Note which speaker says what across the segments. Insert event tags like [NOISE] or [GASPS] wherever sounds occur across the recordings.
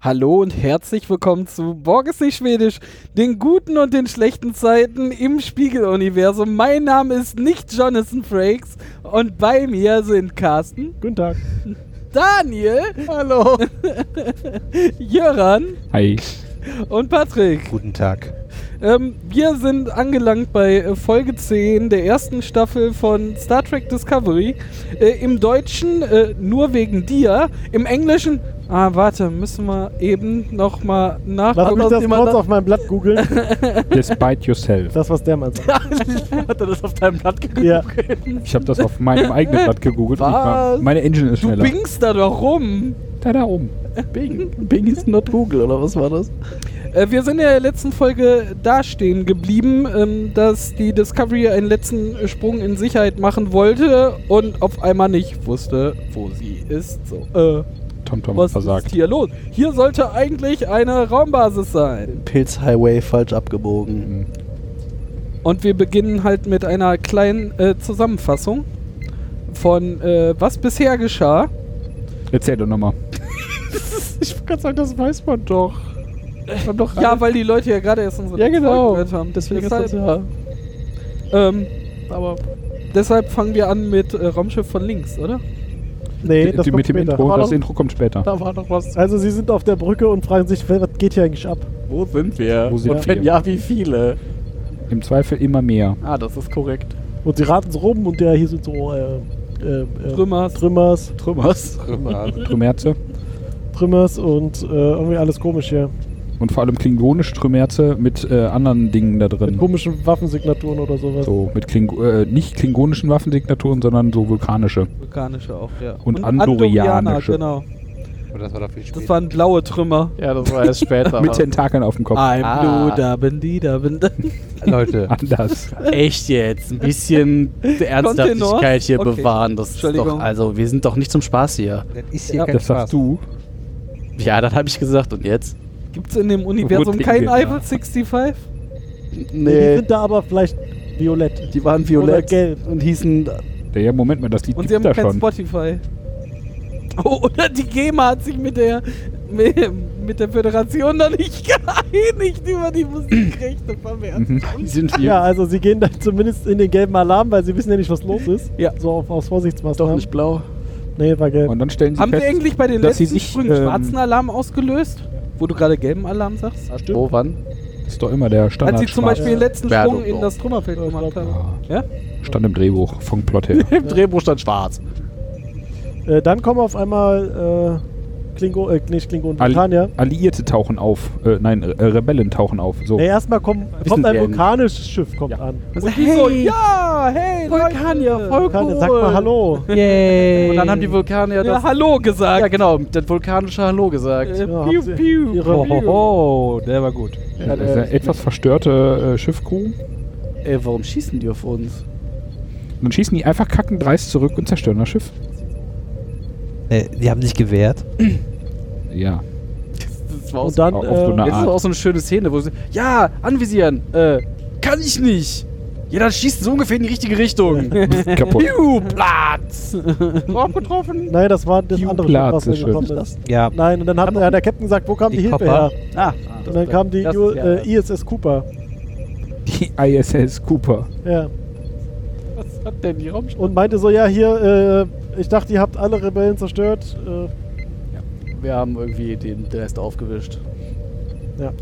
Speaker 1: Hallo und herzlich willkommen zu Borg ist nicht Schwedisch, den guten und den schlechten Zeiten im Spiegeluniversum. Mein Name ist nicht Jonathan Frakes und bei mir sind Carsten,
Speaker 2: Guten Tag.
Speaker 1: Daniel,
Speaker 2: Hallo.
Speaker 1: Jöran
Speaker 3: Hi.
Speaker 1: und Patrick.
Speaker 2: Guten Tag.
Speaker 1: Ähm, wir sind angelangt bei äh, Folge 10 der ersten Staffel von Star Trek Discovery. Äh, Im Deutschen äh, nur wegen dir, im Englischen. Ah, warte, müssen wir eben nochmal nach.
Speaker 2: Lass mich
Speaker 1: Erlaubt
Speaker 2: das
Speaker 1: jemand
Speaker 2: kurz auf meinem Blatt googeln.
Speaker 3: Despite yourself.
Speaker 2: Das, was der mal sagt.
Speaker 1: [LAUGHS] Hat er das auf deinem Blatt gekriegt?
Speaker 2: Ja.
Speaker 3: Ich habe das auf meinem eigenen Blatt gegoogelt. und Ich war,
Speaker 1: Was?
Speaker 3: meine Engine ist
Speaker 1: Du
Speaker 3: schneller.
Speaker 1: bingst da doch rum.
Speaker 3: Da da oben.
Speaker 4: Bing. Bing ist not Google, oder was war das?
Speaker 1: Äh, wir sind in der letzten Folge dastehen geblieben, ähm, dass die Discovery einen letzten Sprung in Sicherheit machen wollte und auf einmal nicht wusste, wo sie ist. So. Äh,
Speaker 3: Tom Tom hat
Speaker 1: Was ist
Speaker 3: versagt.
Speaker 1: hier los? Hier sollte eigentlich eine Raumbasis sein.
Speaker 4: Pilz Highway falsch abgebogen.
Speaker 3: Hm.
Speaker 1: Und wir beginnen halt mit einer kleinen äh, Zusammenfassung von äh, was bisher geschah.
Speaker 3: Erzähl doch nochmal.
Speaker 2: Ich kann sagen, das weiß man doch.
Speaker 1: Ja, weil die Leute ja gerade erst unsere
Speaker 4: Ja,
Speaker 1: Folge
Speaker 4: genau.
Speaker 1: gehört haben.
Speaker 4: Deswegen ist
Speaker 1: deshalb,
Speaker 4: das ja.
Speaker 1: ähm,
Speaker 4: Aber
Speaker 1: deshalb fangen wir an mit äh, Raumschiff von links, oder?
Speaker 2: Nee, das
Speaker 3: Die-
Speaker 2: kommt
Speaker 3: Mit dem
Speaker 2: später.
Speaker 3: Intro.
Speaker 4: Aber
Speaker 3: Das
Speaker 4: doch-
Speaker 3: Intro kommt später.
Speaker 4: da war noch was.
Speaker 2: Also, sie sind auf der Brücke und fragen sich, was geht hier eigentlich ab?
Speaker 4: Wo sind wir?
Speaker 3: Wo sind
Speaker 4: Und wenn
Speaker 3: wir?
Speaker 4: ja, wie viele?
Speaker 3: Im Zweifel immer mehr.
Speaker 4: Ah, das ist korrekt.
Speaker 2: Und sie raten so rum und der hier sind so äh, äh, äh,
Speaker 1: Trümmers.
Speaker 2: Trümmers,
Speaker 4: Trümmers.
Speaker 3: Trümmerze.
Speaker 2: Trümmers und äh, irgendwie alles komisch hier.
Speaker 3: Und vor allem klingonische Trümmerze mit äh, anderen Dingen da
Speaker 2: Mit
Speaker 3: drin.
Speaker 2: komischen Waffensignaturen oder sowas.
Speaker 3: So, mit Kling äh, nicht klingonischen Waffensignaturen, sondern so vulkanische.
Speaker 1: Vulkanische auch, ja.
Speaker 3: Und andorianische.
Speaker 1: genau.
Speaker 5: Aber das war doch viel später.
Speaker 1: Das waren blaue Trümmer.
Speaker 4: Ja, das war erst [LAUGHS] später.
Speaker 3: Mit Tentakeln auf dem Kopf.
Speaker 1: I'm
Speaker 5: Ah.
Speaker 1: blue, da bin die, da bin [LAUGHS] die.
Speaker 5: Leute,
Speaker 3: Anders.
Speaker 4: Echt jetzt? Ein [LAUGHS] bisschen Ernsthaftigkeit hier
Speaker 1: Okay.
Speaker 4: bewahren. Das ist
Speaker 1: Entschuldigung.
Speaker 4: doch, also wir sind doch nicht zum Spaß hier.
Speaker 5: das ist
Speaker 1: Ja,
Speaker 5: hier kein
Speaker 3: Das
Speaker 5: Spaß.
Speaker 3: sagst du.
Speaker 4: Ja, das habe ich gesagt. Und jetzt?
Speaker 1: Gibt's in dem Universum
Speaker 3: Gut,
Speaker 1: kein
Speaker 3: ja.
Speaker 1: Eiffel 65?
Speaker 2: Nee,
Speaker 4: [LAUGHS]
Speaker 2: Die sind da aber vielleicht
Speaker 3: [LAUGHS]
Speaker 2: violett.
Speaker 4: die waren
Speaker 2: Oder gelb.
Speaker 4: und hießen
Speaker 3: Ja, ja, Moment mal, das Lied
Speaker 1: Und
Speaker 3: gibt's
Speaker 1: sie haben
Speaker 3: da
Speaker 1: kein
Speaker 3: schon.
Speaker 1: Spotify. Oh, oder die GEMA hat sich mit der mit, mit der Föderation noch nicht [LAUGHS] geeinigt über die Musikrechte verwerten.
Speaker 3: Mhm.
Speaker 4: Die [LAUGHS] sind wir.
Speaker 2: Ja, also sie gehen dann zumindest in den gelben Alarm, weil sie wissen ja nicht, was los ist.
Speaker 1: Ja.
Speaker 2: So auf, aus
Speaker 4: Doch
Speaker 2: Vorsichtsmaßnahmen.
Speaker 4: nicht blau.
Speaker 2: Nee, war gelb.
Speaker 3: Und dann stellen sie
Speaker 1: Haben sie
Speaker 3: fest,
Speaker 1: eigentlich bei den
Speaker 3: dass sie
Speaker 1: letzten
Speaker 3: sich,
Speaker 1: Sprüngen
Speaker 3: ähm,
Speaker 1: schwarzen Alarm ausgelöst? Wo du gerade gelben Alarm sagst?
Speaker 2: Stimmt.
Speaker 4: Wo, wann?
Speaker 3: ist doch immer der Standard.
Speaker 1: Als sie zum Beispiel den letzten
Speaker 4: Ja,
Speaker 1: Sprung
Speaker 4: doch,
Speaker 1: in
Speaker 4: doch.
Speaker 1: das Trümmerfeld
Speaker 2: Ja, ich
Speaker 1: gemacht
Speaker 2: glaub,
Speaker 1: haben. Ja?
Speaker 3: Stand im Drehbuch, vom Plot her.
Speaker 1: [LAUGHS]
Speaker 4: Im Drehbuch stand schwarz.
Speaker 2: Äh, dann kommen auf einmal äh, Klingo, äh, nicht Klingon,
Speaker 3: Alli-
Speaker 2: Vulkanier.
Speaker 3: Alliierte tauchen auf. Äh, nein, äh, Rebellen tauchen auf. So.
Speaker 2: Nee, erstmal kommen,
Speaker 4: Wissen
Speaker 2: kommt ein
Speaker 4: wir
Speaker 2: vulkanisches Schiff kommt an. Äh,
Speaker 1: Und die so, ja, hey,
Speaker 4: Vulkanier,
Speaker 1: Leute.
Speaker 4: voll
Speaker 2: Vulkanier, sag mal Hallo.
Speaker 4: Und dann haben die Vulkanier
Speaker 1: Ja,
Speaker 4: das.
Speaker 1: Hallo gesagt.
Speaker 4: Ja, genau, das vulkanische Hallo gesagt.
Speaker 1: Äh,
Speaker 2: Ja,
Speaker 1: piu,
Speaker 2: haben sie
Speaker 1: piu,
Speaker 2: ihre-
Speaker 1: piu.
Speaker 5: Hohoho, der war gut.
Speaker 3: Ja, das ist eine äh, etwas verstörte äh, Schiffcrew.
Speaker 4: Ey, warum schießen die auf uns?
Speaker 3: Dann schießen die einfach kacken dreist zurück und zerstören das Schiff.
Speaker 5: Äh, die haben sich gewehrt.
Speaker 3: Ja.
Speaker 4: Das war auch
Speaker 2: Und
Speaker 4: so,
Speaker 2: dann
Speaker 3: auf so
Speaker 2: äh,
Speaker 3: eine
Speaker 4: jetzt ist
Speaker 3: Art.
Speaker 4: auch so eine schöne Szene, wo sie. Ja, anvisieren! Äh, kann ich nicht! Ja, dann schießt so ungefähr in die richtige Richtung. [LAUGHS]
Speaker 1: [LAUGHS]
Speaker 3: Kaputt.
Speaker 4: Piu, Platz! Drauf getroffen!
Speaker 2: Nein, das war das
Speaker 3: Hugh
Speaker 2: andere
Speaker 3: Glatt
Speaker 2: Schiff, was
Speaker 3: ist
Speaker 2: gekommen
Speaker 3: schön.
Speaker 2: ist.
Speaker 5: Ja.
Speaker 2: Nein, und dann hat ja, der Captain gesagt, wo kam die,
Speaker 5: Die
Speaker 2: Hilfe
Speaker 5: Copper.
Speaker 2: her?
Speaker 4: Ah,
Speaker 2: Und dann kam die
Speaker 4: das ist
Speaker 2: U,
Speaker 4: ja-
Speaker 2: äh, ISS Cooper.
Speaker 3: Die ISS Cooper.
Speaker 2: Ja.
Speaker 4: Was hat denn die Raumstation?
Speaker 2: Und meinte so, ja, hier, äh, ich dachte, ihr habt alle Rebellen zerstört. Äh,
Speaker 4: Wir haben irgendwie den Rest aufgewischt.
Speaker 2: Ja.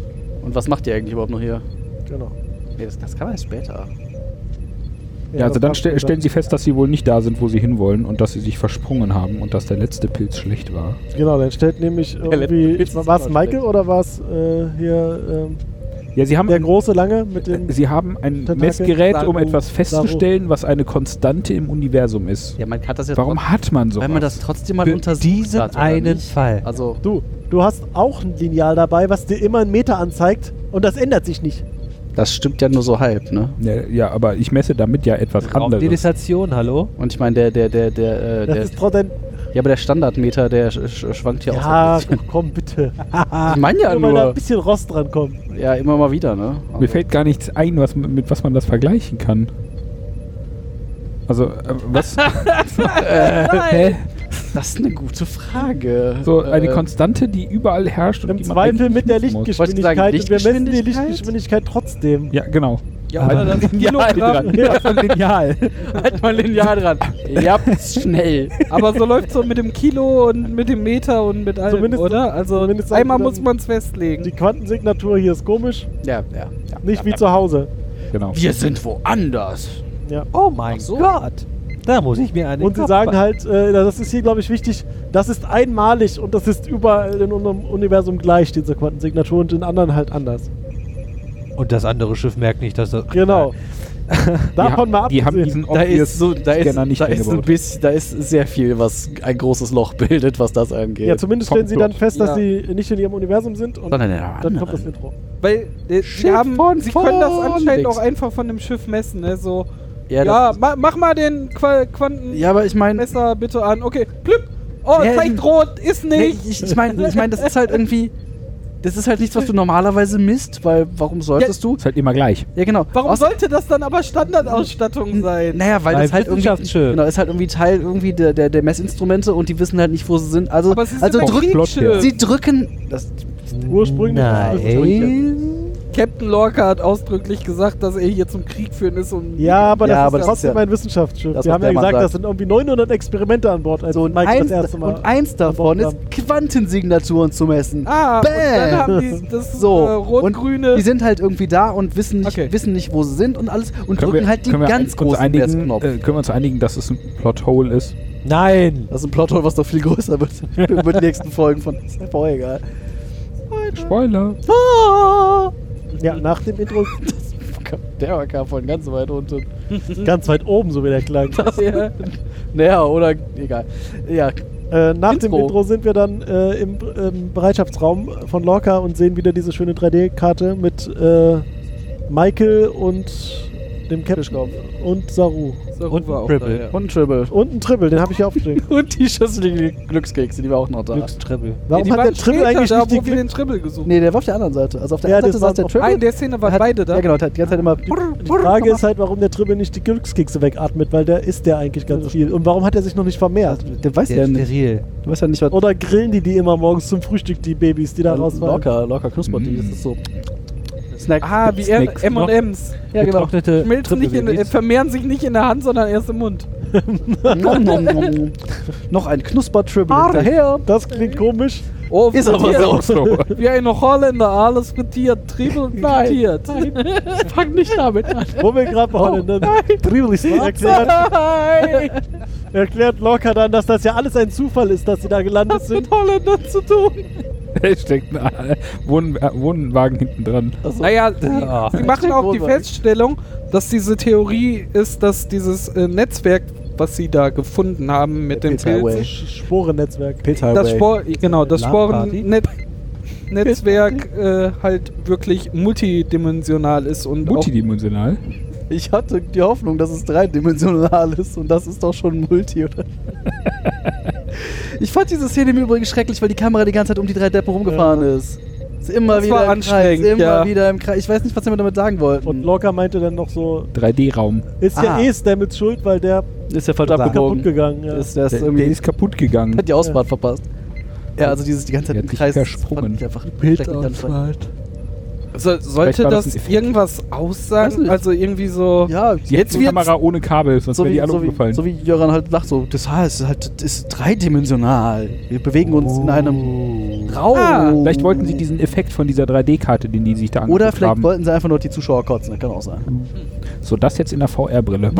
Speaker 4: Und was macht ihr eigentlich überhaupt noch hier?
Speaker 2: genau.
Speaker 4: Nee, das, das kann man erst später.
Speaker 3: Ja, also
Speaker 2: das
Speaker 3: dann
Speaker 2: war
Speaker 3: ste
Speaker 2: später.
Speaker 3: stellen sie fest, dass sie wohl nicht da sind, wo sie hinwollen und dass sie sich versprungen haben und dass der letzte Pilz schlecht war.
Speaker 2: Genau, dann stellt
Speaker 4: [LAUGHS]
Speaker 2: nämlich
Speaker 4: letzte
Speaker 2: irgendwie.
Speaker 4: Witz ist
Speaker 2: War es
Speaker 4: immer
Speaker 2: Michael
Speaker 4: schlecht.
Speaker 2: oder war es äh, hier ähm,
Speaker 3: Ja, sie haben
Speaker 2: der große lange mit
Speaker 4: [LAUGHS]
Speaker 2: dem.
Speaker 3: Sie haben ein
Speaker 2: Tentakel,
Speaker 3: Messgerät, um
Speaker 2: Saru,
Speaker 3: etwas festzustellen, was eine Konstante im Universum ist.
Speaker 4: Ja, man kann das jetzt
Speaker 3: Warum hat man so?
Speaker 4: Wenn man das trotzdem mal
Speaker 5: Für
Speaker 4: untersucht
Speaker 5: diesen
Speaker 4: hat, oder
Speaker 5: einen
Speaker 4: nicht?
Speaker 5: Fall.
Speaker 4: Also,
Speaker 2: Du, du hast auch ein Lineal dabei, was dir immer einen Meter anzeigt und das ändert sich nicht.
Speaker 4: das stimmt ja nur so halb, ne?
Speaker 3: ja, ja, aber ich messe damit ja etwas
Speaker 5: Die
Speaker 3: anderes.
Speaker 5: Dissertation, hallo?
Speaker 4: Und ich meine, der, der, der, der, äh,
Speaker 2: Das
Speaker 4: der,
Speaker 2: ist trotzdem.
Speaker 4: ja, aber der Standardmeter, der sch sch schwankt hier
Speaker 2: Ja,
Speaker 4: auch so ein
Speaker 2: [LAUGHS] komm bitte.
Speaker 4: bisschen. Ich meine ja
Speaker 2: nur weil da ein
Speaker 4: nur,
Speaker 2: bisschen Rost dran kommt.
Speaker 4: ja, immer mal wieder, ne?
Speaker 3: Mir fällt gar nichts ein, was, mit was man das vergleichen
Speaker 4: [LAUGHS]
Speaker 3: kann. Also, äh, was?
Speaker 1: Nein.
Speaker 3: Hä?
Speaker 4: Das ist eine gute Frage.
Speaker 3: So eine
Speaker 4: Äh,
Speaker 3: Konstante, die überall herrscht.
Speaker 2: Im
Speaker 3: und die man
Speaker 2: Zweifel mit der
Speaker 3: eigentlich nicht muss.
Speaker 2: Lichtgeschwindigkeit.
Speaker 4: Wollte ich
Speaker 2: und wir
Speaker 4: sagen,
Speaker 2: messen die
Speaker 4: Lichtgeschwindigkeit?
Speaker 2: Lichtgeschwindigkeit trotzdem.
Speaker 3: Ja, genau.
Speaker 1: Ja,
Speaker 4: halt [LAUGHS]
Speaker 1: Alter, das ist ein Kilogramm.
Speaker 2: [LAUGHS] Ja.
Speaker 5: Lineal.
Speaker 1: Halt mal Lineal dran.
Speaker 4: [LAUGHS] Ja, schnell.
Speaker 1: Aber so läuft so mit dem Kilo und mit dem Meter und mit allem,
Speaker 2: Zumindest-
Speaker 1: oder? Also
Speaker 2: zumindest sagt
Speaker 1: einmal
Speaker 2: man-
Speaker 1: muss man es festlegen.
Speaker 2: Die Quantensignatur hier ist komisch.
Speaker 4: Ja, ja, ja.
Speaker 2: Nicht wie zu Hause.
Speaker 3: genau.
Speaker 4: Wir sind woanders.
Speaker 2: Ja.
Speaker 5: Oh mein
Speaker 4: Ach so.
Speaker 5: Gott. Da muss ich mir einen.
Speaker 2: Und sie sagen halt, äh, das ist hier, glaube ich, wichtig, das ist einmalig und das ist überall in unserem Universum gleich, diese Quantensignatur und in anderen halt anders.
Speaker 5: Und das andere Schiff merkt nicht, dass das.
Speaker 2: Genau.
Speaker 3: [LAUGHS]
Speaker 2: Davon mal
Speaker 3: die haben diesen
Speaker 2: abgesehen.
Speaker 3: obvious Scanner nicht
Speaker 4: da ist ein
Speaker 3: eingebaut.
Speaker 4: bisschen, da ist sehr viel, was ein großes Loch [LAUGHS] bildet, was das angeht.
Speaker 2: Ja, zumindest stellen sie dann fest, dass
Speaker 1: Ja.
Speaker 2: sie nicht in ihrem Universum sind und
Speaker 4: Sondern in einer
Speaker 2: dann kommt
Speaker 4: anderen.
Speaker 2: das Intro.
Speaker 1: Weil äh, sie,
Speaker 4: Schiff
Speaker 1: haben,
Speaker 4: von
Speaker 1: sie können das
Speaker 4: vorn
Speaker 1: anscheinend
Speaker 4: links.
Speaker 1: auch einfach von dem Schiff messen. Ne? So,
Speaker 4: ja,
Speaker 1: ja,
Speaker 4: das-
Speaker 1: ma mach mal den Qua Quanten.
Speaker 4: ja, aber ich meine,
Speaker 1: Messer bitte an. Okay, plüpp. Oh,
Speaker 4: Ja,
Speaker 1: zeigt rot, ist
Speaker 4: nee,
Speaker 1: nicht.
Speaker 4: ich, ich meine, ich mein, das ist halt irgendwie, das ist halt nichts, was du normalerweise misst, weil warum solltest du?
Speaker 3: Ist halt immer gleich.
Speaker 4: Ja, genau.
Speaker 1: Warum
Speaker 4: Außer-
Speaker 1: sollte das dann aber
Speaker 4: Hm.
Speaker 1: Standardausstattung sein?
Speaker 4: Naja, weil
Speaker 5: Weil
Speaker 4: das halt irgendwie,
Speaker 5: Wissenschaftsschiff.
Speaker 4: genau, ist halt irgendwie Teil irgendwie der, der, der Messinstrumente und die wissen halt nicht, wo sie sind. Also,
Speaker 1: Aber sie sind
Speaker 4: also
Speaker 1: ein
Speaker 3: drücken-
Speaker 1: Kriegsschiff.
Speaker 4: sie drücken, das,
Speaker 2: Ursprünglich ist das
Speaker 5: Nein.
Speaker 1: Captain Lorca hat ausdrücklich gesagt, dass er hier zum Krieg führen ist und
Speaker 2: Ja, aber das
Speaker 4: Ja,
Speaker 2: ist
Speaker 4: aber das
Speaker 2: trotzdem
Speaker 4: ist ja-
Speaker 2: ein Wissenschaftsschiff.
Speaker 4: das,
Speaker 2: Wir
Speaker 4: was
Speaker 2: haben ja
Speaker 4: der Mann
Speaker 2: gesagt,
Speaker 4: sagt.
Speaker 2: das sind irgendwie 900 Experimente an Bord. Also Mike
Speaker 4: eins,
Speaker 2: das erste Mal.
Speaker 4: und eins davon ist Quantensignaturen zu messen.
Speaker 1: Ah, und dann
Speaker 4: Bäh.
Speaker 1: haben die das
Speaker 4: So,
Speaker 1: äh,
Speaker 4: und
Speaker 1: rot-grüne.
Speaker 4: die sind halt irgendwie da und wissen nicht,
Speaker 1: Okay.
Speaker 4: wissen nicht, wo sie sind und alles und drücken halt den
Speaker 3: können wir
Speaker 4: ganz
Speaker 3: uns
Speaker 4: großen
Speaker 3: einigen,
Speaker 4: Messknopf.
Speaker 3: äh, Können wir uns einigen, dass es ein Plothole ist?
Speaker 5: Nein.
Speaker 4: Das ist ein Plothole, was noch viel größer
Speaker 3: [LAUGHS]
Speaker 4: wird mit den nächsten Folgen von. Ist ja voll egal.
Speaker 3: Spoiler.
Speaker 4: Ah,
Speaker 2: ja, nach dem
Speaker 4: [LAUGHS]
Speaker 2: Intro
Speaker 4: der kam von ganz weit unten.
Speaker 2: ganz weit oben, so wie der klang.
Speaker 1: ja.
Speaker 4: Naja, oder egal. Ja,
Speaker 2: Äh, nach dem
Speaker 4: Intro.
Speaker 2: Intro sind wir dann äh, im, im Bereitschaftsraum von Lorca und sehen wieder diese schöne 3D-Karte mit äh, Michael und dem Captain und Saru.
Speaker 1: So,
Speaker 5: Und
Speaker 1: war
Speaker 5: ein
Speaker 1: auch
Speaker 5: Cribble.
Speaker 1: da, ja.
Speaker 4: und ein Tribble.
Speaker 2: Und ein Tribble, den habe ich hier
Speaker 1: [LAUGHS]
Speaker 2: aufgeschrieben.
Speaker 4: Und die schüsseligen Glückskekse, die war auch noch da.
Speaker 5: Glückstrebel.
Speaker 2: Warum
Speaker 1: die
Speaker 2: hat der
Speaker 1: waren
Speaker 2: Tribble
Speaker 1: später
Speaker 2: eigentlich
Speaker 1: da,
Speaker 2: nicht die
Speaker 1: wo wir
Speaker 2: Glück
Speaker 1: den Tribble gesucht
Speaker 4: Nee, der war auf der anderen Seite. Also auf der
Speaker 2: Ja,
Speaker 4: einen
Speaker 2: das
Speaker 4: Seite saß der
Speaker 1: haben.
Speaker 2: waren-
Speaker 4: Tribble.
Speaker 1: Ah, in der Szene waren
Speaker 4: hat,
Speaker 1: beide da.
Speaker 4: Ja, genau, der hat die ganze Zeit immer.
Speaker 2: Die Frage ist halt, warum der Tribble nicht die Glückskekse wegatmet, weil der isst ja eigentlich ganz viel. Und warum hat er sich noch nicht vermehrt?
Speaker 4: der weiß
Speaker 5: Der
Speaker 4: ja
Speaker 5: ist
Speaker 4: nicht.
Speaker 5: steril.
Speaker 4: Du weißt ja nicht, was.
Speaker 2: Oder grillen die die immer morgens zum Frühstück, die Babys, die da rausfallen?
Speaker 4: locker, locker knuspert die.
Speaker 3: Mm.
Speaker 4: Das ist so. Snack.
Speaker 1: Ah, wie er-
Speaker 5: Snacks.
Speaker 1: M&M's.
Speaker 4: ja, genau.
Speaker 5: Getrocknete
Speaker 1: Schmilzen nicht in, äh,
Speaker 5: Trippelbabys.
Speaker 1: vermehren sich nicht in der Hand, sondern erst im Mund.
Speaker 4: Nom, nom, nom. Noch ein Knusper-Tribble hinterher.
Speaker 2: Das klingt komisch.
Speaker 1: Oh,
Speaker 4: Ist aber
Speaker 1: frittiert.
Speaker 4: so.
Speaker 3: So.
Speaker 1: Wie ein Holländer, alles frittiert, Tribble
Speaker 4: Nein.
Speaker 1: frittiert.
Speaker 4: Fang nicht damit an.
Speaker 2: Wo wir
Speaker 1: Oh
Speaker 2: gerade bei Holländern Tribble ist erklärt,
Speaker 1: [LAUGHS] Nein,
Speaker 2: erklärt Locker dann, dass das ja alles ein Zufall ist, dass sie da
Speaker 1: [LAUGHS]
Speaker 2: gelandet
Speaker 1: was
Speaker 2: sind.
Speaker 1: mit Holländern zu tun?
Speaker 3: [LAUGHS] Da steckt ein äh, Wohn äh, Wohnwagen hinten dran.
Speaker 1: Naja, die,
Speaker 5: Ja.
Speaker 1: sie machen auch die
Speaker 4: Großartig.
Speaker 1: Feststellung, dass diese Theorie ist, dass dieses äh, Netzwerk, was sie da gefunden haben mit den
Speaker 4: Peter
Speaker 1: Pilzen,
Speaker 4: Way.
Speaker 2: Sporennetzwerk.
Speaker 1: das, Spor genau, das
Speaker 5: Landparty?
Speaker 1: Sporennetzwerk äh, halt wirklich multidimensional ist und auch
Speaker 3: Multidimensional.
Speaker 4: Ich hatte die Hoffnung, dass es dreidimensional ist und das ist doch schon Multi, oder? ich fand diese Szene im Übrigen schrecklich, weil die Kamera die ganze Zeit um die drei Deppen rumgefahren ist. Ist immer
Speaker 1: Das
Speaker 4: wieder
Speaker 1: war
Speaker 4: im Kreis,
Speaker 1: anstrengend,
Speaker 4: immer
Speaker 1: ja.
Speaker 4: wieder im Kreis. Ich weiß nicht, was sie mir damit sagen wollten.
Speaker 2: Und Locker meinte dann noch so,
Speaker 3: 3D-Raum.
Speaker 2: ist ja
Speaker 4: Ah.
Speaker 2: eh Stamets schuld, weil der
Speaker 4: ist der falsch
Speaker 5: Kaputt
Speaker 2: kaputt
Speaker 4: abgebogen.
Speaker 2: gegangen ja.
Speaker 4: Ist, der ist
Speaker 3: Der,
Speaker 4: irgendwie
Speaker 3: der ist kaputt gegangen.
Speaker 4: hat die Ausfahrt verpasst. Ja, also dieses die ganze Zeit
Speaker 3: Der
Speaker 4: im
Speaker 3: hat sich
Speaker 4: Kreis.
Speaker 3: versprungen.
Speaker 4: fand ich einfach Bild
Speaker 1: So, sollte
Speaker 3: war
Speaker 1: das,
Speaker 3: das ein
Speaker 1: irgendwas aussagen?
Speaker 4: Weiß nicht.
Speaker 1: Also irgendwie so.
Speaker 4: Ja,
Speaker 3: Sie jetzt die Kamera ohne Kabel, sonst
Speaker 4: so
Speaker 3: wäre
Speaker 4: wie,
Speaker 3: die alle
Speaker 4: so, wie,
Speaker 3: umgefallen.
Speaker 4: so wie Jöran halt lacht, so, das heißt, es halt, das ist dreidimensional. Wir bewegen uns in einem Raum.
Speaker 1: Ah,
Speaker 3: Oh. vielleicht wollten sie diesen Effekt von dieser 3D-Karte, den die sich da angeguckt
Speaker 4: Oder vielleicht
Speaker 3: haben.
Speaker 4: wollten sie einfach nur die Zuschauer kotzen, das kann
Speaker 3: [LAUGHS]
Speaker 4: auch sein.
Speaker 3: So, das jetzt in der
Speaker 4: [LAUGHS]
Speaker 3: VR-Brille.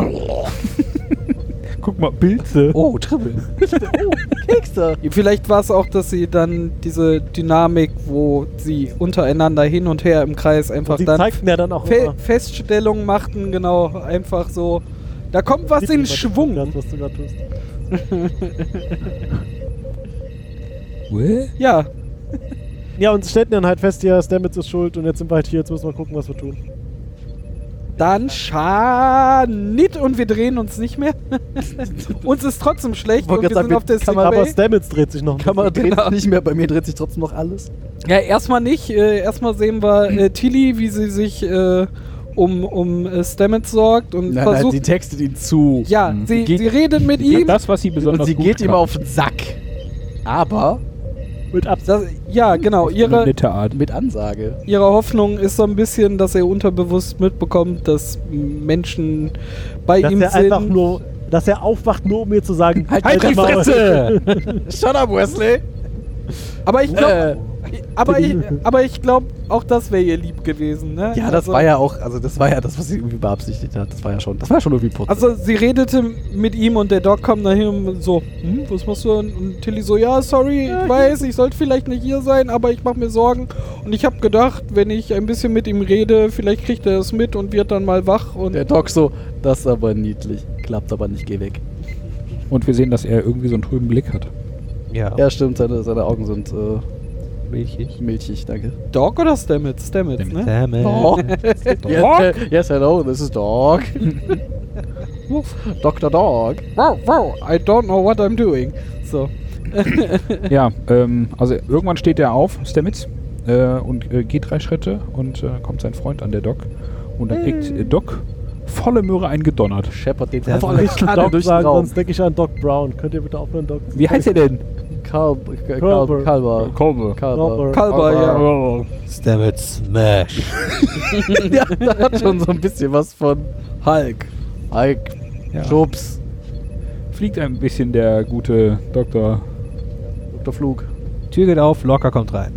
Speaker 3: Guck mal, Pilze.
Speaker 4: Oh, Triple. oh, Kekse.
Speaker 1: Vielleicht war es auch, dass sie dann diese Dynamik, wo sie untereinander hin und her im Kreis einfach
Speaker 2: Die
Speaker 1: dann
Speaker 2: zeigten ja dann auch
Speaker 1: Fe
Speaker 2: immer.
Speaker 1: Feststellungen machten, genau, einfach so. Da kommt was in Schwung.
Speaker 2: Das, was du gerade tust.
Speaker 3: What?
Speaker 1: Ja,
Speaker 2: Ja, und sie stellten dann halt fest, ja, Stamets ist schuld und jetzt sind wir halt hier, jetzt müssen wir gucken, was wir tun.
Speaker 1: dann nicht und wir drehen uns nicht mehr. [LAUGHS] uns ist trotzdem schlecht
Speaker 4: Ich
Speaker 1: und wir
Speaker 4: wollte gerade
Speaker 1: sind auf der
Speaker 4: sagen, mit
Speaker 2: Aber
Speaker 1: Segway.
Speaker 2: Stamets dreht sich noch
Speaker 3: [LAUGHS]
Speaker 2: ein
Speaker 4: Kamera
Speaker 2: bisschen.
Speaker 4: dreht
Speaker 3: Genau.
Speaker 4: sich nicht mehr, bei mir dreht sich trotzdem noch alles. Hm.
Speaker 1: Ja, erstmal nicht. Äh, erstmal sehen wir äh, Tilly, wie sie sich äh, um, um äh, Stamets sorgt und
Speaker 4: Nein, nein,
Speaker 1: versucht.
Speaker 4: sie textet ihn zu.
Speaker 1: ja,
Speaker 3: Mhm.
Speaker 1: sie,
Speaker 4: Hm. Geht-
Speaker 1: sie redet mit ihm.
Speaker 3: Das, was sie besonders
Speaker 4: und sie
Speaker 3: gut
Speaker 4: geht ihm
Speaker 3: kann.
Speaker 4: auf den Sack. Aber
Speaker 2: Mit Absicht.
Speaker 1: Das, ja, genau. Ihre,
Speaker 3: Nette Art.
Speaker 4: Hm. mit Ansage.
Speaker 1: ihre Hoffnung ist so ein bisschen, dass er unterbewusst mitbekommt, dass Menschen bei
Speaker 2: Dass
Speaker 1: ihm
Speaker 2: er
Speaker 1: sind.
Speaker 2: einfach nur, dass er aufwacht, nur um mir zu sagen,
Speaker 4: Halt
Speaker 5: Halt die
Speaker 4: Maul.
Speaker 5: Fresse!
Speaker 4: Shut up, Wesley.
Speaker 1: aber ich glaube,
Speaker 4: Äh,
Speaker 1: aber ich, aber ich glaube, auch das wäre ihr lieb gewesen. Ne?
Speaker 4: ja, das war ja auch, also das war ja das, was sie irgendwie beabsichtigt hat. Das war ja schon, das war schon irgendwie putzig.
Speaker 1: Also sie redete mit ihm und der Doc kommt dahin und so, hm, was machst du? denn? Und Tilly so, ja, sorry, ich weiß, ich sollte vielleicht nicht hier sein, aber ich mache mir Sorgen. Und ich habe gedacht, wenn ich ein bisschen mit ihm rede, vielleicht kriegt er es mit und wird dann mal wach. Und
Speaker 4: der Doc so, das ist aber niedlich. Klappt aber nicht, geh weg.
Speaker 3: Und wir sehen, dass er irgendwie so einen trüben Blick hat.
Speaker 5: Ja,
Speaker 4: Ja, stimmt, seine, seine Augen sind äh,
Speaker 5: milchig.
Speaker 4: milchig, danke.
Speaker 1: Doc oder Stamets? Stamets, ne?
Speaker 5: Damn it.
Speaker 4: Oh.
Speaker 3: Doc?
Speaker 4: Yes, yes, hello, this is Dog. Dr. Dog.
Speaker 1: Wow, wow, I don't know what I'm doing. So,
Speaker 3: ja, ähm, also irgendwann steht er auf, Stamets, äh, und äh, geht drei Schritte und äh, kommt sein Freund an, der Doc. Und dann kriegt
Speaker 4: Hm.
Speaker 3: äh, Doc volle Möhre eingedonnert.
Speaker 4: Shepard den
Speaker 5: Der
Speaker 4: volle
Speaker 2: ich
Speaker 4: Kanne
Speaker 2: Doc
Speaker 4: durch den
Speaker 2: sagen,
Speaker 4: Raum.
Speaker 2: sonst denke ich an Doc Brown. Könnt ihr bitte aufhören, Doc?
Speaker 3: Wie heißt er denn?
Speaker 4: Karl, Karl, Karl,
Speaker 2: Körper.
Speaker 4: Kalber.
Speaker 3: Kolbe.
Speaker 4: Kalber.
Speaker 1: Kalber, ja.
Speaker 5: Stammet Smash.
Speaker 4: ja, da hat schon so ein bisschen was von Hulk. Hulk.
Speaker 3: Ja.
Speaker 4: Schubs.
Speaker 3: Fliegt ein bisschen der gute Doktor.
Speaker 4: Dr. Flug.
Speaker 5: Tür geht auf, Locker kommt rein.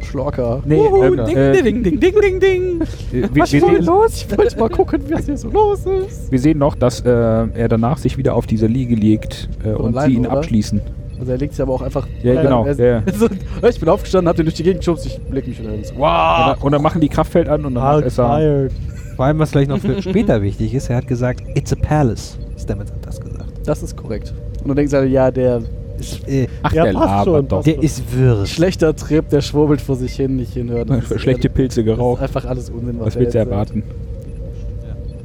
Speaker 4: Schlorker.
Speaker 3: Nee,
Speaker 1: Uhu,
Speaker 3: äh,
Speaker 4: ähm,
Speaker 1: ding,
Speaker 3: äh,
Speaker 1: ding,
Speaker 4: [LAUGHS]
Speaker 1: ding, ding, ding, ding.
Speaker 3: äh, wir, wir, sehen,
Speaker 4: los? Ich wollte mal gucken, was hier so los ist.
Speaker 3: wir sehen noch, dass äh, er danach sich wieder auf diese Liege legt äh, und
Speaker 4: alleine,
Speaker 3: sie ihn
Speaker 4: oder?
Speaker 3: abschließen.
Speaker 4: Also er legt sich aber auch einfach.
Speaker 3: Ja, genau,
Speaker 4: Er, [LAUGHS]
Speaker 3: ja, ja.
Speaker 4: So, ich bin aufgestanden, hab den durch die Gegend geschubst, ich leg mich wieder hin.
Speaker 3: Und, dann, und dann machen die Kraftfeld an und dann
Speaker 4: Halt,
Speaker 2: Hulk
Speaker 3: ist er.
Speaker 2: tired.
Speaker 5: Vor allem, was vielleicht noch für später wichtig ist, er hat gesagt, it's a palace. Stamets hat das gesagt.
Speaker 4: Das ist korrekt. Und dann denkt er, ja, der
Speaker 5: Ist, äh,
Speaker 3: Ach,
Speaker 2: Ja,
Speaker 3: der
Speaker 2: passt schon,
Speaker 3: labert doch.
Speaker 2: passt.
Speaker 5: der ist wirr.
Speaker 4: schlechter Trip, der schwurbelt vor sich hin, nicht hinhört. Das [LAUGHS]
Speaker 3: [LAUGHS]
Speaker 4: ist-
Speaker 3: Schlechte Pilze
Speaker 4: Das ist
Speaker 3: geraucht.
Speaker 4: einfach alles Unsinn, was,
Speaker 3: Was
Speaker 4: er
Speaker 3: willst du
Speaker 4: jetzt sagt.
Speaker 3: erwarten?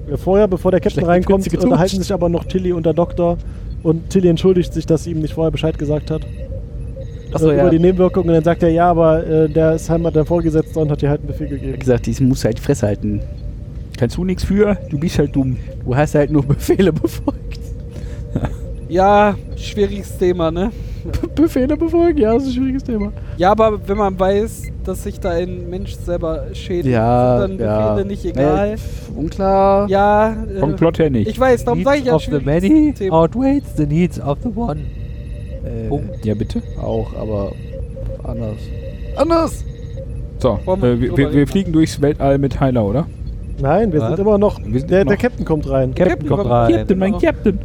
Speaker 2: Ja, Vorher, bevor der Captain
Speaker 4: Schlechte
Speaker 2: reinkommt,
Speaker 4: Pilze getutscht.
Speaker 2: unterhalten sich aber noch Tilly und der Doktor. Und Tilly entschuldigt sich, dass sie ihm nicht vorher Bescheid gesagt hat.
Speaker 4: Achso,
Speaker 2: äh,
Speaker 4: ja.
Speaker 2: Über die Nebenwirkungen. Und dann sagt er, ja, aber äh, der ist halt mal dein Vorgesetzter und hat dir halt einen Befehl
Speaker 4: Er hat
Speaker 2: gegeben.
Speaker 4: gesagt, diesen musst du halt die Fresse halten.
Speaker 3: Kannst du nichts für? Du bist halt dumm.
Speaker 4: Du hast halt nur Befehle [LAUGHS] befolgt.
Speaker 1: Ja, schwieriges Thema, ne?
Speaker 4: Befehle befolgen, ja, das ist ein schwieriges Thema.
Speaker 1: Ja, aber wenn man weiß, dass sich da ein Mensch selber schädigt, sind dann Befehle nicht egal.
Speaker 4: Nee, pff, Äh, unklar.
Speaker 1: ja, äh,
Speaker 3: Vom Plot her nicht.
Speaker 1: ich weiß, darum sage ich
Speaker 5: Needs
Speaker 1: ja
Speaker 5: of the
Speaker 1: schwieriges
Speaker 5: many Oh,
Speaker 1: Thema.
Speaker 5: outweighs the needs of the one.
Speaker 4: Äh,
Speaker 5: Punkt.
Speaker 3: ja, bitte.
Speaker 4: Auch, aber anders. Anders!
Speaker 3: So,
Speaker 1: Wollen wir
Speaker 3: äh, wir,
Speaker 1: drüber
Speaker 3: wir, wir
Speaker 1: reden?
Speaker 3: fliegen durchs Weltall mit Heiler, oder?
Speaker 2: Nein, wir sind
Speaker 5: Was?
Speaker 2: immer noch.
Speaker 3: Wir sind
Speaker 2: der,
Speaker 3: immer
Speaker 2: der
Speaker 3: noch-
Speaker 2: Captain kommt rein.
Speaker 5: Captain kommt rein.
Speaker 1: Captain, mein
Speaker 3: Captain.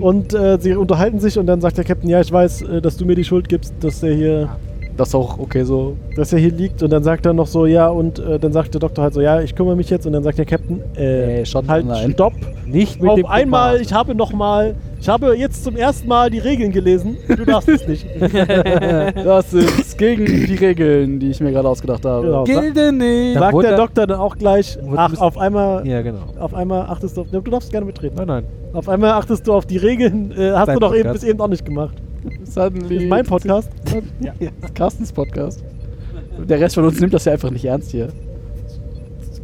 Speaker 2: Und äh, sie unterhalten sich und dann sagt der Captain, ja, ich weiß, äh, dass du mir die Schuld gibst, dass er hier,
Speaker 4: Das ist auch okay so.
Speaker 2: dass er hier liegt. Und dann sagt er noch so, ja, und äh, dann sagt der Doktor halt so, ja, ich kümmere mich jetzt. Und dann sagt der Captain, äh,
Speaker 4: Äh, schon
Speaker 2: halt,
Speaker 4: online.
Speaker 2: stopp.
Speaker 5: Nicht mit
Speaker 2: Auf
Speaker 5: dem
Speaker 2: einmal,
Speaker 5: Kommando.
Speaker 2: ich habe noch mal, ich habe jetzt zum ersten Mal die Regeln gelesen. Du darfst es nicht.
Speaker 4: Das ist gegen die Regeln, die ich mir gerade ausgedacht habe.
Speaker 2: Genau.
Speaker 1: Gilde nicht.
Speaker 5: [LAUGHS] Da
Speaker 2: Sagt
Speaker 5: wurde-
Speaker 2: der Doktor dann auch gleich,
Speaker 5: Wurde
Speaker 2: ach,
Speaker 5: müssen-
Speaker 2: auf einmal,
Speaker 5: Ja, genau.
Speaker 2: auf einmal achtest du auf, ne, du darfst gerne mitreden.
Speaker 5: Nein, nein.
Speaker 2: Auf einmal achtest du auf die Regeln, äh, hast
Speaker 5: Dein
Speaker 2: du doch eben,
Speaker 5: Podcast.
Speaker 2: bis eben auch nicht gemacht.
Speaker 4: Suddenly.
Speaker 2: Das ist mein Podcast.
Speaker 4: Ja. Das ist Carstens Podcast. Der Rest von uns nimmt das ja einfach nicht ernst hier.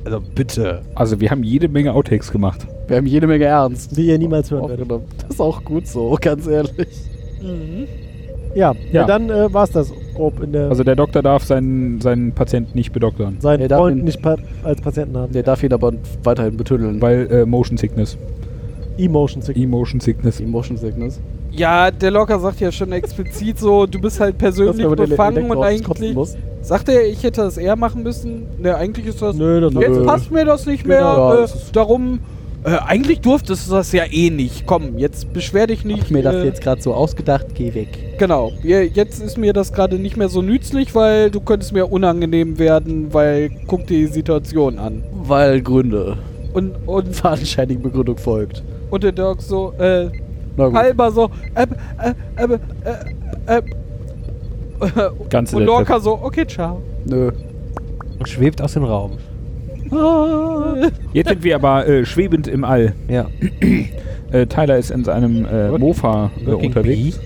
Speaker 5: Also bitte.
Speaker 3: Also wir haben jede Menge Outtakes gemacht.
Speaker 4: Wir haben jede Menge Ernst.
Speaker 2: Die ihr niemals hören werdet.
Speaker 4: Aufgenommen. Das ist auch gut so, [LAUGHS] ganz ehrlich.
Speaker 1: Mhm.
Speaker 2: Ja, ja.
Speaker 3: Ja.
Speaker 2: dann äh, war's das grob in der
Speaker 3: Also der Doktor darf seinen, seinen Patienten nicht bedoktern,
Speaker 2: seinen
Speaker 4: Nee, darf
Speaker 2: Freund
Speaker 4: ihn-
Speaker 2: nicht pa als Patienten haben.
Speaker 4: Der darf ihn aber weiterhin betüddeln.
Speaker 3: weil äh, Motion Sickness.
Speaker 2: Emotion Sickness.
Speaker 3: Emotion Sickness.
Speaker 4: Die Motion Sickness.
Speaker 1: Ja, der Locker sagt ja schon explizit so, du bist halt
Speaker 4: Das,
Speaker 1: persönlich
Speaker 4: wenn man den
Speaker 1: befangen
Speaker 4: Elektro
Speaker 1: und
Speaker 4: aufs Kotzen
Speaker 1: eigentlich.
Speaker 4: muss.
Speaker 1: Sagt er, ich hätte das eher machen müssen? Ne, eigentlich ist das.
Speaker 2: Nö, das
Speaker 1: jetzt
Speaker 2: nö.
Speaker 1: passt mir das nicht mehr.
Speaker 4: Genau, ja,
Speaker 1: äh,
Speaker 4: das ist-
Speaker 1: darum. Äh, eigentlich durftest du das ja eh nicht. Komm, jetzt beschwer dich nicht.
Speaker 4: Ich mir das
Speaker 1: äh,
Speaker 4: jetzt gerade so ausgedacht, geh weg.
Speaker 1: Genau. Ja, Jetzt ist mir das gerade nicht mehr so nützlich, weil du könntest mir unangenehm werden, weil guck dir die Situation an.
Speaker 4: Weil Gründe.
Speaker 1: Und, und,
Speaker 4: Fadenscheinige Begründung folgt.
Speaker 1: und der Dirk so, äh,
Speaker 4: Na gut.
Speaker 1: halber so, äh, äh, äh, äh, äh,
Speaker 4: [LAUGHS]
Speaker 1: äh,
Speaker 3: Ganze
Speaker 1: und
Speaker 3: Sätze.
Speaker 1: Lorca so, okay, ciao.
Speaker 4: Nö.
Speaker 5: Und schwebt aus dem Raum.
Speaker 4: Ah.
Speaker 3: Jetzt sind wir aber äh, schwebend im All.
Speaker 5: Ja.
Speaker 3: Äh, Tyler ist in seinem äh,
Speaker 5: Working-
Speaker 3: Mofa äh,
Speaker 5: Working
Speaker 3: unterwegs.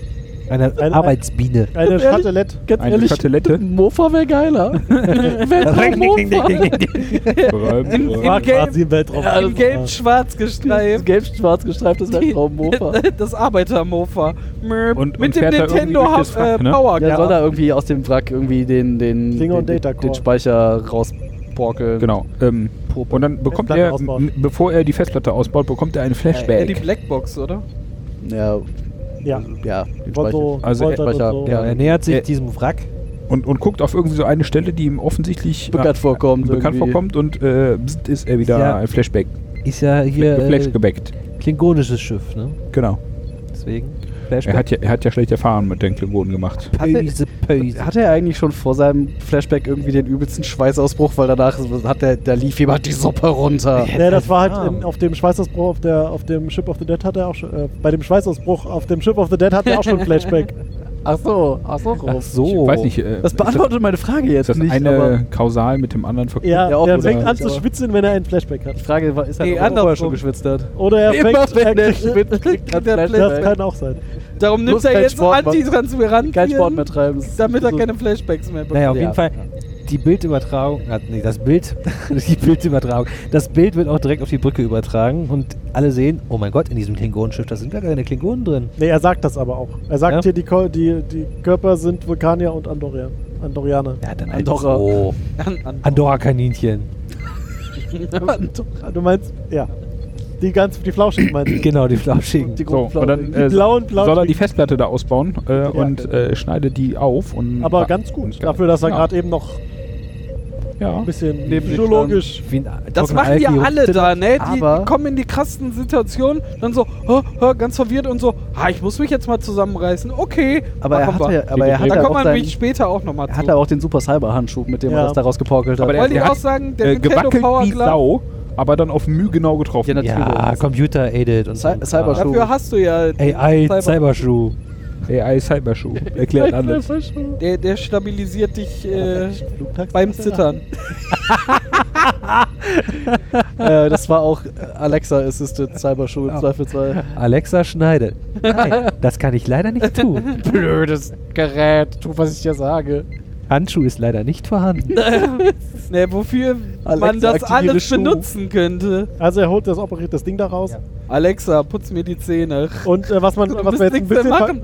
Speaker 5: Eine
Speaker 2: Ein-
Speaker 5: Arbeitsbiene.
Speaker 2: Eine
Speaker 4: ehrlich?
Speaker 2: Schatelette.
Speaker 4: Ganz
Speaker 3: Eine
Speaker 4: ehrlich,
Speaker 1: [LAUGHS]
Speaker 3: Kotelette.
Speaker 4: ein Mofa wäre [LAUGHS] geiler. Weltraum Mofa.
Speaker 1: Im
Speaker 2: War
Speaker 1: Game-
Speaker 2: quasi im Weltraum.
Speaker 1: In gelb-schwarz gestreift.
Speaker 4: Gelb-schwarz gestreiftes Weltraum Mofa.
Speaker 1: [LAUGHS] Das Arbeitermofa. Möp.
Speaker 3: Und- und
Speaker 1: Mit dem
Speaker 3: fährt da irgendwie
Speaker 1: Nintendo
Speaker 3: durch das
Speaker 1: Ha-
Speaker 3: Wrack,
Speaker 1: äh,
Speaker 3: ne?
Speaker 1: Power
Speaker 4: Ja,
Speaker 1: Gun.
Speaker 4: soll da irgendwie aus dem Wrack irgendwie den, den,
Speaker 2: Klingon
Speaker 4: den, den,
Speaker 2: Data Core.
Speaker 4: den Speicher rausporkeln.
Speaker 3: Genau. Ähm, und dann bekommt
Speaker 2: Festplatte
Speaker 3: er,
Speaker 2: ausbauen.
Speaker 3: m- bevor er die Festplatte ausbaut, bekommt er einen
Speaker 1: Ja, die
Speaker 3: Flashback.
Speaker 1: Blackbox, oder?
Speaker 4: Ja,
Speaker 2: Ja.
Speaker 4: ja, den
Speaker 2: Und so,
Speaker 4: Speicher.
Speaker 3: Also,
Speaker 2: Poltern und
Speaker 4: Speicher,
Speaker 2: so.
Speaker 5: Ja, er nähert sich
Speaker 3: Äh,
Speaker 5: diesem Wrack.
Speaker 3: und, und guckt auf irgendwie so eine Stelle, die ihm offensichtlich
Speaker 4: Bekannt
Speaker 3: äh,
Speaker 4: vorkommt
Speaker 3: bekannt
Speaker 4: irgendwie.
Speaker 3: vorkommt und äh, bzzt, ist er wieder
Speaker 5: Ja.
Speaker 3: ein Flashback.
Speaker 5: Ist ja hier äh,
Speaker 3: Flashgebackt.
Speaker 5: klingonisches Schiff, ne?
Speaker 3: Genau.
Speaker 5: Deswegen.
Speaker 3: Er
Speaker 5: Flashback.
Speaker 3: hat, ja, er hat ja schlecht erfahren mit den Klingonen gemacht.
Speaker 5: Pöse, Pöse.
Speaker 4: Hatte Äh, er eigentlich schon vor seinem Flashback irgendwie den übelsten Schweißausbruch, weil danach hat der, da lief jemand die Suppe runter.
Speaker 2: Nee, das war halt
Speaker 5: Ah.
Speaker 2: in, auf dem Schweißausbruch auf, der, auf dem Ship of the Dead hat er auch schon, äh, bei dem Schweißausbruch auf dem Ship of the Dead hat er auch schon ein Flashback.
Speaker 4: Ach so, ach so. Rolf.
Speaker 3: Ich weiß nicht, äh,
Speaker 4: Das beantwortet meine Frage
Speaker 3: ist
Speaker 4: jetzt
Speaker 3: das
Speaker 4: nicht, aber
Speaker 3: eine kausal mit dem anderen verknüpft?
Speaker 2: Ja,
Speaker 4: Ja, auch
Speaker 2: er
Speaker 4: oder-
Speaker 2: fängt an zu
Speaker 4: aber-
Speaker 2: schwitzen, wenn er einen Flashback
Speaker 4: die
Speaker 2: hat.
Speaker 4: Frage war, ist halt
Speaker 1: Nee,
Speaker 4: auch vorher
Speaker 1: andersrum.
Speaker 4: schon geschwitzt hat.
Speaker 2: Oder er
Speaker 1: Immer
Speaker 2: fängt...
Speaker 1: wenn
Speaker 2: er
Speaker 1: der
Speaker 2: kriegt,
Speaker 1: Schwitt kriegt
Speaker 4: kriegt
Speaker 1: der
Speaker 4: er
Speaker 2: das
Speaker 1: Flashback.
Speaker 2: kann auch sein.
Speaker 1: Darum nimmt
Speaker 4: Bloß
Speaker 1: er
Speaker 4: kein
Speaker 1: jetzt
Speaker 4: Sport machen.
Speaker 1: Antitranspirant,
Speaker 4: Kein Sport mehr treiben.
Speaker 1: damit er
Speaker 4: So-
Speaker 1: keine Flashbacks mehr bekommt.
Speaker 5: Naja, auf
Speaker 4: Ja.
Speaker 5: jeden Fall, die Bildübertragung, ah, nee, das Bild, [LAUGHS] die Bildübertragung, das Bild wird auch direkt auf die Brücke übertragen und alle sehen, oh mein Gott, in diesem Klingonenschiff, da sind gar keine Klingonen drin.
Speaker 2: Nee, er sagt das aber auch. Er sagt
Speaker 5: Ja?
Speaker 2: hier, die, Ko- die, die Körper sind Vulkanier und Andorian. Andorianer.
Speaker 5: Ja, dann
Speaker 4: halt Andorra. [LAUGHS]
Speaker 5: Oh,
Speaker 1: An, an,
Speaker 5: Andorra-Kaninchen.
Speaker 2: Ah, Du meinst, ja. Die ganz, die Flauschigen meinst
Speaker 5: [CLEARS THROAT]
Speaker 2: du?
Speaker 5: Genau, die Flauschigen.
Speaker 4: Die
Speaker 3: So, und dann
Speaker 2: Die
Speaker 3: äh,
Speaker 2: blauen
Speaker 3: soll er
Speaker 2: Flauschigen.
Speaker 3: die Festplatte da ausbauen äh, und äh, schneidet die auf. Und
Speaker 2: Aber ganz gut.
Speaker 3: und-
Speaker 2: Dafür, dass er
Speaker 3: ja,
Speaker 2: gerade eben noch
Speaker 3: Ja.
Speaker 2: ein bisschen
Speaker 4: Neben sich
Speaker 2: psychologisch.
Speaker 5: Wie ein
Speaker 1: das
Speaker 5: trockener
Speaker 1: machen ja
Speaker 5: Alki.
Speaker 1: alle da, ne? Die,
Speaker 4: Aber-
Speaker 1: die kommen in die krassen Situationen, dann so, hä, hä, ganz verwirrt und so, ah, ich muss mich jetzt mal zusammenreißen, okay.
Speaker 4: Aber er
Speaker 1: machen
Speaker 4: hat
Speaker 1: wir.
Speaker 4: ja- aber er hat
Speaker 1: da
Speaker 4: ja
Speaker 1: kommt
Speaker 4: auch
Speaker 1: man
Speaker 4: seinen-
Speaker 1: mich später auch nochmal zu.
Speaker 4: Er hat aber auch den super Cyber-Handschuh, mit dem
Speaker 2: Ja.
Speaker 4: er das daraus geporkelt hat.
Speaker 3: Aber der-
Speaker 1: Wollte ich
Speaker 3: der
Speaker 1: auch
Speaker 3: hat,
Speaker 1: sagen, der
Speaker 3: äh,
Speaker 1: Nintendo
Speaker 3: gewackelt
Speaker 1: Power
Speaker 3: wie
Speaker 1: Glove-
Speaker 3: Sau, aber dann auf Mühe genau getroffen.
Speaker 4: Ja, natürlich.
Speaker 5: Ja, Computer-aided und
Speaker 4: Cy-
Speaker 5: so.
Speaker 4: Cyber-
Speaker 1: Dafür hast du ja
Speaker 5: AI,
Speaker 1: Cyber-
Speaker 5: Cyberschuh.
Speaker 3: AI [LAUGHS] Cyberschuh. Erklärt alles.
Speaker 1: Der, der stabilisiert dich äh,
Speaker 2: Flugtaxi-
Speaker 1: beim Zittern.
Speaker 4: äh, das war auch äh, Alexa-assisted Cyberschuh im Zweifelsfall.
Speaker 5: Alexa schneidet. Nein, das kann ich leider nicht tun.
Speaker 4: [LAUGHS] Blödes Gerät, tu, was ich dir sage.
Speaker 5: Handschuh ist leider nicht vorhanden.
Speaker 1: Ne, wofür man das
Speaker 4: aktiviere
Speaker 1: alles
Speaker 4: Schuh.
Speaker 1: benutzen könnte.
Speaker 2: Also er holt das operiert das Ding da raus.
Speaker 1: Alexa, putz mir die Zähne.
Speaker 2: Und äh, was, man,
Speaker 1: Du
Speaker 2: was
Speaker 1: musst
Speaker 2: wir jetzt ein
Speaker 1: nichts mehr
Speaker 2: bisschen, ver
Speaker 1: machen.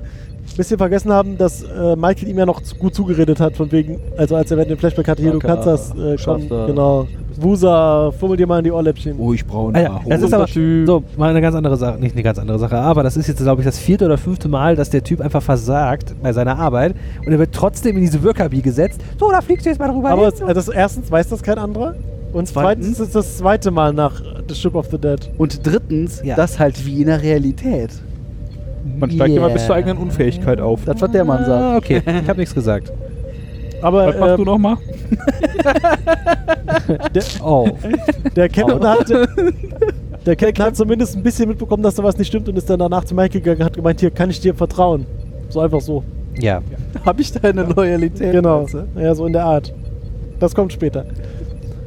Speaker 2: bisschen vergessen haben, dass äh, Michael ihm ja noch zu, gut zugeredet hat, von wegen, also als er während dem Flashback hatte, hier, du
Speaker 4: Locker,
Speaker 2: kannst das, äh, komm,
Speaker 4: schaffst das.
Speaker 2: genau, Wusa, fummel dir mal in die Ohrläppchen.
Speaker 3: Ruhig braun.
Speaker 5: Ah ja, das ist aber
Speaker 4: Typ.
Speaker 5: so mal eine ganz andere Sache, nicht eine ganz andere Sache, aber das ist jetzt glaube ich das vierte oder fünfte Mal, dass der Typ einfach versagt bei seiner Arbeit und er wird trotzdem in diese Wirkabi gesetzt. So, da fliegst du jetzt mal drüber.
Speaker 2: Aber
Speaker 5: hin.
Speaker 2: es, also das, erstens weiß das kein anderer und zweitens ist das zweite Mal nach äh, The Ship of the Dead.
Speaker 4: Und drittens,
Speaker 5: Ja.
Speaker 4: das halt wie in der Realität.
Speaker 3: Man steigt immer bis zur
Speaker 4: Yeah.
Speaker 3: eigenen Unfähigkeit auf.
Speaker 4: Das, was der Mann
Speaker 5: ah,
Speaker 4: sagt.
Speaker 5: okay, ich habe nichts gesagt.
Speaker 2: Aber
Speaker 3: Was machst
Speaker 2: äh,
Speaker 3: du nochmal?
Speaker 5: Oh,
Speaker 2: der Captain hat, halt- der Captain hat zumindest ein bisschen mitbekommen, dass da was nicht stimmt und ist dann danach zu Michael gegangen und hat gemeint, hier kann ich dir vertrauen. So einfach so.
Speaker 5: ja.
Speaker 4: Hab ich deine Loyalität?
Speaker 2: Genau.
Speaker 4: Weißt du?
Speaker 2: Ja, so in der Art. Das kommt später.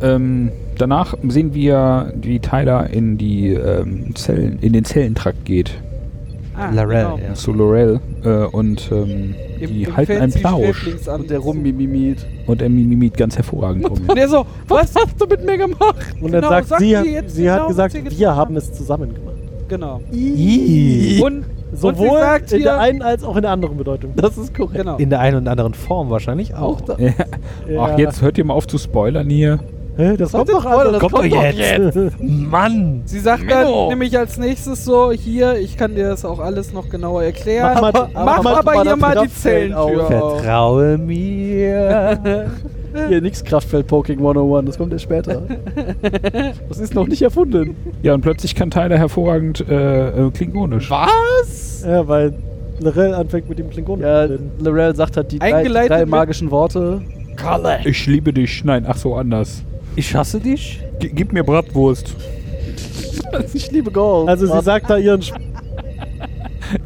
Speaker 3: Ähm, danach sehen wir, wie Tyler in die ähm, Zellen, in den Zellentrakt geht
Speaker 1: Ah,
Speaker 5: Larell,
Speaker 1: genau.
Speaker 5: ja.
Speaker 3: zu Laurel äh, und ähm,
Speaker 1: Im-
Speaker 3: die
Speaker 1: im
Speaker 3: halten einen
Speaker 1: fancy
Speaker 3: Plausch
Speaker 1: Schläflingsanzug.
Speaker 4: Und der rummimimiert.
Speaker 3: und er mimimiert ganz hervorragend rum.
Speaker 1: Und der so, was hast du mit mir gemacht?
Speaker 2: Und
Speaker 1: Genau,
Speaker 2: dann sagt
Speaker 1: sag
Speaker 2: sie,
Speaker 1: mir jetzt
Speaker 2: sie
Speaker 1: genau,
Speaker 2: hat
Speaker 1: was
Speaker 2: gesagt,
Speaker 1: ihr getan
Speaker 2: wir haben
Speaker 1: habt.
Speaker 2: es zusammen gemacht.
Speaker 1: Genau.
Speaker 5: Ii.
Speaker 1: Und, und sie
Speaker 2: Sowohl
Speaker 1: sagt
Speaker 2: in der
Speaker 1: hier,
Speaker 2: einen als auch in der anderen Bedeutung.
Speaker 4: Das ist korrekt.
Speaker 1: genau.
Speaker 5: In der einen und anderen Form wahrscheinlich auch.
Speaker 4: da.
Speaker 3: Ja.
Speaker 2: Ja.
Speaker 3: Ach, jetzt hört ihr mal auf zu spoilern hier.
Speaker 2: Hä, das kommt doch
Speaker 4: Spoiler,
Speaker 2: alles.
Speaker 4: das kommt doch jetzt.
Speaker 5: Mann!
Speaker 1: Sie sagt dann nämlich als nächstes so, hier, ich kann dir das auch alles noch genauer erklären.
Speaker 2: Mach mal-
Speaker 1: Mach
Speaker 2: mach
Speaker 1: aber
Speaker 2: mal
Speaker 1: hier
Speaker 2: das
Speaker 1: mal die
Speaker 2: Kraftfeld
Speaker 1: Zellentür auf.
Speaker 5: Vertraue
Speaker 4: [LAUGHS]
Speaker 5: mir.
Speaker 4: Hier nix Kraftfeld-Poking 101, das kommt erst später. Das ist noch nicht erfunden.
Speaker 3: Ja, und plötzlich kann Tyler hervorragend äh, äh, klingonisch.
Speaker 4: Was?
Speaker 2: Ja, weil Lorel anfängt mit dem Klingonen.
Speaker 4: Ja,
Speaker 2: zu reden.
Speaker 4: Lorel sagt halt die drei,
Speaker 1: Eingeleitet
Speaker 4: drei
Speaker 1: mit-
Speaker 4: magischen Worte.
Speaker 3: Ich liebe dich. Nein, ach so, anders.
Speaker 5: Ich hasse dich.
Speaker 3: G gib mir Bratwurst.
Speaker 4: Ich liebe Gold.
Speaker 2: Also sie
Speaker 4: Warte.
Speaker 2: sagt da ihren Sp
Speaker 3: [LAUGHS]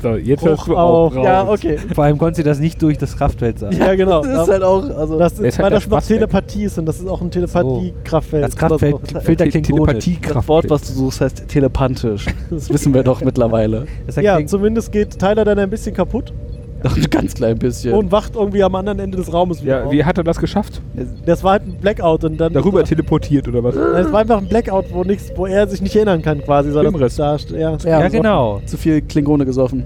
Speaker 3: So, jetzt
Speaker 2: Bruch
Speaker 3: hörst du auch
Speaker 2: auf.
Speaker 3: raus.
Speaker 4: Ja, okay.
Speaker 5: Vor allem konnte sie das nicht durch das Kraftfeld sagen.
Speaker 2: [LAUGHS] Ja, genau.
Speaker 4: Das ist halt auch, also
Speaker 2: das ist,
Speaker 3: Der ist halt
Speaker 2: weil
Speaker 3: der
Speaker 2: das noch
Speaker 3: Spaß weg.
Speaker 2: Telepathie ist und das ist auch ein Telepathie-Kraftfeld.
Speaker 5: Das Kraftfeld
Speaker 2: [LAUGHS] Das-
Speaker 5: filtert
Speaker 3: Te-
Speaker 5: klingonisch.
Speaker 4: das
Speaker 3: Telepathiekraft.
Speaker 4: Wort, was du suchst, heißt telepathisch. Das wissen wir doch mittlerweile.
Speaker 5: Das ist
Speaker 2: Ja,
Speaker 5: Kling-
Speaker 2: zumindest geht Tyler dann ein bisschen kaputt.
Speaker 4: Doch ein ganz klein bisschen.
Speaker 2: Und wacht irgendwie am anderen Ende des Raumes wieder
Speaker 3: Ja,
Speaker 2: auf.
Speaker 3: wie hat er das geschafft?
Speaker 2: Das war halt ein Blackout und dann. [LAUGHS]
Speaker 3: Darüber teleportiert oder was?
Speaker 2: Es war einfach ein Blackout, wo, nix, wo er sich nicht erinnern kann, quasi. sondern
Speaker 3: Filmriss.
Speaker 2: Da, ja.
Speaker 4: Ja,
Speaker 5: ja, genau.
Speaker 4: zu viel Klingone gesoffen.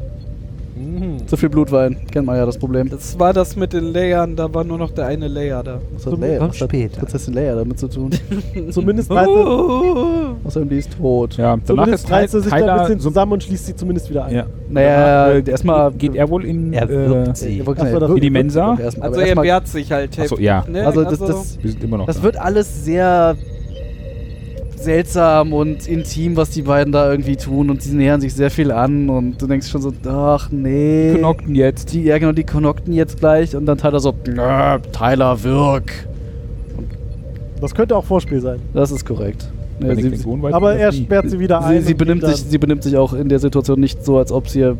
Speaker 4: Zu viel Blutwein. Kennt man ja das Problem.
Speaker 1: Das war das mit den Layern, da war nur noch der eine Layer da.
Speaker 4: Was
Speaker 2: Zum-
Speaker 4: hat Leia,
Speaker 5: Komm später.
Speaker 4: Prinzessin Leia damit zu tun?
Speaker 2: Zumindest reißt er,
Speaker 4: Außerdem, die ist tot.
Speaker 3: Ja, danach Oh. ist
Speaker 2: zumindest reißt er sich da ein
Speaker 3: Tyler
Speaker 2: bisschen
Speaker 3: so
Speaker 2: zusammen und schließt sie zumindest wieder ein.
Speaker 3: Ja.
Speaker 4: Naja,
Speaker 3: Danach, äh,
Speaker 4: erstmal-
Speaker 3: geht er wohl in,
Speaker 5: Er
Speaker 3: äh,
Speaker 5: wirkt sie.
Speaker 4: Ich wollte
Speaker 2: Ach so,
Speaker 4: sagen,
Speaker 2: das-
Speaker 3: in die Mensa.
Speaker 4: aber erstmal-
Speaker 1: Also
Speaker 4: aber
Speaker 1: er
Speaker 4: erstmal-
Speaker 1: wehrt sich halt.
Speaker 3: Achso,
Speaker 1: heftig,
Speaker 3: ja.
Speaker 1: Ne?
Speaker 4: Also das, das,
Speaker 3: Wir sind immer noch
Speaker 4: das
Speaker 3: da.
Speaker 4: wird alles sehr seltsam und intim, was die beiden da irgendwie tun und sie nähern sich sehr viel an und du denkst schon so, ach nee.
Speaker 3: Knockten jetzt.
Speaker 4: Die, ja genau, die connecten jetzt gleich und dann Tyler so, "Nö, Tyler, wirk.
Speaker 2: Das könnte auch Vorspiel sein.
Speaker 4: Das ist korrekt.
Speaker 3: Bei
Speaker 4: Ja,
Speaker 3: den
Speaker 4: sie, sie,
Speaker 3: Klingonen weiß
Speaker 2: Aber
Speaker 3: man
Speaker 2: er
Speaker 3: das nie.
Speaker 2: sperrt sie wieder ein.
Speaker 4: sie, sie,
Speaker 2: und
Speaker 4: benimmt
Speaker 2: geht
Speaker 4: sich, sie benimmt sich auch in der Situation nicht so, als ob es ihr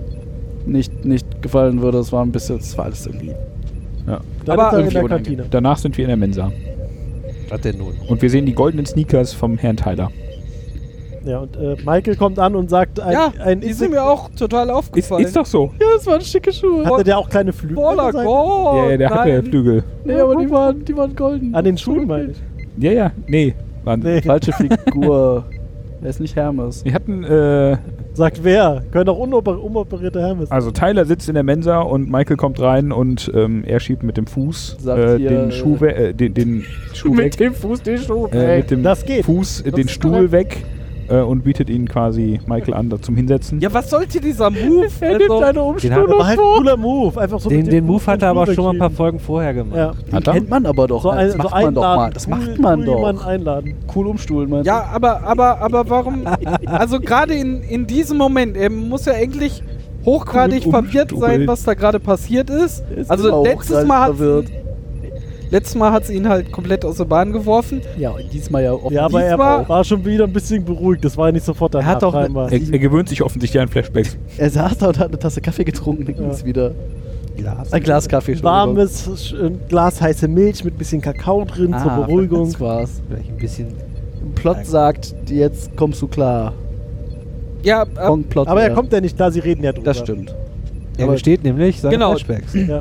Speaker 4: nicht, nicht gefallen würde. Es war ein bisschen, es war alles irgendwie.
Speaker 3: Ja.
Speaker 2: dann, dann
Speaker 1: aber
Speaker 2: ist er in
Speaker 1: irgendwie
Speaker 2: der
Speaker 4: unangenehm.
Speaker 2: Kantine.
Speaker 3: Danach sind wir in der Mensa.
Speaker 5: Was denn nun?
Speaker 3: Und wir sehen die goldenen Sneakers vom Herrn Tyler.
Speaker 2: Ja, und äh, Michael kommt an und sagt, ein,
Speaker 1: ja,
Speaker 2: ein
Speaker 1: die sind mir auch total
Speaker 3: Ist,
Speaker 1: aufgefallen.
Speaker 3: ist doch so.
Speaker 4: Ja, das waren schicke Schuhe.
Speaker 2: Hatte der auch kleine Flügel? an
Speaker 1: Borla,
Speaker 2: der Seite?
Speaker 1: oh,
Speaker 3: ja, ja, der hatte
Speaker 1: Hm? nein.
Speaker 3: Flügel.
Speaker 4: Nee, aber die waren, Ah, die waren golden.
Speaker 2: An den Schuhen, meine ich.
Speaker 3: Ja, ja, nee. Waren,
Speaker 2: Nee.
Speaker 4: Falsche Figur. Er ist nicht Hermes.
Speaker 3: Wir hatten, äh,
Speaker 2: Sagt wer? Können auch unoper unoperierte Hermes.
Speaker 3: also Tyler sitzt in der Mensa und Michael kommt rein und ähm, er schiebt mit dem Fuß
Speaker 4: Sagt
Speaker 3: äh,
Speaker 4: hier,
Speaker 3: den
Speaker 4: äh,
Speaker 3: Schuh weg, äh, den, den Schuh weg,
Speaker 4: dem Fuß den Schuh.
Speaker 3: äh, mit dem
Speaker 2: Das geht.
Speaker 3: Fuß äh,
Speaker 2: Das
Speaker 3: den
Speaker 2: ist
Speaker 3: Stuhl weg äh, und bietet ihn quasi Michael an da zum Hinsetzen.
Speaker 1: Ja, was sollte dieser
Speaker 2: [LAUGHS]
Speaker 1: Move?
Speaker 4: Also,
Speaker 1: Also,
Speaker 5: Den, hat,
Speaker 2: war halt ein cooler Move. Einfach so
Speaker 5: den,
Speaker 2: mit
Speaker 5: den
Speaker 2: dem
Speaker 5: Move
Speaker 2: Fuß
Speaker 5: hat er
Speaker 2: den
Speaker 5: aber
Speaker 2: Stuhl
Speaker 5: schon mal ein paar
Speaker 2: wegschieben.
Speaker 5: Folgen vorher gemacht.
Speaker 2: Ja.
Speaker 4: Den kennt man aber doch.
Speaker 2: So ein,
Speaker 4: das
Speaker 2: so
Speaker 4: macht man
Speaker 2: einladen.
Speaker 4: doch mal. Das
Speaker 2: Cool-
Speaker 4: macht man
Speaker 2: cool
Speaker 4: doch.
Speaker 2: Jemanden einladen.
Speaker 4: Cool umstuhlen, meinst
Speaker 1: Ja, aber, aber, aber warum? Also gerade in, in diesem Moment, er muss ja eigentlich hochgradig
Speaker 3: Cool
Speaker 1: verwirrt sein,
Speaker 3: umstuhlen.
Speaker 1: was da gerade passiert ist.
Speaker 4: Ist
Speaker 1: also
Speaker 4: auch
Speaker 1: letztes
Speaker 4: gerade
Speaker 1: Mal, hat's,
Speaker 4: verwirrt.
Speaker 1: letztes Mal hat's ihn halt komplett aus der Bahn geworfen.
Speaker 4: du? Ja, und diesmal ja auch.
Speaker 2: Ja, aber er
Speaker 1: Diesmal-
Speaker 2: war schon wieder ein bisschen beruhigt. Das war nicht sofort danach.
Speaker 4: hat doch ne-
Speaker 2: scheinbar.
Speaker 3: er, er gewöhnt sich offensichtlich an Flashbacks.
Speaker 4: er saß da und hat eine Tasse Kaffee getrunken. Dann ging es wieder. Ein Glas Kaffee schon.
Speaker 2: warmes sch- ein Glas heiße Milch mit ein bisschen Kakao drin
Speaker 4: ah,
Speaker 2: zur Beruhigung.
Speaker 4: Das war's.
Speaker 5: Vielleicht ein bisschen.
Speaker 4: Im Plot sagt, jetzt kommst du klar.
Speaker 1: Ja, äh, ab,
Speaker 4: Wrong Plot
Speaker 2: Aber er
Speaker 4: wieder.
Speaker 2: kommt ja nicht da, sie reden ja drüber.
Speaker 4: Das stimmt.
Speaker 5: Er
Speaker 4: Aber-
Speaker 5: gesteht nämlich seine
Speaker 1: Genau.
Speaker 5: Flashbacks. ähm,
Speaker 2: Ja.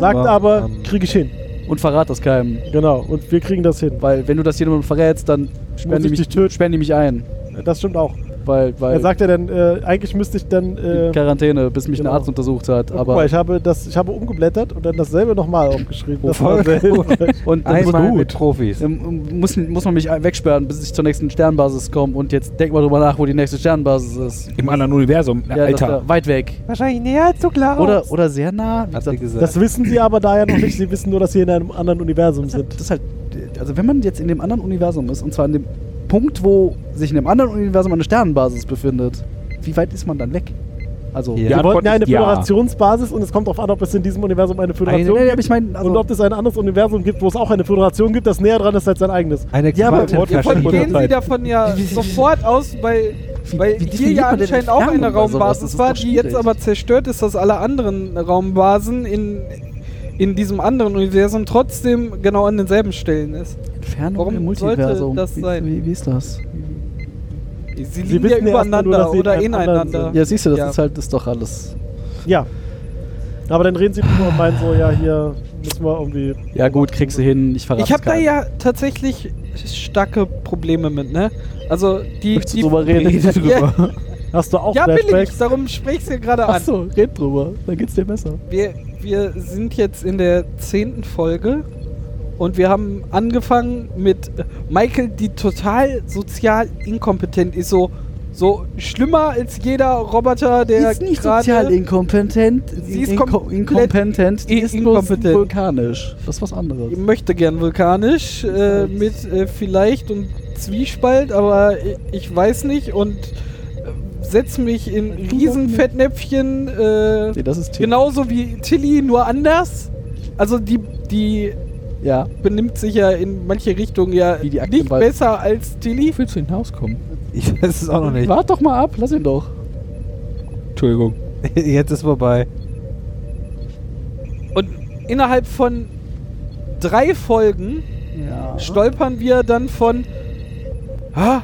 Speaker 2: Sagt aber, krieg ich hin.
Speaker 4: Und verrat das keinem.
Speaker 2: Genau, und wir kriegen das hin.
Speaker 4: Weil wenn du das jemandem verrätst, dann sperren die,
Speaker 2: ich
Speaker 4: mich,
Speaker 2: dich töten.
Speaker 4: sperren die mich ein.
Speaker 2: Das stimmt auch.
Speaker 4: Weil, weil
Speaker 2: Er sagt ja dann, äh, eigentlich müsste ich dann. Äh,
Speaker 4: in Quarantäne, bis mich
Speaker 2: genau.
Speaker 4: ein Arzt untersucht hat.
Speaker 2: oh, guck mal,
Speaker 4: Aber
Speaker 2: ich habe, das, ich habe umgeblättert und dann dasselbe nochmal aufgeschrieben. Das
Speaker 5: voll
Speaker 2: war sehr
Speaker 5: gut.
Speaker 2: hilfreich.
Speaker 4: und dann muss,
Speaker 5: Einmal
Speaker 4: man-
Speaker 5: mit Profis.
Speaker 4: ähm, muss, muss man mich ein- wegsperren, bis ich zur nächsten Sternbasis komme. Und jetzt denk mal drüber nach, wo die nächste Sternbasis ist.
Speaker 3: Im anderen Universum.
Speaker 4: Ja, das
Speaker 3: Alter.
Speaker 4: da- weit weg.
Speaker 5: Wahrscheinlich näher als du glaubst.
Speaker 4: Oder, oder sehr nah. Wie
Speaker 5: hat sie
Speaker 4: gesagt,
Speaker 5: gesagt.
Speaker 2: Das wissen sie aber da ja noch nicht. Sie wissen nur, dass sie in einem anderen Universum sind.
Speaker 4: das ist halt, also wenn man jetzt in dem anderen Universum ist, und zwar an dem Punkt, wo sich in dem anderen Universum eine Sternenbasis befindet, wie weit ist man dann weg? Also,
Speaker 5: Ja.
Speaker 3: Die
Speaker 2: Wir
Speaker 3: Antwort
Speaker 2: wollten ja eine
Speaker 3: ist ja.
Speaker 2: Föderationsbasis und es kommt darauf an, ob es in diesem Universum eine
Speaker 4: Nee,
Speaker 2: Föderation
Speaker 4: nee,
Speaker 2: gibt.
Speaker 4: aber ich meine, also,
Speaker 2: und ob es ein anderes Universum gibt, wo es auch eine Föderation gibt, das näher dran ist als sein eigenes.
Speaker 5: Eine
Speaker 4: Ja, aber-
Speaker 1: ja, von
Speaker 5: Quantenverschiebung.
Speaker 1: gehen sie davon ja sofort aus, weil,
Speaker 4: Wie-
Speaker 1: weil
Speaker 4: wie
Speaker 1: hier
Speaker 4: definiert
Speaker 1: ja
Speaker 4: man denn
Speaker 1: anscheinend auch eine
Speaker 4: Entfernung bei sowas? Das
Speaker 1: Raumbasis
Speaker 4: ist
Speaker 1: war,
Speaker 4: doch
Speaker 1: die jetzt
Speaker 4: schwierig.
Speaker 1: aber zerstört ist, dass alle anderen Raumbasen in, in diesem anderen Universum trotzdem genau an denselben Stellen ist.
Speaker 4: Entfernung
Speaker 1: Warum
Speaker 4: im
Speaker 1: sollte
Speaker 4: Multiversum.
Speaker 1: das
Speaker 4: wie,
Speaker 1: sein?
Speaker 4: Wie, wie ist das?
Speaker 1: Sie
Speaker 2: Sie
Speaker 1: liegen ja
Speaker 2: wissen ja erstmal nur,
Speaker 1: übereinander
Speaker 2: dass sie in
Speaker 1: oder
Speaker 2: einem
Speaker 1: ineinander.
Speaker 2: anderen
Speaker 4: Ja, siehst du, das
Speaker 1: Ja.
Speaker 4: ist halt ist doch alles.
Speaker 2: Ja. Aber dann reden sie drüber und meinen so, ja, hier müssen wir irgendwie.
Speaker 4: Ja gut, kriegst du hin. Ich verrate
Speaker 1: Ich habe da ja tatsächlich starke Probleme mit, ne? Also die,
Speaker 4: Möchtest du
Speaker 1: die
Speaker 4: drüber reden?
Speaker 1: Ja,
Speaker 4: drüber.
Speaker 2: Hast du auch
Speaker 1: ja, will ich,
Speaker 2: Flashbacks?
Speaker 1: darum sprichst du gerade an.
Speaker 4: Achso, red drüber. Dann geht's dir besser.
Speaker 1: Wir, wir sind jetzt in der zehnten Folge und wir haben angefangen mit Michael, die total sozial inkompetent ist, so, so schlimmer als jeder Roboter, der
Speaker 4: ist nicht
Speaker 1: gerade-
Speaker 4: sozial inkompetent.
Speaker 1: Sie ist
Speaker 4: inko-
Speaker 1: komplett
Speaker 4: inkompetent.
Speaker 1: i-
Speaker 4: Die ist inkompetent.
Speaker 1: inkompetent.
Speaker 4: bloß vulkanisch. Das ist was anderes.
Speaker 1: Ich möchte gern vulkanisch äh,
Speaker 4: Als-
Speaker 1: mit äh, vielleicht und Zwiespalt, aber ich, ich weiß nicht und setze mich in riesen Fettnäpfchen, äh,
Speaker 4: Nee, das ist Tim.
Speaker 1: genauso wie Tilly, nur anders. Also die, die
Speaker 4: Ja.
Speaker 1: benimmt sich ja in manche Richtungen ja
Speaker 4: Wie die Akte
Speaker 1: nicht
Speaker 4: im Wald.
Speaker 1: besser als Tilly.
Speaker 3: willst du hinauskommen?
Speaker 5: [LAUGHS] Ich weiß es auch noch nicht.
Speaker 4: Wart doch mal ab, lass ihn doch.
Speaker 3: Entschuldigung.
Speaker 5: [LAUGHS] Jetzt ist vorbei.
Speaker 1: Und innerhalb von drei Folgen
Speaker 4: Ja.
Speaker 1: stolpern wir dann von ah,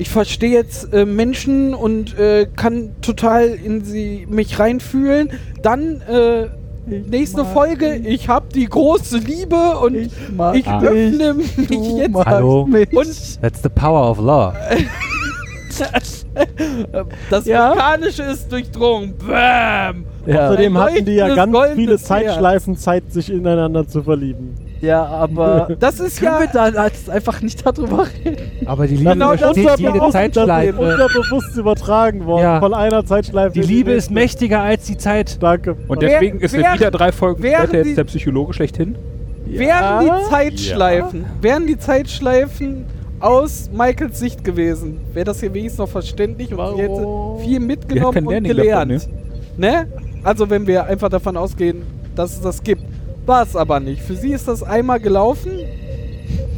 Speaker 1: ich verstehe jetzt äh, Menschen und äh, kann total in sie mich reinfühlen. Dann äh, nächste
Speaker 4: mag
Speaker 1: Folge, ich habe die große Liebe und ich,
Speaker 4: mag
Speaker 3: Ah.
Speaker 1: öffne mich
Speaker 4: Du
Speaker 1: jetzt
Speaker 4: magst
Speaker 5: Hallo?
Speaker 4: mich.
Speaker 1: und [LAUGHS]
Speaker 5: That's the power of love.
Speaker 1: das
Speaker 4: Ja.
Speaker 1: Vulkanische ist durchdrungen. Bam!
Speaker 4: Ja.
Speaker 2: Außerdem
Speaker 1: Ein
Speaker 2: hatten die ja
Speaker 1: leuchtendes,
Speaker 2: ganz viele
Speaker 1: goldenes
Speaker 2: Zeitschleifen Zeit, sich ineinander zu verlieben.
Speaker 4: Ja, aber.
Speaker 1: Das ist
Speaker 4: Können
Speaker 1: ja.
Speaker 4: wir da jetzt einfach nicht darüber reden?
Speaker 5: Aber die
Speaker 2: Das
Speaker 5: Liebe
Speaker 1: Genau
Speaker 2: ist
Speaker 5: übersteht jede
Speaker 2: unterbewusst- Das ist
Speaker 5: Zeitschleife.
Speaker 2: unterbewusst übertragen worden.
Speaker 5: Ja.
Speaker 2: Von einer Zeitschleife.
Speaker 5: Die
Speaker 2: in
Speaker 5: Liebe ist
Speaker 2: nächste.
Speaker 5: mächtiger als die Zeit.
Speaker 2: Danke.
Speaker 3: Und
Speaker 1: Wer-
Speaker 3: deswegen ist
Speaker 1: wer-
Speaker 3: in wieder drei Folgen
Speaker 1: wer-
Speaker 3: später
Speaker 1: die-
Speaker 3: jetzt der Psychologe schlechthin.
Speaker 1: Wären die Zeitschleifen, wären die Zeitschleifen aus Michaels Sicht gewesen, wäre das hier wenigstens noch verständlich und sie hätte
Speaker 2: Warum?
Speaker 1: viel
Speaker 3: Die hat
Speaker 1: mitgenommen
Speaker 3: kein
Speaker 1: und
Speaker 3: Learning
Speaker 1: gelernt. ne? Also wenn wir einfach davon ausgehen, dass es das gibt. War es aber nicht. Für sie ist das einmal gelaufen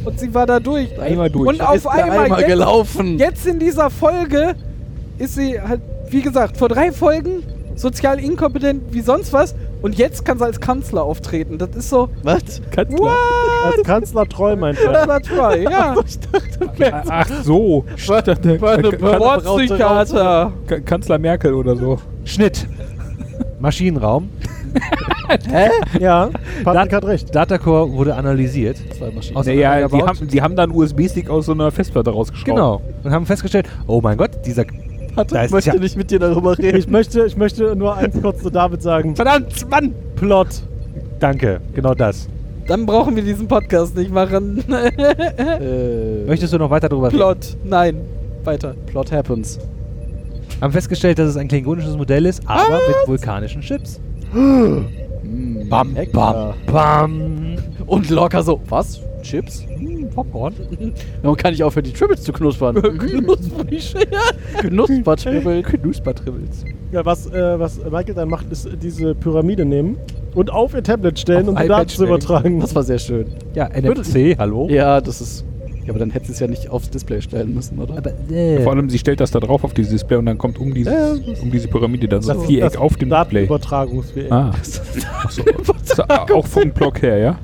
Speaker 1: und sie war da durch.
Speaker 3: Einmal durch.
Speaker 1: Und auf
Speaker 4: Ist da
Speaker 1: einmal, jetzt,
Speaker 4: gelaufen.
Speaker 1: jetzt in dieser Folge ist sie halt, wie gesagt, vor drei Folgen sozial inkompetent wie sonst was und jetzt kann sie als Kanzler auftreten. Das ist so...
Speaker 4: Was?
Speaker 1: What?
Speaker 2: Als Kanzler träumen
Speaker 1: [LAUGHS]
Speaker 2: einfach.
Speaker 1: That's right, ja.
Speaker 3: Ach so.
Speaker 1: Wortpsychiater.
Speaker 3: Ka- Kanzler Merkel oder so.
Speaker 5: Schnitt. Maschinenraum.
Speaker 4: Hä?
Speaker 2: Ja, Patrick hat recht.
Speaker 5: Datacore wurde analysiert.
Speaker 4: Zwei Maschinen.
Speaker 5: Aus
Speaker 3: Naja, die
Speaker 5: auseinandergebaut.
Speaker 3: haben, die haben da einen USB-Stick aus so einer Festplatte rausgeschraubt.
Speaker 5: Genau. Und haben festgestellt, oh mein Gott, dieser... Da
Speaker 4: Patrick
Speaker 5: ist ja-
Speaker 4: möchte nicht mit dir darüber
Speaker 2: Ich
Speaker 4: reden.
Speaker 2: möchte, ich möchte nur eins kurz zu David sagen.
Speaker 4: Verdammt, Mann!
Speaker 2: Plot.
Speaker 5: Danke, genau das.
Speaker 1: Dann brauchen wir diesen Podcast nicht [LAUGHS] machen.
Speaker 5: Möchtest du noch weiter darüber reden?
Speaker 1: Plot. Nein. Weiter.
Speaker 4: äh, Plot happens.
Speaker 5: Haben festgestellt, dass es ein klingonisches Modell ist, aber mit vulkanischen Chips.
Speaker 4: Bam,
Speaker 5: Bam, bam.
Speaker 4: Und locker so. Was? Chips? Hm, Popcorn. Warum kann ich aufhören, die Tribbles zu
Speaker 1: [LAUGHS]
Speaker 4: knuspern?
Speaker 1: Knusprig.
Speaker 4: Knuspertribbles.
Speaker 5: Knuspertribbles.
Speaker 2: Ja, was, äh, was Michael dann macht, ist diese Pyramide nehmen und auf ihr Tablet stellen
Speaker 5: Auf
Speaker 2: und die
Speaker 5: iPad
Speaker 2: Daten zu
Speaker 5: stellen.
Speaker 2: übertragen.
Speaker 4: Das war sehr schön.
Speaker 5: Ja, NFC,
Speaker 1: Oh.
Speaker 5: hallo?
Speaker 4: Ja, das ist. Ja, aber dann hätten sie es ja nicht aufs Display stellen müssen, oder?
Speaker 5: Aber, äh,
Speaker 3: Vor allem, sie stellt das da drauf auf dieses Display und dann kommt um, dieses, um diese Pyramide dann so ein Viereck auf dem Display.
Speaker 2: Datenübertragungsviereck.
Speaker 3: Ah. So. So, ah, auch vom Block her, ja?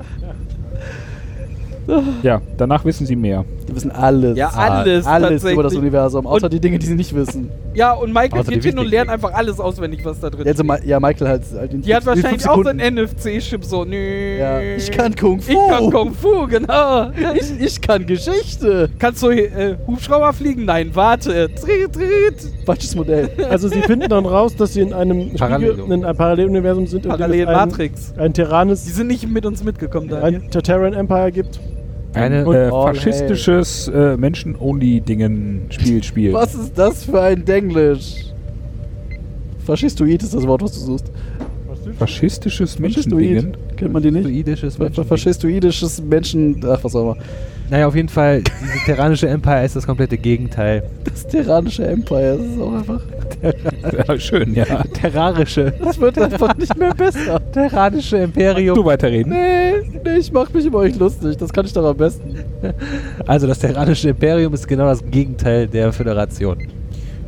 Speaker 3: Ja, danach wissen sie mehr.
Speaker 4: Die wissen alles.
Speaker 1: Ja, alles
Speaker 4: Alles über das
Speaker 1: tatsächlich.
Speaker 4: Universum, außer
Speaker 1: Und-
Speaker 4: die Dinge, die sie nicht wissen.
Speaker 1: Ja, und Michael
Speaker 5: Außer die
Speaker 1: geht hin und
Speaker 5: wichtigen
Speaker 1: lernt
Speaker 5: Dinge.
Speaker 1: einfach alles auswendig, was da drin
Speaker 4: Ja, Also,
Speaker 1: steht.
Speaker 4: Ma- ja, Michael halt. halt in
Speaker 1: Die hat
Speaker 4: fünf- in fünf
Speaker 1: wahrscheinlich auch so
Speaker 4: Sekunden.
Speaker 1: ein NFC-Chip so. Nö.
Speaker 4: Ja. Ich kann Kung Fu.
Speaker 1: Ich kann Kung Fu, genau. [LAUGHS]
Speaker 4: Ich, ich kann Geschichte.
Speaker 1: Kannst du äh, Hubschrauber fliegen? Nein, warte. Tritt, tritt.
Speaker 4: Falsches
Speaker 1: [LAUGHS]
Speaker 4: Modell.
Speaker 2: Also sie finden dann raus, dass sie in einem,
Speaker 5: Parallel-
Speaker 2: Spiegel, in einem Paralleluniversum sind, in dem es
Speaker 1: Parallel
Speaker 2: ein,
Speaker 1: Matrix.
Speaker 2: ein
Speaker 1: Die
Speaker 2: Terranes,
Speaker 1: sind nicht mit uns mitgekommen, Daniel.
Speaker 2: ein Terran Empire gibt.
Speaker 3: Ein
Speaker 5: Eine-
Speaker 3: äh,
Speaker 4: all
Speaker 3: faschistisches äh, Menschen-Only-Dingen-Spiel spielen.
Speaker 4: [LAUGHS] Was ist das für ein Denglisch? Faschistoid ist das Wort, was du suchst.
Speaker 3: Faschistisches Menschen-Dingen?
Speaker 4: Kennt man die nicht?
Speaker 5: fluidisches
Speaker 4: Fa- fa- Faschistoidisches Menschen. Ach, was auch immer.
Speaker 5: Naja, auf jeden Fall, dieses terranische Empire ist das komplette Gegenteil.
Speaker 4: Das terranische Empire. Das ist auch einfach.
Speaker 3: [LAUGHS] Ja, schön, ja.
Speaker 5: Terrarische.
Speaker 4: Das wird einfach nicht mehr besser.
Speaker 5: Terranische
Speaker 3: Du
Speaker 5: Imperium.
Speaker 3: weiterreden.
Speaker 4: Nee, nee, ich mach mich über euch lustig. Das kann ich doch am besten.
Speaker 5: Also das terranische Imperium ist genau das Gegenteil der Föderation.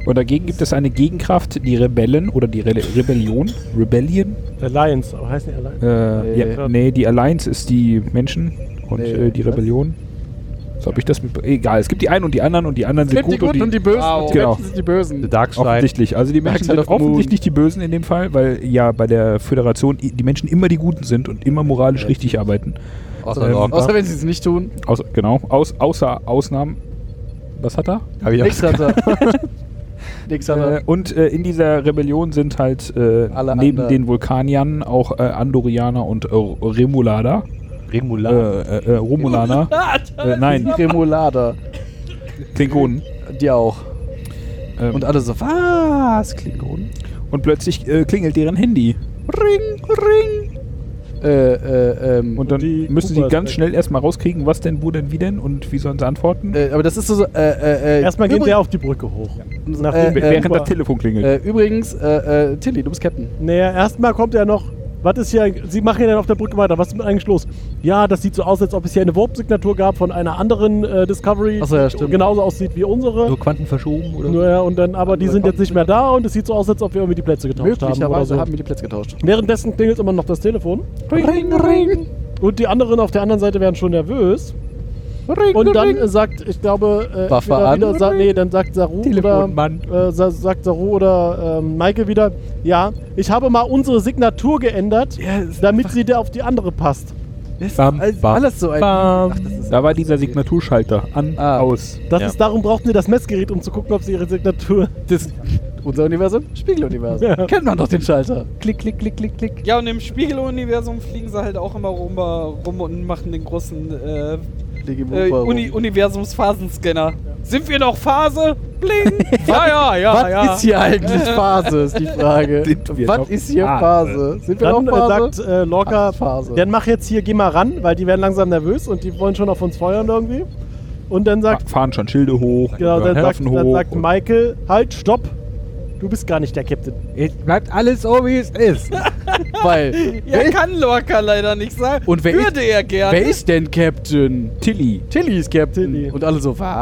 Speaker 3: Und dagegen gibt es eine Gegenkraft, die Rebellen oder die Rele Rebellion. Rebellion?
Speaker 2: Alliance, aber heißt nicht Alliance.
Speaker 3: Äh,
Speaker 4: Nee.
Speaker 3: ja, nee, die Alliance ist die Menschen und
Speaker 4: Nee,
Speaker 3: äh, die
Speaker 4: was?
Speaker 3: Rebellion. So habe ich das mit. Egal, es gibt die einen und die anderen und die anderen sind gut,
Speaker 4: Bösen.
Speaker 1: Wow.
Speaker 3: Genau.
Speaker 4: sind die Bösen.
Speaker 5: Dark Side.
Speaker 3: Offensichtlich. Also die Menschen
Speaker 4: Dark Side
Speaker 3: sind
Speaker 4: of the halt Moon.
Speaker 3: offensichtlich die Bösen in dem Fall, weil ja bei der Föderation i- die Menschen immer die Guten sind und immer moralisch richtig arbeiten.
Speaker 5: Außer
Speaker 3: Ähm,
Speaker 5: Lorca.
Speaker 4: Außer wenn sie es nicht tun.
Speaker 3: Außer, genau, aus, außer Ausnahmen. Was hat er?
Speaker 5: Hab ich auch
Speaker 4: Nix hat er. [LAUGHS] Nix hat
Speaker 3: Äh,
Speaker 4: er.
Speaker 3: und äh, in dieser Rebellion sind halt äh,
Speaker 4: Alle
Speaker 3: neben
Speaker 4: anderen.
Speaker 3: den Vulkaniern auch äh, Andorianer und äh, Remulader. Äh,
Speaker 5: Remula.
Speaker 3: äh, äh,
Speaker 4: [LAUGHS]
Speaker 3: Romulaner. äh,
Speaker 4: Die [LAUGHS]
Speaker 3: nein,
Speaker 4: Remolada.
Speaker 3: Klingonen.
Speaker 4: Die auch.
Speaker 3: Ähm,
Speaker 4: Und
Speaker 3: und,
Speaker 4: alle so, was? Klingonen?
Speaker 3: plötzlich äh, klingelt deren Handy. Ring, ring.
Speaker 4: Äh, äh, ähm.
Speaker 3: Und dann
Speaker 2: die
Speaker 3: müssen
Speaker 2: Kuba
Speaker 3: sie
Speaker 2: ist
Speaker 3: ganz
Speaker 2: weg.
Speaker 3: schnell erstmal rauskriegen, was denn, wo denn, wie denn und wie sollen sie antworten.
Speaker 4: äh, aber das ist so, äh, äh, äh.
Speaker 2: Erstmal geht
Speaker 4: übrig-
Speaker 2: der auf die Brücke hoch.
Speaker 4: äh,
Speaker 3: W-
Speaker 2: die
Speaker 3: Während
Speaker 2: Kuba-
Speaker 3: das Telefon klingelt.
Speaker 4: äh, Übrigens, äh, äh, Tilly, du bist Captain.
Speaker 2: Naja, erstmal kommt er noch. Was ist hier? Sie machen ja dann auf der Brücke weiter. Was ist denn eigentlich los? Ja, das sieht so aus, als ob es hier eine Warp-Signatur gab von einer anderen äh, Discovery,
Speaker 4: Ach so, ja,
Speaker 2: die
Speaker 4: stimmt.
Speaker 2: genauso aussieht wie unsere.
Speaker 5: Nur Quanten verschoben oder?
Speaker 2: Naja, und dann, aber die sind jetzt nicht mehr da und es sieht so aus, als ob wir irgendwie die Plätze getauscht haben. Oder
Speaker 4: Also Möglicherweise
Speaker 2: so.
Speaker 4: haben wir die Plätze getauscht.
Speaker 2: Währenddessen klingelt immer noch das Telefon.
Speaker 4: Ring, ring.
Speaker 2: Und die anderen auf der anderen Seite werden schon nervös. Und dann äh, sagt, ich glaube, äh,
Speaker 4: Waffe
Speaker 2: entweder
Speaker 4: an.
Speaker 2: wieder Sa nee, dann sagt Saru oder
Speaker 5: Telefonmann.
Speaker 2: äh, sa sagt Saru oder ähm, Maike wieder, ja, ich habe mal unsere Signatur geändert, damit sie der auf die andere passt.
Speaker 4: Das ist
Speaker 3: Bam,
Speaker 4: alles-
Speaker 3: bam,
Speaker 4: alles so ein.
Speaker 3: bam.
Speaker 4: das ist-
Speaker 3: Da war dieser Signaturschalter an,
Speaker 4: Ah.
Speaker 3: aus.
Speaker 2: Das
Speaker 3: Ja.
Speaker 2: ist, darum brauchten sie das Messgerät, um zu gucken, ob sie ihre Signatur.
Speaker 4: Das, unser Universum, Spiegeluniversum.
Speaker 2: Ja.
Speaker 4: Kennt man doch den Schalter. Klick, klick, klick, klick,
Speaker 1: [LAUGHS]
Speaker 4: klick.
Speaker 1: Ja, und im Spiegeluniversum fliegen sie halt auch immer rum, äh, rum und machen den großen äh, äh, Uni Universumsphasenscanner. Sind wir noch Phase? Bling! ja, ja, ja.
Speaker 4: [LAUGHS] Was
Speaker 1: ja.
Speaker 4: ist hier eigentlich Phase, ist die Frage.
Speaker 3: Sind wir
Speaker 4: Was
Speaker 3: noch
Speaker 4: ist hier
Speaker 3: Phase?
Speaker 4: Phase? Sind wir
Speaker 2: Dann
Speaker 4: noch
Speaker 2: äh,
Speaker 4: Phase?
Speaker 2: sagt äh, Locker,
Speaker 4: Phase.
Speaker 2: dann mach jetzt hier, geh mal ran, weil die werden langsam nervös und die wollen schon auf uns feuern irgendwie. Und dann sagt
Speaker 3: Fahren schon Schilde hoch,
Speaker 2: Genau, dann sagt,
Speaker 3: Nerven
Speaker 2: dann
Speaker 3: hoch.
Speaker 2: sagt
Speaker 3: und-
Speaker 2: Michael, halt, stopp. Du bist gar nicht der Captain.
Speaker 5: Jetzt bleibt alles so, wie es [LAUGHS] ist.
Speaker 4: Weil,
Speaker 1: ja, kann Lorca leider nicht sein.
Speaker 4: Und wer
Speaker 1: Würde
Speaker 4: ist-
Speaker 1: er gerne.
Speaker 4: wer ist denn Captain?
Speaker 3: Tilly.
Speaker 4: Tilly ist Captain.
Speaker 2: Tilly.
Speaker 4: Und alle so, was?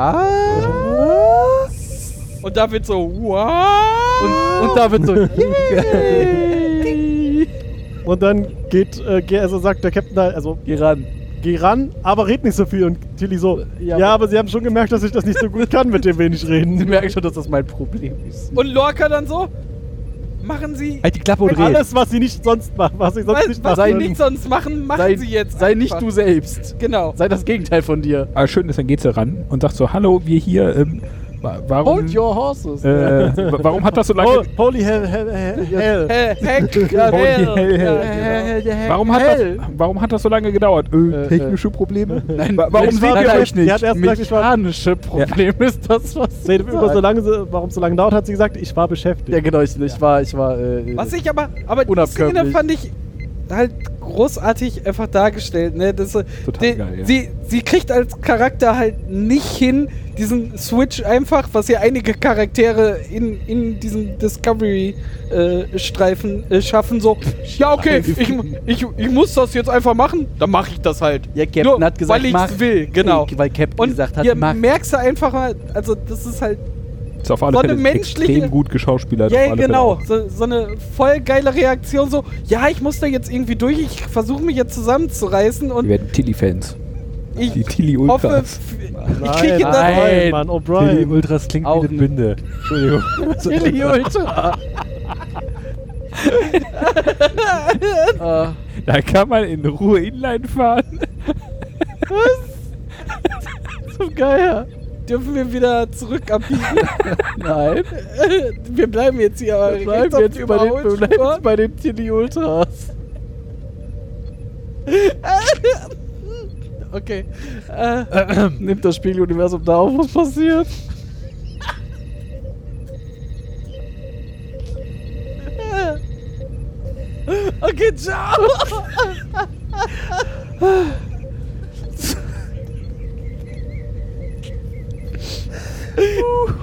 Speaker 1: Und da wird so, wow!
Speaker 4: Und, und da
Speaker 3: [LAUGHS]
Speaker 4: wird so, [LAUGHS]
Speaker 2: Und dann geht, äh, geh- also sagt der Captain halt, also
Speaker 4: geh ran.
Speaker 2: geh ran, aber red nicht so viel. Und Tilly so,
Speaker 4: Ja,
Speaker 2: ja,
Speaker 4: aber-
Speaker 2: aber sie haben schon gemerkt, dass ich das nicht so gut kann, mit dem wenig
Speaker 4: [LAUGHS] Sie
Speaker 2: reden.
Speaker 4: merken schon, dass das mein Problem ist.
Speaker 1: Und Lorca dann so, machen Sie,
Speaker 5: Halt die Klappe und red.
Speaker 2: Alles, was sie nicht sonst macht, was sie sonst
Speaker 1: was,
Speaker 2: nicht
Speaker 1: was
Speaker 2: macht.
Speaker 1: Sie nicht sonst machen, machen
Speaker 4: sei
Speaker 1: Sie jetzt
Speaker 4: sei
Speaker 1: einfach.
Speaker 4: nicht du selbst.
Speaker 1: Genau.
Speaker 4: Sei das Gegenteil von dir.
Speaker 3: Ah, schön ist, dann geht sie ran und sagt so, hallo, wir hier, ähm, wa- warum,
Speaker 4: Hold
Speaker 3: äh,
Speaker 4: your horses.
Speaker 3: wa- warum hat das so lange,
Speaker 2: Hol- Holy hell, hell, hell, Oh. hell.
Speaker 1: Hä, heck,
Speaker 3: Ja,
Speaker 1: hell.
Speaker 3: Holy hell, hell.
Speaker 1: Ja, genau.
Speaker 3: warum hat,
Speaker 4: Oh, hell.
Speaker 3: das, warum hat das so lange gedauert? Äh,
Speaker 4: Äh,
Speaker 3: technische
Speaker 4: [LAUGHS]
Speaker 3: Probleme?
Speaker 4: Nein,
Speaker 3: Wa- warum
Speaker 4: vielleicht
Speaker 3: seht
Speaker 4: war-
Speaker 3: ihr
Speaker 4: nein,
Speaker 3: euch
Speaker 2: Die
Speaker 3: nicht?
Speaker 2: hat erst gesagt, ich war.
Speaker 4: Mechanische Problem ist das, was
Speaker 2: Redet
Speaker 4: ich
Speaker 2: über so
Speaker 4: sag.
Speaker 2: lange, sie- warum es so lange dauert, hat sie gesagt, ich war beschäftigt.
Speaker 4: Ja, genau, ich, ich war, ich war, äh,
Speaker 1: Was ich aber, aber die
Speaker 4: Unabkömmlich.
Speaker 1: Szene fand ich halt großartig einfach dargestellt. Ne? Das, äh,
Speaker 3: Total
Speaker 1: die,
Speaker 3: geil, ja.
Speaker 1: sie, sie kriegt als Charakter halt nicht hin, diesen Switch einfach, was ja einige Charaktere in, in diesem Discovery-Streifen äh, schaffen,
Speaker 3: [LAUGHS]
Speaker 1: so, ja okay, ich, ich, ich muss das jetzt einfach machen, dann mache ich das halt.
Speaker 4: Ja, Captain
Speaker 1: Nur,
Speaker 4: hat gesagt,
Speaker 1: weil ich
Speaker 4: mach.
Speaker 1: will, genau.
Speaker 4: Weil Captain
Speaker 1: Und
Speaker 4: gesagt hat,
Speaker 1: hier
Speaker 4: mach.
Speaker 1: merkst du einfach mal, also das ist halt
Speaker 3: Ist auf alle
Speaker 1: So eine
Speaker 3: Fälle
Speaker 1: menschliche-
Speaker 3: extrem gut geschauspielert. Halt auf
Speaker 1: ja,
Speaker 3: alle Fälle
Speaker 1: genau.
Speaker 3: auch.
Speaker 1: So, so eine voll geile Reaktion, so, ja, ich muss da jetzt irgendwie durch, ich versuche mich jetzt zusammenzureißen
Speaker 3: Wir
Speaker 1: und
Speaker 3: werden Tilly-Fans. Die
Speaker 1: ich hoffe,
Speaker 3: Tilly-Ultras.
Speaker 1: f- ich kriege
Speaker 4: nein.
Speaker 1: das.
Speaker 2: Nein,
Speaker 4: Nein.
Speaker 2: Mann, oh,
Speaker 5: Tilly
Speaker 2: O'Brien.
Speaker 5: Ultras klingt
Speaker 4: Auch
Speaker 5: wie eine
Speaker 4: nicht.
Speaker 5: [LAUGHS] Binde. Entschuldigung.
Speaker 4: Tilly Ultra. Äh,
Speaker 3: Da kann man in Ruhe Inline fahren.
Speaker 4: so geil.
Speaker 1: Dürfen wir wieder zurück abbiegen?
Speaker 4: Nein,
Speaker 1: wir bleiben jetzt hier. aber
Speaker 4: wir
Speaker 1: rechts
Speaker 4: bleiben
Speaker 1: auf
Speaker 4: jetzt,
Speaker 1: die
Speaker 4: über den, wir
Speaker 1: Überholspur.
Speaker 4: bleiben jetzt bei den Tilly [LAUGHS] Ultras.
Speaker 1: Okay. Äh,
Speaker 4: Nimmt das Spiegeluniversum da auf, was passiert?
Speaker 1: okay, ciao.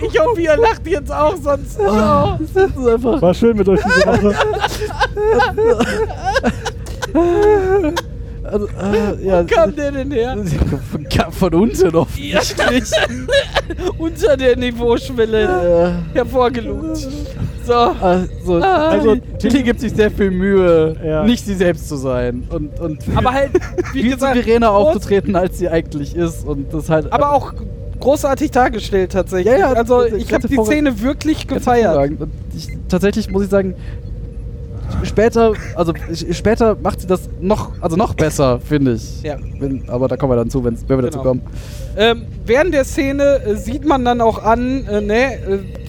Speaker 1: ich hoffe, ihr lacht jetzt auch, sonst.
Speaker 4: Oh.
Speaker 1: Ciao.
Speaker 4: Das ist einfach
Speaker 2: War schön mit euch diese Woche.
Speaker 4: Also, äh, ja.
Speaker 1: Wo kam der denn her?
Speaker 4: Von, von unten auf.
Speaker 1: Ja, [LAUGHS] Unter der Niveauschwelle
Speaker 4: Äh,
Speaker 1: hervorgelugt. So.
Speaker 4: also,
Speaker 1: Ah.
Speaker 4: also, Tilly gibt sich sehr viel Mühe,
Speaker 2: Ja.
Speaker 4: nicht sie selbst zu sein. Und, und
Speaker 1: Aber halt, wie
Speaker 4: viel
Speaker 1: gesagt,
Speaker 4: souveräner
Speaker 1: groß-
Speaker 4: aufzutreten, als sie eigentlich ist. Und das halt.
Speaker 1: aber auch großartig dargestellt tatsächlich.
Speaker 4: Ja, ja,
Speaker 1: also
Speaker 4: das- das
Speaker 1: ich habe
Speaker 4: ganze
Speaker 1: die
Speaker 4: Vorrat-
Speaker 1: Szene wirklich
Speaker 4: ganz
Speaker 1: gefeiert.
Speaker 4: hervorragend. Und ich, tatsächlich muss ich sagen, später, also ich, später macht sie das noch, also noch besser, finde ich.
Speaker 1: Ja.
Speaker 4: Wenn, aber da kommen wir dann zu, wenn's, wenn wir dazu
Speaker 1: Genau.
Speaker 4: kommen.
Speaker 1: Ähm, während der Szene äh, sieht man dann auch an, äh, ne, äh,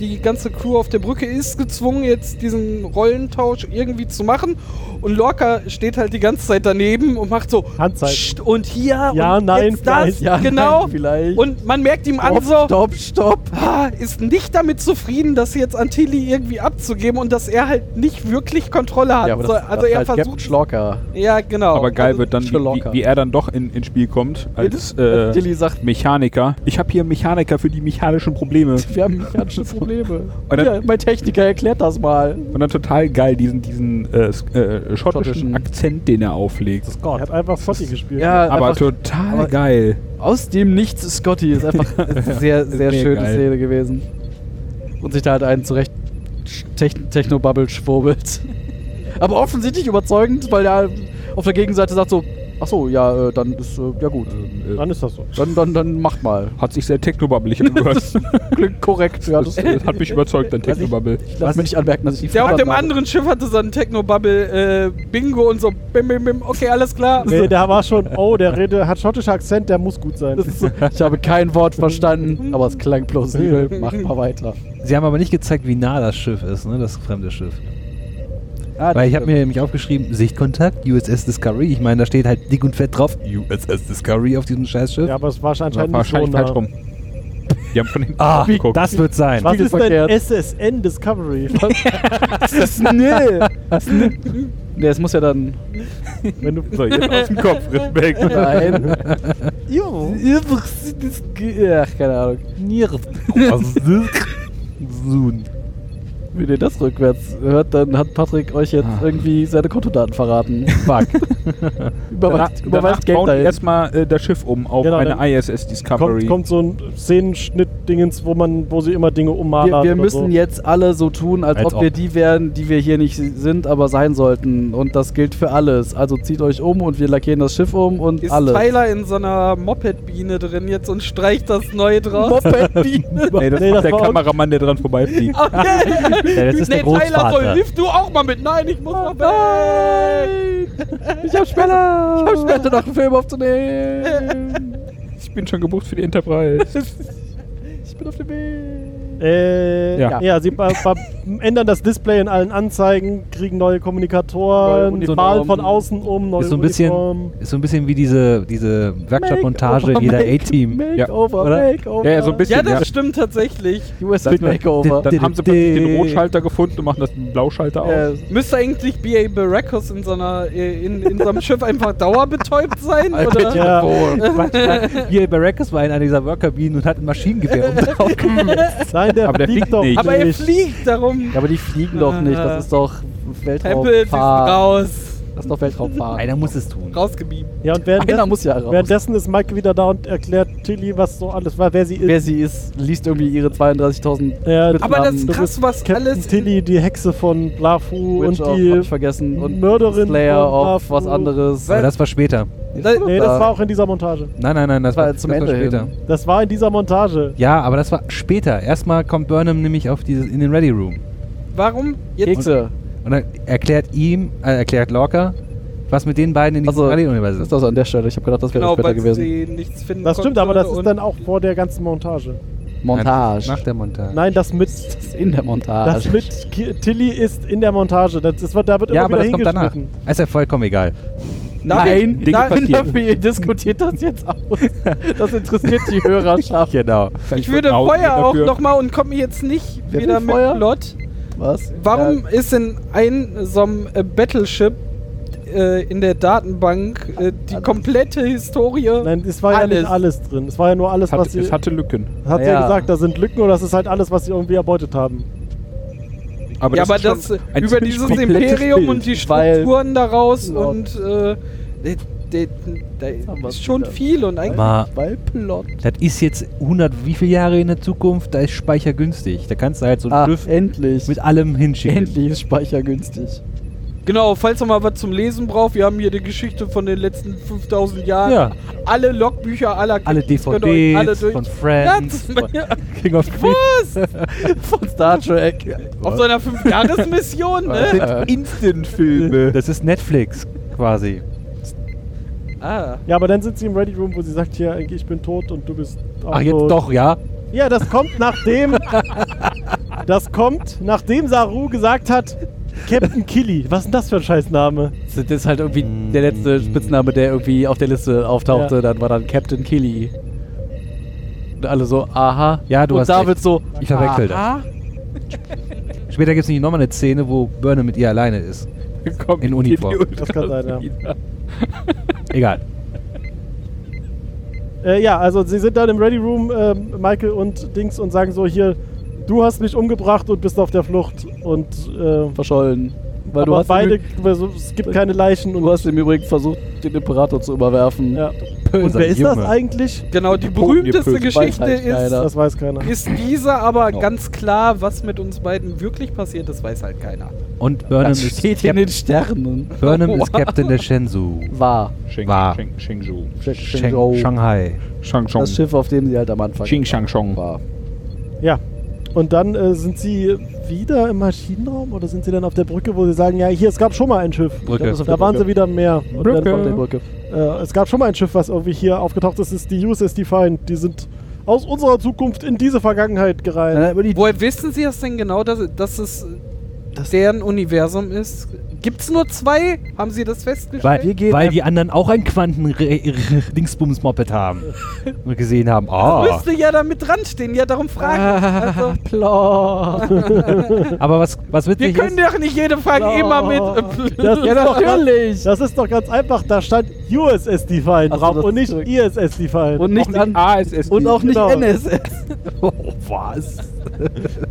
Speaker 1: die ganze Crew auf der Brücke ist gezwungen, jetzt diesen Rollentausch irgendwie zu machen. Und Lorca steht halt die ganze Zeit daneben und macht so
Speaker 2: Handzeichen.
Speaker 1: "Psst, und hier
Speaker 2: Ja,
Speaker 1: und
Speaker 2: nein,
Speaker 1: jetzt das,
Speaker 2: vielleicht, ja,
Speaker 1: genau.
Speaker 4: nein, vielleicht.
Speaker 1: Und man merkt ihm an
Speaker 4: Stopp,
Speaker 1: so,
Speaker 4: stopp, stopp.
Speaker 1: ah, ist nicht damit zufrieden, das jetzt an Tilly irgendwie abzugeben und dass er halt nicht wirklich Kontrolle hat. so, also
Speaker 4: halt
Speaker 1: er versucht.
Speaker 4: Schlocker.
Speaker 1: Ja, genau.
Speaker 3: Aber geil
Speaker 1: also,
Speaker 3: wird dann, wie,
Speaker 4: schon
Speaker 3: wie,
Speaker 4: locker.
Speaker 3: wie er dann doch in- ins Spiel kommt, als
Speaker 4: [LAUGHS]
Speaker 3: äh,
Speaker 4: Als Dilly sagt,
Speaker 3: Mechaniker. Ich habe hier einen Mechaniker für die mechanischen Probleme.
Speaker 4: wir haben mechanische Probleme.
Speaker 3: Und dann-
Speaker 4: ja, mein Techniker erklärt das mal.
Speaker 3: Und dann total geil diesen, diesen äh, sk- äh, schottischen,
Speaker 4: Schottischen.
Speaker 3: Akzent, den er auflegt.
Speaker 2: Er hat einfach Fotti gespielt.
Speaker 4: Ja,
Speaker 3: Aber
Speaker 4: einfach
Speaker 3: total
Speaker 4: aber-
Speaker 3: geil.
Speaker 4: aus dem Nichts ist Scotty ist einfach eine sehr, sehr
Speaker 3: Mega
Speaker 4: schöne
Speaker 3: geil.
Speaker 4: Szene gewesen. Und sich da halt einen zurecht Techn Technobubble schwurbelt. Aber offensichtlich überzeugend, weil er auf der Gegenseite sagt so, Ach so, ja, äh, dann ist, äh, ja gut.
Speaker 3: Ähm, äh,
Speaker 2: Dann ist das so.
Speaker 4: Dann, dann, dann macht mal.
Speaker 3: hat sich sehr technobabbelig
Speaker 4: [LAUGHS]
Speaker 3: angehört.
Speaker 4: Klingt korrekt.
Speaker 3: [LAUGHS]
Speaker 4: Ja, das,
Speaker 3: Das äh, hat mich überzeugt, dein Technobubble.
Speaker 4: lass mir nicht anmerken, dass ich die
Speaker 1: Der auf
Speaker 4: verstanden
Speaker 1: dem
Speaker 4: habe.
Speaker 1: anderen Schiff hatte so einen Technobubble äh, Bingo und so bim bim bim. Okay, alles klar.
Speaker 2: Nee, da war schon, oh, der Rede hat schottischer Akzent, der muss gut sein.
Speaker 4: Das ist so, [LAUGHS] ich habe kein Wort verstanden, aber es klang plausibel. Mach mal weiter.
Speaker 5: Sie haben aber nicht gezeigt, wie nah das Schiff ist, ne? das fremde Schiff.
Speaker 4: Ah,
Speaker 5: Weil ich habe mir nämlich aufgeschrieben, Sichtkontakt, USS Discovery. Ich meine, da steht halt dick und fett drauf, USS Discovery auf diesem Scheißschiff.
Speaker 2: Ja, aber es war
Speaker 3: War
Speaker 2: anscheinend nicht so
Speaker 3: wahrscheinlich
Speaker 2: nah.
Speaker 3: falsch rum. Die haben von hinten
Speaker 5: Ah,
Speaker 3: geguckt.
Speaker 5: das wird sein. [LAUGHS]
Speaker 2: Was ist denn
Speaker 4: Spiegelverkehrt.
Speaker 2: SSN Discovery?
Speaker 4: Snell. Nee, es muss ja dann.
Speaker 2: Wenn du
Speaker 3: So, jetzt aus dem Kopf, Respekt.
Speaker 4: Nein.
Speaker 2: Jo.
Speaker 4: Ach, keine Ahnung.
Speaker 5: Soon.
Speaker 4: Wenn ihr das rückwärts hört, dann hat Patrick euch jetzt irgendwie seine Kontodaten verraten.
Speaker 3: Fuck. Danach,
Speaker 4: [LAUGHS] Überweist,
Speaker 3: danach
Speaker 4: überweist Geld
Speaker 3: bauen die
Speaker 4: dahin.
Speaker 3: erstmal äh, das Schiff um auf
Speaker 2: Genau,
Speaker 3: eine
Speaker 2: dann
Speaker 3: ISS Discovery.
Speaker 2: kommt, kommt so ein Szenenschnitt-Dingens, wo man, wo sie immer Dinge
Speaker 4: Wir,
Speaker 2: ummalern.
Speaker 4: wir
Speaker 2: oder
Speaker 4: müssen
Speaker 2: so.
Speaker 4: jetzt alle so tun, als,
Speaker 5: Als
Speaker 4: ob, wir
Speaker 5: ob.
Speaker 4: die wären, die wir hier nicht sind, aber sein sollten. Und das gilt für alles. Also zieht euch um und wir lackieren das Schiff um und
Speaker 1: Ist
Speaker 4: alles.
Speaker 1: Tyler in so einer Moped-Biene drin jetzt und streicht das neue draus?
Speaker 3: [LAUGHS]
Speaker 4: Moped-Biene.
Speaker 3: Nee, das
Speaker 2: Nee,
Speaker 3: ist
Speaker 2: das
Speaker 3: der
Speaker 2: war-
Speaker 3: Kameramann, der dran vorbeifliegt.
Speaker 5: Ja, das ist
Speaker 1: nee,
Speaker 5: der
Speaker 1: Tyler, soll,
Speaker 5: Großvater.
Speaker 1: hilf du auch mal mit. Nein, ich muss noch weg.
Speaker 4: Oh
Speaker 1: [LAUGHS]
Speaker 4: Ich hab später, [LAUGHS] ich hab später noch einen Film aufzunehmen.
Speaker 3: Ich bin schon gebucht für die Enterprise.
Speaker 4: Ich bin auf dem Weg.
Speaker 2: Äh,
Speaker 3: Ja.
Speaker 2: ja. ja, sie ba- ba- ändern das Display in allen Anzeigen, kriegen neue
Speaker 4: Neue
Speaker 2: Kommunikatoren,
Speaker 4: Uniformen.
Speaker 2: malen von außen um, neue
Speaker 5: Ist so ein bisschen,
Speaker 2: Uniformen.
Speaker 5: ist so ein bisschen wie diese, diese Werkstattmontage [LAUGHS]
Speaker 4: Makeover,
Speaker 5: jeder
Speaker 4: Make-
Speaker 5: A-Team.
Speaker 4: Makeover,
Speaker 5: Oder?
Speaker 4: Makeover.
Speaker 3: ja, ja, so ein bisschen.
Speaker 1: Ja, das
Speaker 3: Ja,
Speaker 1: stimmt tatsächlich.
Speaker 4: US mit Makeover.
Speaker 3: Dann haben sie plötzlich den Rotschalter gefunden und machen das mit dem Blauschalter
Speaker 4: Äh,
Speaker 3: aus.
Speaker 1: Müsste eigentlich B.A. Baracus in so, einer, äh, in, in so einem Schiff einfach dauerbetäubt sein? Oder?
Speaker 2: Ja.
Speaker 5: Hier, Baracus war in einer dieser Workabinen und hat ein Maschinengewehr [LAUGHS] oben drauf.
Speaker 2: Nein, der,
Speaker 3: Aber der
Speaker 2: fliegt
Speaker 3: fliegt
Speaker 2: doch
Speaker 3: nicht.
Speaker 1: Aber er
Speaker 2: nicht.
Speaker 1: fliegt darum.
Speaker 4: Ja, aber die fliegen doch [LAUGHS] nicht. Das ist doch
Speaker 1: Tempel, sie ist
Speaker 4: Weltraumfahren.
Speaker 1: raus.
Speaker 4: Das ist doch Weltraumfahren.
Speaker 5: Einer muss es tun.
Speaker 1: Rausgebeamt.
Speaker 2: Ja, und
Speaker 4: [LAUGHS] Einer
Speaker 2: währenddessen,
Speaker 4: muss ja raus.
Speaker 2: währenddessen ist Mike wieder da und erklärt Tilly, was so alles war, wer sie ist.
Speaker 4: Wer sie ist, liest irgendwie ihre 32.000.
Speaker 2: Ja,
Speaker 4: Mit-
Speaker 1: Aber das
Speaker 4: Ähm,
Speaker 1: ist
Speaker 4: das
Speaker 1: krass, was
Speaker 2: Captain
Speaker 1: alles.
Speaker 2: Tilly, die Hexe von Blafu und
Speaker 4: Witch of,
Speaker 2: die.
Speaker 4: hab ich vergessen. Und
Speaker 2: Mörderin
Speaker 4: Slayer
Speaker 2: von
Speaker 4: auf
Speaker 2: Bafu.
Speaker 4: was anderes.
Speaker 5: Aber das war später.
Speaker 1: Da,
Speaker 2: Nee, das war auch in dieser Montage.
Speaker 5: Nein, nein, nein, das
Speaker 4: War
Speaker 5: war,
Speaker 4: zum
Speaker 5: das war
Speaker 4: Ende hin.
Speaker 5: später.
Speaker 2: Das war in dieser Montage.
Speaker 5: Ja, aber das war später. Erstmal kommt Burnham nämlich auf dieses, in den Ready Room.
Speaker 1: warum jetzt?
Speaker 4: Hexe.
Speaker 5: Und dann erklärt ihm, äh, erklärt Lorca, was mit den beiden in diesem
Speaker 4: Also,
Speaker 5: Paralleluniversum
Speaker 4: Das ist also an der Stelle. Ich habe gedacht, das wäre
Speaker 1: Genau,
Speaker 4: später
Speaker 1: weil
Speaker 4: gewesen.
Speaker 1: sie nichts finden
Speaker 2: Das stimmt,
Speaker 1: konnte
Speaker 2: aber das ist
Speaker 1: und-
Speaker 2: dann auch vor der ganzen Montage.
Speaker 4: Montage.
Speaker 5: Nach der Montage.
Speaker 2: Nein, das mit.
Speaker 4: Das ist in der
Speaker 2: Das
Speaker 4: Montage.
Speaker 2: mit Ki- Tilly ist in der Montage. Das ist, da wird immer
Speaker 5: ja, aber das
Speaker 2: wieder
Speaker 5: kommt danach.
Speaker 2: hingeschnitten.
Speaker 5: Ist ja vollkommen egal.
Speaker 4: Nein,
Speaker 3: Dinge
Speaker 4: nein,
Speaker 3: passieren.
Speaker 4: nein, ihr diskutiert das jetzt aus. Das interessiert die [LAUGHS] Hörerschaft.
Speaker 5: Genau.
Speaker 1: Ich würde Feuer auch nochmal und komme jetzt nicht
Speaker 4: Wer
Speaker 1: wieder
Speaker 4: will
Speaker 1: mit
Speaker 4: Feuer?
Speaker 1: Plot.
Speaker 4: Was?
Speaker 1: Warum ist in ein so einem äh, Battleship äh, in der Datenbank äh, die komplette Historie?
Speaker 2: Nein, es war ja nicht alles drin. Es war ja nur alles,
Speaker 3: Es hatte,
Speaker 2: was sie.
Speaker 3: es hatte Lücken.
Speaker 2: Hat sie
Speaker 4: Ja.
Speaker 2: ja gesagt, da sind Lücken und das ist halt alles, was sie irgendwie erbeutet haben.
Speaker 3: Aber
Speaker 1: ja,
Speaker 3: das
Speaker 1: aber
Speaker 3: ist schon
Speaker 1: das äh,
Speaker 3: ein
Speaker 1: über
Speaker 3: ziemlich
Speaker 1: dieses
Speaker 3: komplettes
Speaker 1: Imperium
Speaker 4: Bild,
Speaker 1: und die
Speaker 4: weil-
Speaker 1: Strukturen daraus
Speaker 4: Genau.
Speaker 1: und äh, de, de, de,
Speaker 4: haben
Speaker 1: de,
Speaker 4: wir's
Speaker 1: ist schon
Speaker 4: wieder.
Speaker 1: viel und eigentlich
Speaker 5: Ma,
Speaker 4: Weil Plot.
Speaker 5: das ist jetzt 100 wie viele Jahre in der Zukunft, da ist Speicher günstig. Da kannst du halt so ein
Speaker 4: Ah,
Speaker 5: Schiff
Speaker 4: endlich.
Speaker 5: mit allem hinschicken.
Speaker 4: endlich ist Speicher günstig.
Speaker 1: Genau, falls ihr mal was zum Lesen braucht, wir haben hier die Geschichte von den letzten 5000 Jahren.
Speaker 5: Ja.
Speaker 1: Alle Logbücher aller
Speaker 5: Alle
Speaker 1: Kids,
Speaker 4: Genau,
Speaker 1: könnt ihr euch
Speaker 5: DVDs
Speaker 1: durch-
Speaker 5: von Friends,
Speaker 1: Ja,
Speaker 5: von
Speaker 1: ja.
Speaker 5: King of
Speaker 1: Was?
Speaker 4: Von Star Trek.
Speaker 1: Auf so einer 5-Jahres-Mission, ne?
Speaker 5: Instant-Filme. Das ist Netflix quasi.
Speaker 1: ah.
Speaker 2: Ja, aber dann sind sie im Ready Room, wo sie sagt, hier, ich bin tot und du bist auch
Speaker 5: Ach, jetzt
Speaker 2: tot.
Speaker 5: doch, ja?
Speaker 2: Ja, das kommt
Speaker 4: [LAUGHS]
Speaker 2: nachdem. das kommt, nachdem Saru gesagt hat, Captain Killy. Was ist denn das für ein Scheißname?
Speaker 4: Das ist halt irgendwie der letzte Spitzname, der irgendwie auf der Liste auftauchte. Dann war dann Captain Killy. Und alle so, aha.
Speaker 5: Ja, du
Speaker 4: Und
Speaker 5: hast
Speaker 4: David
Speaker 5: recht.
Speaker 4: so,
Speaker 5: Ich verwechsel das.
Speaker 4: aha.
Speaker 5: Später gibt es nämlich nochmal eine Szene, wo Burnham mit ihr alleine ist.
Speaker 3: Kommt
Speaker 5: In
Speaker 3: die
Speaker 5: Uniform.
Speaker 3: Ultras
Speaker 2: Das kann sein, ja.
Speaker 3: wieder.
Speaker 5: Egal.
Speaker 2: Äh, ja, also sie sind dann im Ready Room, ähm, Michael und Dings, und sagen so, hier, du hast mich umgebracht und bist auf der Flucht. Und äh,
Speaker 4: verschollen. Weil du
Speaker 2: aber
Speaker 4: hast,
Speaker 2: beide,
Speaker 4: im,
Speaker 2: also, es gibt keine Leichen und
Speaker 4: du hast im Übrigen versucht, den Imperator zu überwerfen.
Speaker 2: Ja.
Speaker 3: Pöser,
Speaker 2: Und wer ist das
Speaker 3: Junge.
Speaker 2: eigentlich?
Speaker 1: Genau, die
Speaker 3: Poten, ihr
Speaker 1: berühmteste
Speaker 3: Pösen.
Speaker 1: Geschichte
Speaker 4: Weiß halt keiner.
Speaker 1: ist,
Speaker 2: Das weiß keiner.
Speaker 1: ist diese, aber
Speaker 3: No.
Speaker 1: ganz klar, was mit uns beiden wirklich passiert ist, weiß halt keiner.
Speaker 5: Und Burnham,
Speaker 4: Das
Speaker 5: ist,
Speaker 4: steht in den Sternen.
Speaker 5: Burnham ist Captain der Shenzhou.
Speaker 4: War.
Speaker 3: Sheng,
Speaker 5: War.
Speaker 3: Sheng, Shengzhou.
Speaker 5: Sheng Shanghai.
Speaker 3: Shang Chong.
Speaker 4: Das Schiff, auf dem sie halt am Anfang
Speaker 3: Xing Shang Chong.
Speaker 4: war.
Speaker 2: Ja. Und dann äh, sind sie wieder im Maschinenraum oder sind sie dann auf der Brücke, wo sie sagen, ja, hier, es gab schon mal ein Schiff.
Speaker 5: Brücke.
Speaker 4: das ist auf
Speaker 2: Da
Speaker 4: der
Speaker 2: waren
Speaker 4: Brücke.
Speaker 2: sie wieder im Meer. Und
Speaker 3: Brücke.
Speaker 2: dann
Speaker 4: Auf
Speaker 2: kommt
Speaker 4: der
Speaker 3: Ja.
Speaker 4: Brücke.
Speaker 2: Äh, es gab schon mal ein Schiff, was irgendwie hier aufgetaucht ist. Das ist die USS Defiant. Die sind aus unserer Zukunft in diese Vergangenheit gereist.
Speaker 4: Äh, über die-
Speaker 1: Woher wissen Sie das denn genau, dass, dass es deren Universum ist? Gibt's nur zwei? Haben Sie das festgestellt?
Speaker 5: Weil, weil die anderen auch ein [LAUGHS] Quanten-Dingsbums-Moped haben. Und gesehen haben, ah.
Speaker 1: Müsste ja da mit dran stehen, ja, darum fragen.
Speaker 2: Ah.
Speaker 1: Also,
Speaker 5: Aber was, was
Speaker 1: wir
Speaker 5: witzig
Speaker 1: können
Speaker 5: ist,
Speaker 1: doch nicht jede Frage
Speaker 2: Oh.
Speaker 1: immer mit. äh,
Speaker 2: Das ist
Speaker 1: [LAUGHS]
Speaker 2: doch-
Speaker 4: natürlich.
Speaker 2: Das ist doch ganz einfach. Da stand USS Defiant
Speaker 4: Ach so,
Speaker 2: drauf
Speaker 4: das
Speaker 2: und
Speaker 4: ist
Speaker 2: nicht E
Speaker 4: zurück.
Speaker 2: ISS Defiant.
Speaker 4: Und nicht, an,
Speaker 3: ASS.
Speaker 4: und auch nicht
Speaker 2: Genau.
Speaker 4: [LAUGHS] NSS.
Speaker 5: oh, was?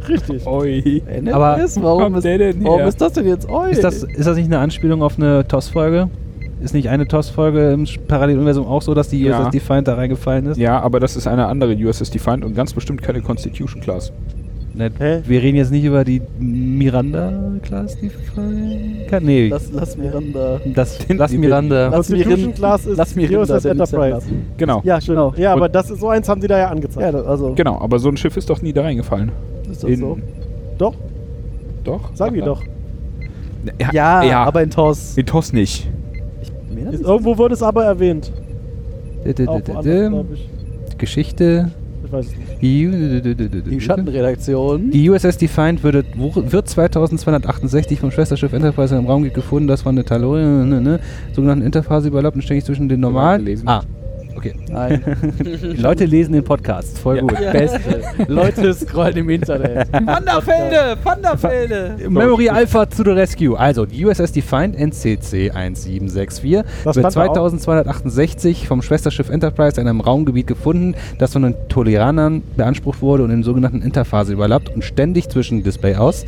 Speaker 2: richtig.
Speaker 3: Oi.
Speaker 4: NSS?
Speaker 5: Aber
Speaker 4: warum,
Speaker 3: kommt
Speaker 4: ist,
Speaker 3: der denn
Speaker 4: warum
Speaker 3: her?
Speaker 4: ist das denn jetzt euch?
Speaker 5: Ist das, ist das nicht eine Anspielung auf eine TOS-Folge? Ist nicht eine TOS-Folge im Sch- Paralleluniversum auch so, dass die
Speaker 3: Ja.
Speaker 5: USS Defiant da reingefallen ist?
Speaker 3: Ja, aber das ist eine andere USS Defiant und ganz bestimmt keine Constitution Class.
Speaker 5: Ne,
Speaker 2: Hä?
Speaker 5: wir reden jetzt nicht über die Miranda-Class Defiant? Ka- Nee, das,
Speaker 4: Lass, lass Miranda.
Speaker 5: das
Speaker 3: Den-
Speaker 5: lass
Speaker 3: die-
Speaker 5: Miranda.
Speaker 4: Lass mir
Speaker 2: Constitution
Speaker 4: rin-
Speaker 2: Class ist
Speaker 4: lass mir rin,
Speaker 2: USS
Speaker 4: dass er nichts
Speaker 2: Enterprise.
Speaker 4: sagt.
Speaker 3: Genau.
Speaker 4: Ja, genau.
Speaker 2: Ja, aber
Speaker 3: Und-
Speaker 2: das ist so eins haben sie da ja
Speaker 4: Ja,
Speaker 2: angezeigt.
Speaker 4: da- also,
Speaker 3: Genau, aber so ein Schiff ist doch nie da reingefallen.
Speaker 4: ist das
Speaker 3: in-
Speaker 4: so?
Speaker 2: Doch,
Speaker 3: Doch?
Speaker 2: sagen die doch.
Speaker 4: Ja, aber in TOS.
Speaker 3: in TOS nicht.
Speaker 4: Miranda
Speaker 2: Ist,
Speaker 4: ist-
Speaker 2: irgendwo wurde es aber erwähnt.
Speaker 5: Dä- dä-
Speaker 2: Auch
Speaker 5: dä- dä-
Speaker 2: woanders,
Speaker 5: dä.
Speaker 2: glaube ich.
Speaker 5: Geschichte.
Speaker 2: Ich weiß es nicht.
Speaker 5: Die
Speaker 4: Die Schattenredaktion.
Speaker 5: Die USS Defiant wird, wird 2268 vom Schwesterschiff Enterprise im Raumgebiet gefunden, das von der Talon, ne, ne, sogenannten Interphase überlappt und ständig zwischen den normalen.
Speaker 3: Leute lesen.
Speaker 5: Ah, okay.
Speaker 4: Nein.
Speaker 5: Die Leute lesen den Podcast, voll gut.
Speaker 4: Beste. Leute scrollen im Internet.
Speaker 1: Vanderfelde! Vanderfelde!
Speaker 5: Memory Alpha to the Rescue. Also, die USS Defiant NCC 1764 wird
Speaker 2: Das stand da auch.
Speaker 5: 2268 vom Schwesterschiff Enterprise in einem Raumgebiet gefunden, das von den Tolianern beansprucht wurde und im sogenannten Interphase überlappt und ständig zwischen Display aus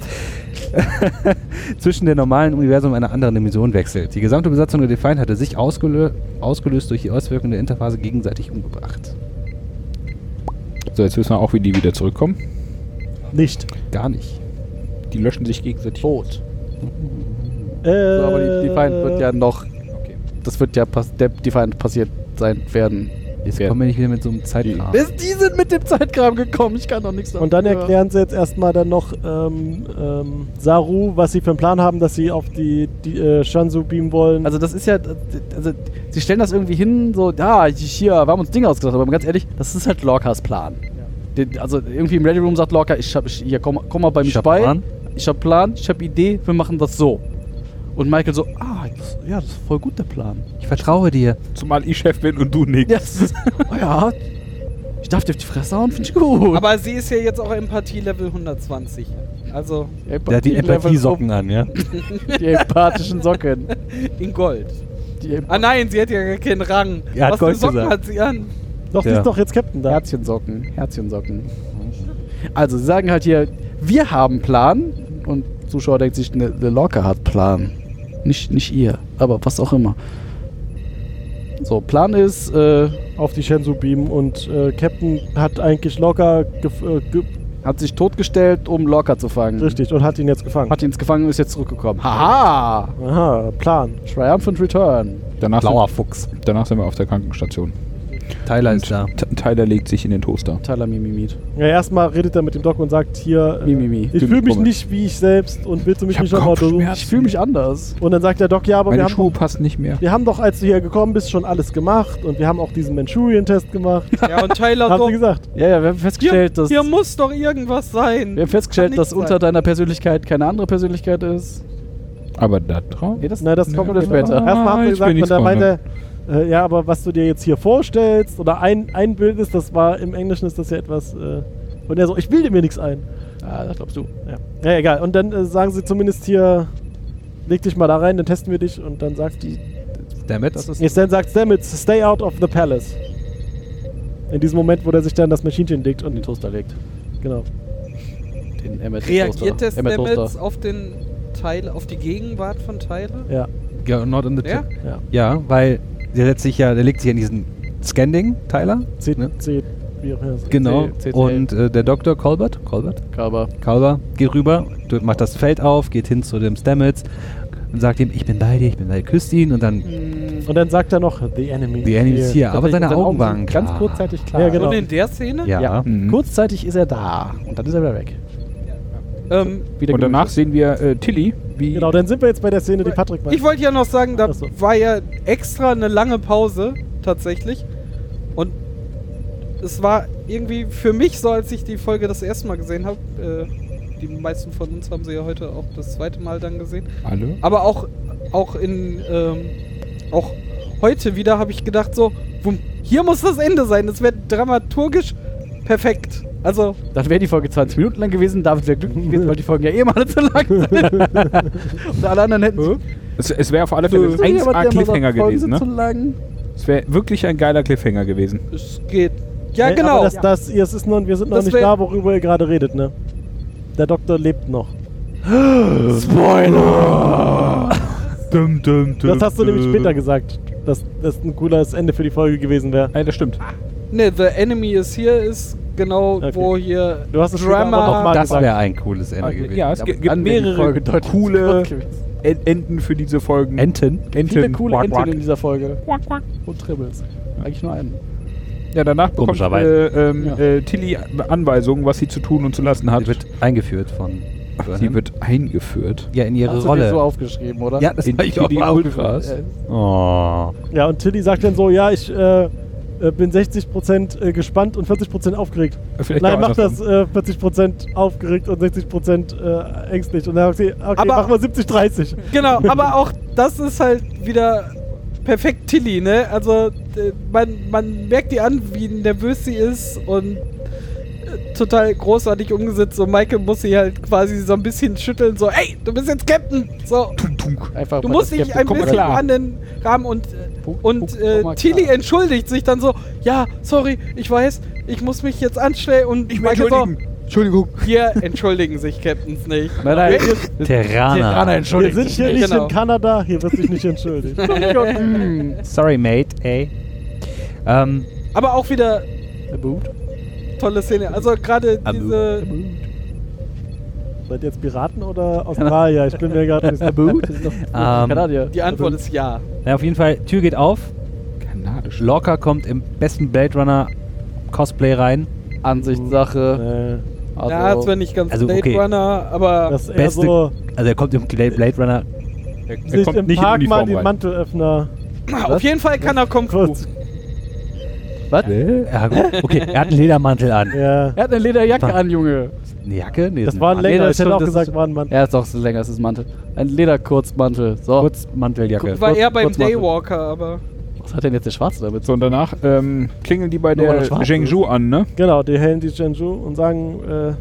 Speaker 5: [LAUGHS] zwischen der normalen Universum und einer anderen Dimension wechselt. Die gesamte Besatzung der Defiant hatte sich ausgelö ausgelöst durch die Auswirkungen der Interphase gegenseitig umgebracht.
Speaker 3: So, jetzt wissen wir auch, wie die wieder zurückkommen.
Speaker 2: Nicht.
Speaker 5: Gar nicht.
Speaker 3: Die löschen sich gegenseitig.
Speaker 4: Tot.
Speaker 2: Äh,
Speaker 4: So, [LAUGHS] aber die, die Feind wird ja noch.
Speaker 3: Okay.
Speaker 4: Das wird ja pass der, die Feind passiert sein werden.
Speaker 5: Jetzt
Speaker 3: Ja.
Speaker 5: kommen wir nicht wieder mit so einem Zeitrahmen.
Speaker 4: Wer ist- Die sind mit dem Zeitkram gekommen. Ich kann doch nichts
Speaker 2: Und dann erklären sie jetzt erstmal dann noch ähm, ähm, Saru, was sie für einen Plan haben, dass sie auf die, die äh, Shansu beamen wollen.
Speaker 4: Also das ist ja, also sie stellen das irgendwie hin, so, ja, hier, wir haben uns Dinge ausgedacht, aber ganz ehrlich, das ist halt Lorcas Plan. Den, also irgendwie im Ready Room sagt Lorca, ich hab, ich, hier, komm, komm mal bei mir
Speaker 5: Ich hab
Speaker 4: bei,
Speaker 5: Plan.
Speaker 4: ich hab Plan, ich hab Idee, wir machen das so. Und Michael so, ah, das, ja, das ist voll gut
Speaker 5: [LAUGHS]
Speaker 4: der Plan.
Speaker 5: Ich vertraue dir.
Speaker 3: Zumal ich Chef bin und du nicht.
Speaker 4: Ja, das ist, oh ja, ich darf dir auf die Fresse hauen, finde ich gut.
Speaker 1: Aber sie ist ja jetzt auch Empathie-Level 120. Also
Speaker 5: Der hat die Empathie-Socken an, ja?
Speaker 4: Die empathischen Socken.
Speaker 1: in Gold.
Speaker 5: [LAUGHS]
Speaker 4: Die
Speaker 1: Ah nein, sie hat ja gar keinen Rang.
Speaker 5: Er hat
Speaker 1: Was für
Speaker 5: Gold
Speaker 1: Socken
Speaker 5: gesagt.
Speaker 1: hat sie
Speaker 2: [LAUGHS]
Speaker 1: an?
Speaker 2: doch, die
Speaker 5: ja.
Speaker 2: ist doch jetzt Captain da.
Speaker 4: Herzchensocken, Herzchensocken. Also, sie sagen halt hier, wir haben Plan und Zuschauer denkt sich, ne, ne Lorca hat Plan. Nicht, nicht ihr, aber was auch immer. So, Plan ist, äh,
Speaker 2: Auf die Shansu beamen und äh, Captain hat eigentlich locker gef äh, ge
Speaker 4: hat sich totgestellt, um Lorca zu fangen.
Speaker 2: richtig und Mhm. hat ihn jetzt gefangen.
Speaker 4: Hat ihn ins Gefangene und ist jetzt zurückgekommen. Haha!
Speaker 2: Aha, Plan.
Speaker 4: Triumphant Return.
Speaker 3: Danach
Speaker 5: Blauer
Speaker 3: sind,
Speaker 5: Fuchs.
Speaker 3: danach sind wir auf der Krankenstation.
Speaker 5: Tyler ist da.
Speaker 3: T Tyler legt sich in den Toaster.
Speaker 4: Tyler Mimimit.
Speaker 2: Ja, erstmal redet er mit dem Doc und sagt hier, äh,
Speaker 4: Mimimi.
Speaker 2: ich
Speaker 3: Tim
Speaker 2: fühle mich
Speaker 3: Krumme.
Speaker 2: nicht wie ich selbst und willst du mich
Speaker 3: Ich hab
Speaker 2: nicht nochmal untersuchen?
Speaker 3: Kopfschmerzen.
Speaker 4: Ich fühle mich anders.
Speaker 2: Und dann sagt der Doc, ja, aber wir
Speaker 3: Meine
Speaker 2: haben,
Speaker 3: Schuhe passen nicht mehr.
Speaker 2: wir haben doch, als du hier gekommen bist, schon alles gemacht und wir haben auch diesen Manchurian-Test [LAUGHS] gemacht.
Speaker 1: Ja, und Tyler
Speaker 2: haben
Speaker 1: so.
Speaker 2: sie gesagt.
Speaker 4: Ja, ja, wir haben
Speaker 1: Hier,
Speaker 4: festgestellt, dass.
Speaker 1: hier muss doch irgendwas sein.
Speaker 4: wir haben festgestellt,
Speaker 1: Kann nicht
Speaker 4: dass unter
Speaker 1: sein.
Speaker 4: deiner Persönlichkeit keine andere Persönlichkeit ist. genau.
Speaker 3: Aber da drauf.
Speaker 4: Nee, das,
Speaker 2: Na, das
Speaker 3: Nee.
Speaker 2: kommt
Speaker 4: kommt später.
Speaker 2: Erstmal haben
Speaker 3: Ah,
Speaker 2: sie
Speaker 3: ich bin
Speaker 2: gesagt,
Speaker 3: nichts
Speaker 2: und dann
Speaker 3: dran,
Speaker 2: meinte er, äh, ja, aber was du dir jetzt hier vorstellst oder ein, ein Bild ist, das war im Englischen ist das ja etwas. Äh, und er so, ich bilde mir nichts ein.
Speaker 4: Ah, das glaubst du.
Speaker 2: Ja. ja, egal. Und dann äh, sagen sie zumindest hier, leg dich mal da rein, dann testen wir dich. Und dann sagt die,
Speaker 5: Damit, das ist
Speaker 2: jetzt dann sagt Stamets, stay out of the palace. In diesem Moment, wo er sich dann das Maschinchen legt
Speaker 4: In
Speaker 2: und
Speaker 4: den Toaster legt.
Speaker 2: genau.
Speaker 4: Den Emmet
Speaker 1: Reagiert der
Speaker 4: Toaster. Emmet
Speaker 1: Stamets
Speaker 4: Toaster.
Speaker 1: auf den Teil, auf die Gegenwart von Tyler?
Speaker 2: Ja,
Speaker 5: ja, not in the
Speaker 1: Ja?
Speaker 5: tip.
Speaker 2: ja.
Speaker 5: Ja, weil der setzt sich ja, der legt sich ja in diesen Scanding, Tyler.
Speaker 2: C,
Speaker 5: Ne?
Speaker 2: C, wie auch immer.
Speaker 5: Genau.
Speaker 4: C- CCL.
Speaker 5: Und äh, der Doktor Colbert, Colbert,
Speaker 4: Kaba.
Speaker 5: Kalber geht rüber, du- macht das Feld auf, geht hin zu dem Stamets und sagt ihm, ich bin bei dir, ich bin bei dir, küsst ihn und dann
Speaker 2: Und dann sagt er noch, The Enemy.
Speaker 5: die Annie ist hier. Aber
Speaker 6: Tatsächlich,
Speaker 5: seine
Speaker 6: seine
Speaker 5: Augen waren
Speaker 6: sind ganz
Speaker 5: klar.
Speaker 6: kurzzeitig klar.
Speaker 2: Ja, genau.
Speaker 1: Ah. Und in der Szene?
Speaker 5: Ja.
Speaker 6: Ja.
Speaker 3: Mhm.
Speaker 6: Kurzzeitig ist er da und dann ist er wieder weg.
Speaker 1: Ähm,
Speaker 6: Wieder
Speaker 3: Und danach
Speaker 6: gemütlich.
Speaker 3: sehen wir äh, Tilly, wie
Speaker 2: Genau, dann sind wir jetzt bei der Szene, die Patrick meint.
Speaker 1: ich wollte ja noch sagen, da
Speaker 2: Ach so.
Speaker 1: war ja extra eine lange Pause tatsächlich. Und es war irgendwie für mich so, als ich die Folge das erste Mal gesehen habe. Äh, die meisten von uns haben sie ja heute auch das zweite Mal dann gesehen.
Speaker 3: alle.
Speaker 1: Aber auch, auch in ähm, auch heute wieder habe ich gedacht so, wumm, hier muss das Ende sein. Das wäre dramaturgisch perfekt. Also
Speaker 6: Dann wäre die Folge 20 Minuten lang gewesen, David wäre glücklich gewesen, weil die Folgen ja eh mal zu lang
Speaker 3: [LAUGHS]
Speaker 6: sind. Und alle anderen hätten sich-
Speaker 3: Es, es wäre auf alle Fälle ein
Speaker 6: Jemand, der mal sagt,
Speaker 3: 1A Cliffhanger
Speaker 6: Folgen
Speaker 3: gewesen,
Speaker 6: sind zu
Speaker 3: ne?
Speaker 6: lang.
Speaker 3: Es wäre wirklich ein geiler Cliffhanger gewesen.
Speaker 1: es geht. Ja,
Speaker 2: Nee,
Speaker 1: genau.
Speaker 2: Aber das, das, ihr- es ist noch, wir sind noch
Speaker 1: Das
Speaker 2: nicht
Speaker 1: wär-
Speaker 2: da, worüber ihr gerade redet, ne? Der Doktor lebt noch.
Speaker 3: Dum, dum, dum,
Speaker 2: Das hast du nämlich
Speaker 3: dum.
Speaker 2: später gesagt, dass das ein cooles Ende für die Folge gewesen wäre.
Speaker 3: Ja, das stimmt.
Speaker 1: Ne, The Enemy is Here ist genau,
Speaker 2: Okay.
Speaker 1: wo hier
Speaker 2: Du hast es später
Speaker 1: Drama.
Speaker 2: aber noch mal
Speaker 5: Das
Speaker 2: gesagt.
Speaker 5: wäre ein cooles Ende gewesen.
Speaker 3: Ah, Ja, es
Speaker 6: Aber
Speaker 3: gi- gibt
Speaker 6: dann wäre die
Speaker 3: mehrere
Speaker 6: Folge deutlich
Speaker 3: coole
Speaker 6: kurz gewesen.
Speaker 3: En- Enden für diese Folgen.
Speaker 5: Enten.
Speaker 3: Enten.
Speaker 6: Viele coole
Speaker 3: Quack,
Speaker 6: Enten
Speaker 3: quack.
Speaker 6: in dieser Folge. Und Tribbles. Eigentlich nur einen.
Speaker 3: Ja, danach bekommt
Speaker 5: Komischerweise.
Speaker 3: äh, ähm,
Speaker 6: Ja.
Speaker 3: äh, Tilly Anweisungen, was sie zu tun und zu lassen hat.
Speaker 5: Die wird eingeführt von.
Speaker 3: sie wird eingeführt.
Speaker 5: ja in ihre
Speaker 6: Hast du dir
Speaker 5: Rolle.
Speaker 6: so aufgeschrieben, oder?
Speaker 5: ja, das
Speaker 3: in
Speaker 5: war ich auch
Speaker 3: die
Speaker 5: mal
Speaker 3: Ultras. Äh,
Speaker 5: aufgefasst. Oh.
Speaker 2: Ja, und Tilly sagt dann so, ja, ich äh, äh, bin 60% äh, gespannt und 40% aufgeregt.
Speaker 3: Vielleicht
Speaker 2: Nein,
Speaker 3: auch
Speaker 2: mach das
Speaker 3: andersrum.
Speaker 2: äh, 40% aufgeregt und 60% äh, ängstlich. Und dann sagt sie, okay,
Speaker 1: Aber-
Speaker 2: mach mal 70-30.
Speaker 1: Genau, aber auch das ist halt wieder perfekt Tilly, ne? Also äh, man, man merkt ihr an, wie nervös sie ist und äh, total großartig umgesetzt. So Michael muss sie halt quasi so ein bisschen schütteln, so, ey, du bist jetzt Captain! So,
Speaker 6: Einfach
Speaker 1: du
Speaker 6: mal
Speaker 1: musst
Speaker 6: das
Speaker 1: dich
Speaker 6: Skeptik-
Speaker 1: ein
Speaker 6: Komm mal
Speaker 1: bisschen
Speaker 6: klar.
Speaker 1: an den Rahmen und, äh,
Speaker 6: Punkt,
Speaker 1: und
Speaker 6: Punkt,
Speaker 1: äh,
Speaker 6: komm mal
Speaker 1: Tilly
Speaker 6: klar.
Speaker 1: entschuldigt sich dann so, ja, sorry, ich weiß, ich muss mich jetzt anstellen und
Speaker 3: Ich will entschuldigen. Entschuldigung.
Speaker 1: Hier entschuldigen sich Captains nicht.
Speaker 6: Nein, nein.
Speaker 5: Terraner.
Speaker 2: Wir
Speaker 6: entschuldigt.
Speaker 2: sind hier
Speaker 1: Ja,
Speaker 2: nicht
Speaker 1: genau.
Speaker 2: in Kanada, hier wird sich nicht entschuldigt.
Speaker 5: Sorry, mate, ey. Ähm,
Speaker 1: Aber auch wieder
Speaker 6: Der Boot.
Speaker 1: tolle Szene. Also gerade
Speaker 5: Abu.
Speaker 1: diese.
Speaker 2: Seid ihr jetzt Piraten oder Australier? Ich bin mir gerade nicht sicher.
Speaker 6: Boot? Das ist noch
Speaker 5: Ähm,
Speaker 6: Kanadier.
Speaker 1: Die Antwort ist ja.
Speaker 5: na, auf jeden Fall, Tür geht auf.
Speaker 3: Kanadisch.
Speaker 5: Lorca kommt im besten Blade Runner Cosplay rein.
Speaker 6: Ansichtssache.
Speaker 2: Äh,
Speaker 6: Also,
Speaker 1: ja, zwar nicht ganz
Speaker 5: also,
Speaker 1: Blade
Speaker 5: okay.
Speaker 1: Runner, aber
Speaker 2: das ist eher
Speaker 5: Beste,
Speaker 2: so,
Speaker 5: also er kommt im Gla- Blade Runner
Speaker 3: Er, er
Speaker 2: sich
Speaker 3: kommt
Speaker 2: im
Speaker 3: nicht
Speaker 2: Park
Speaker 3: in
Speaker 2: mal
Speaker 3: Uniform
Speaker 2: den
Speaker 3: rein.
Speaker 2: Mantelöffner
Speaker 1: auf jeden Fall kann er kommen.
Speaker 2: kurz.
Speaker 6: was?
Speaker 5: Ja, gut. Okay, er hat einen Ledermantel an.
Speaker 2: Ja.
Speaker 6: Er hat eine Lederjacke
Speaker 5: Was?
Speaker 6: an, Junge.
Speaker 5: Eine Jacke? Nee,
Speaker 2: Das
Speaker 5: ist
Speaker 2: war ein
Speaker 6: Ah,
Speaker 2: länger,
Speaker 6: nee, das
Speaker 2: ich hätte
Speaker 6: stimmt,
Speaker 2: auch
Speaker 6: das
Speaker 2: gesagt,
Speaker 6: ist-
Speaker 2: war ein Mantel.
Speaker 6: Ja, ist doch so länger, es ist Mantel. Ein Lederkurzmantel. So.
Speaker 5: Kurzmanteljacke.
Speaker 1: War
Speaker 6: kurz-
Speaker 1: eher beim
Speaker 6: kurz mal-
Speaker 1: Daywalker, aber.
Speaker 6: Was hat denn jetzt der Schwarze damit?
Speaker 3: So, und danach ähm, klingeln die bei
Speaker 6: Nur weil
Speaker 3: der
Speaker 6: er schwarz
Speaker 3: Zhengzhou an, ne?
Speaker 2: Genau, die hellen die Genju und sagen, äh,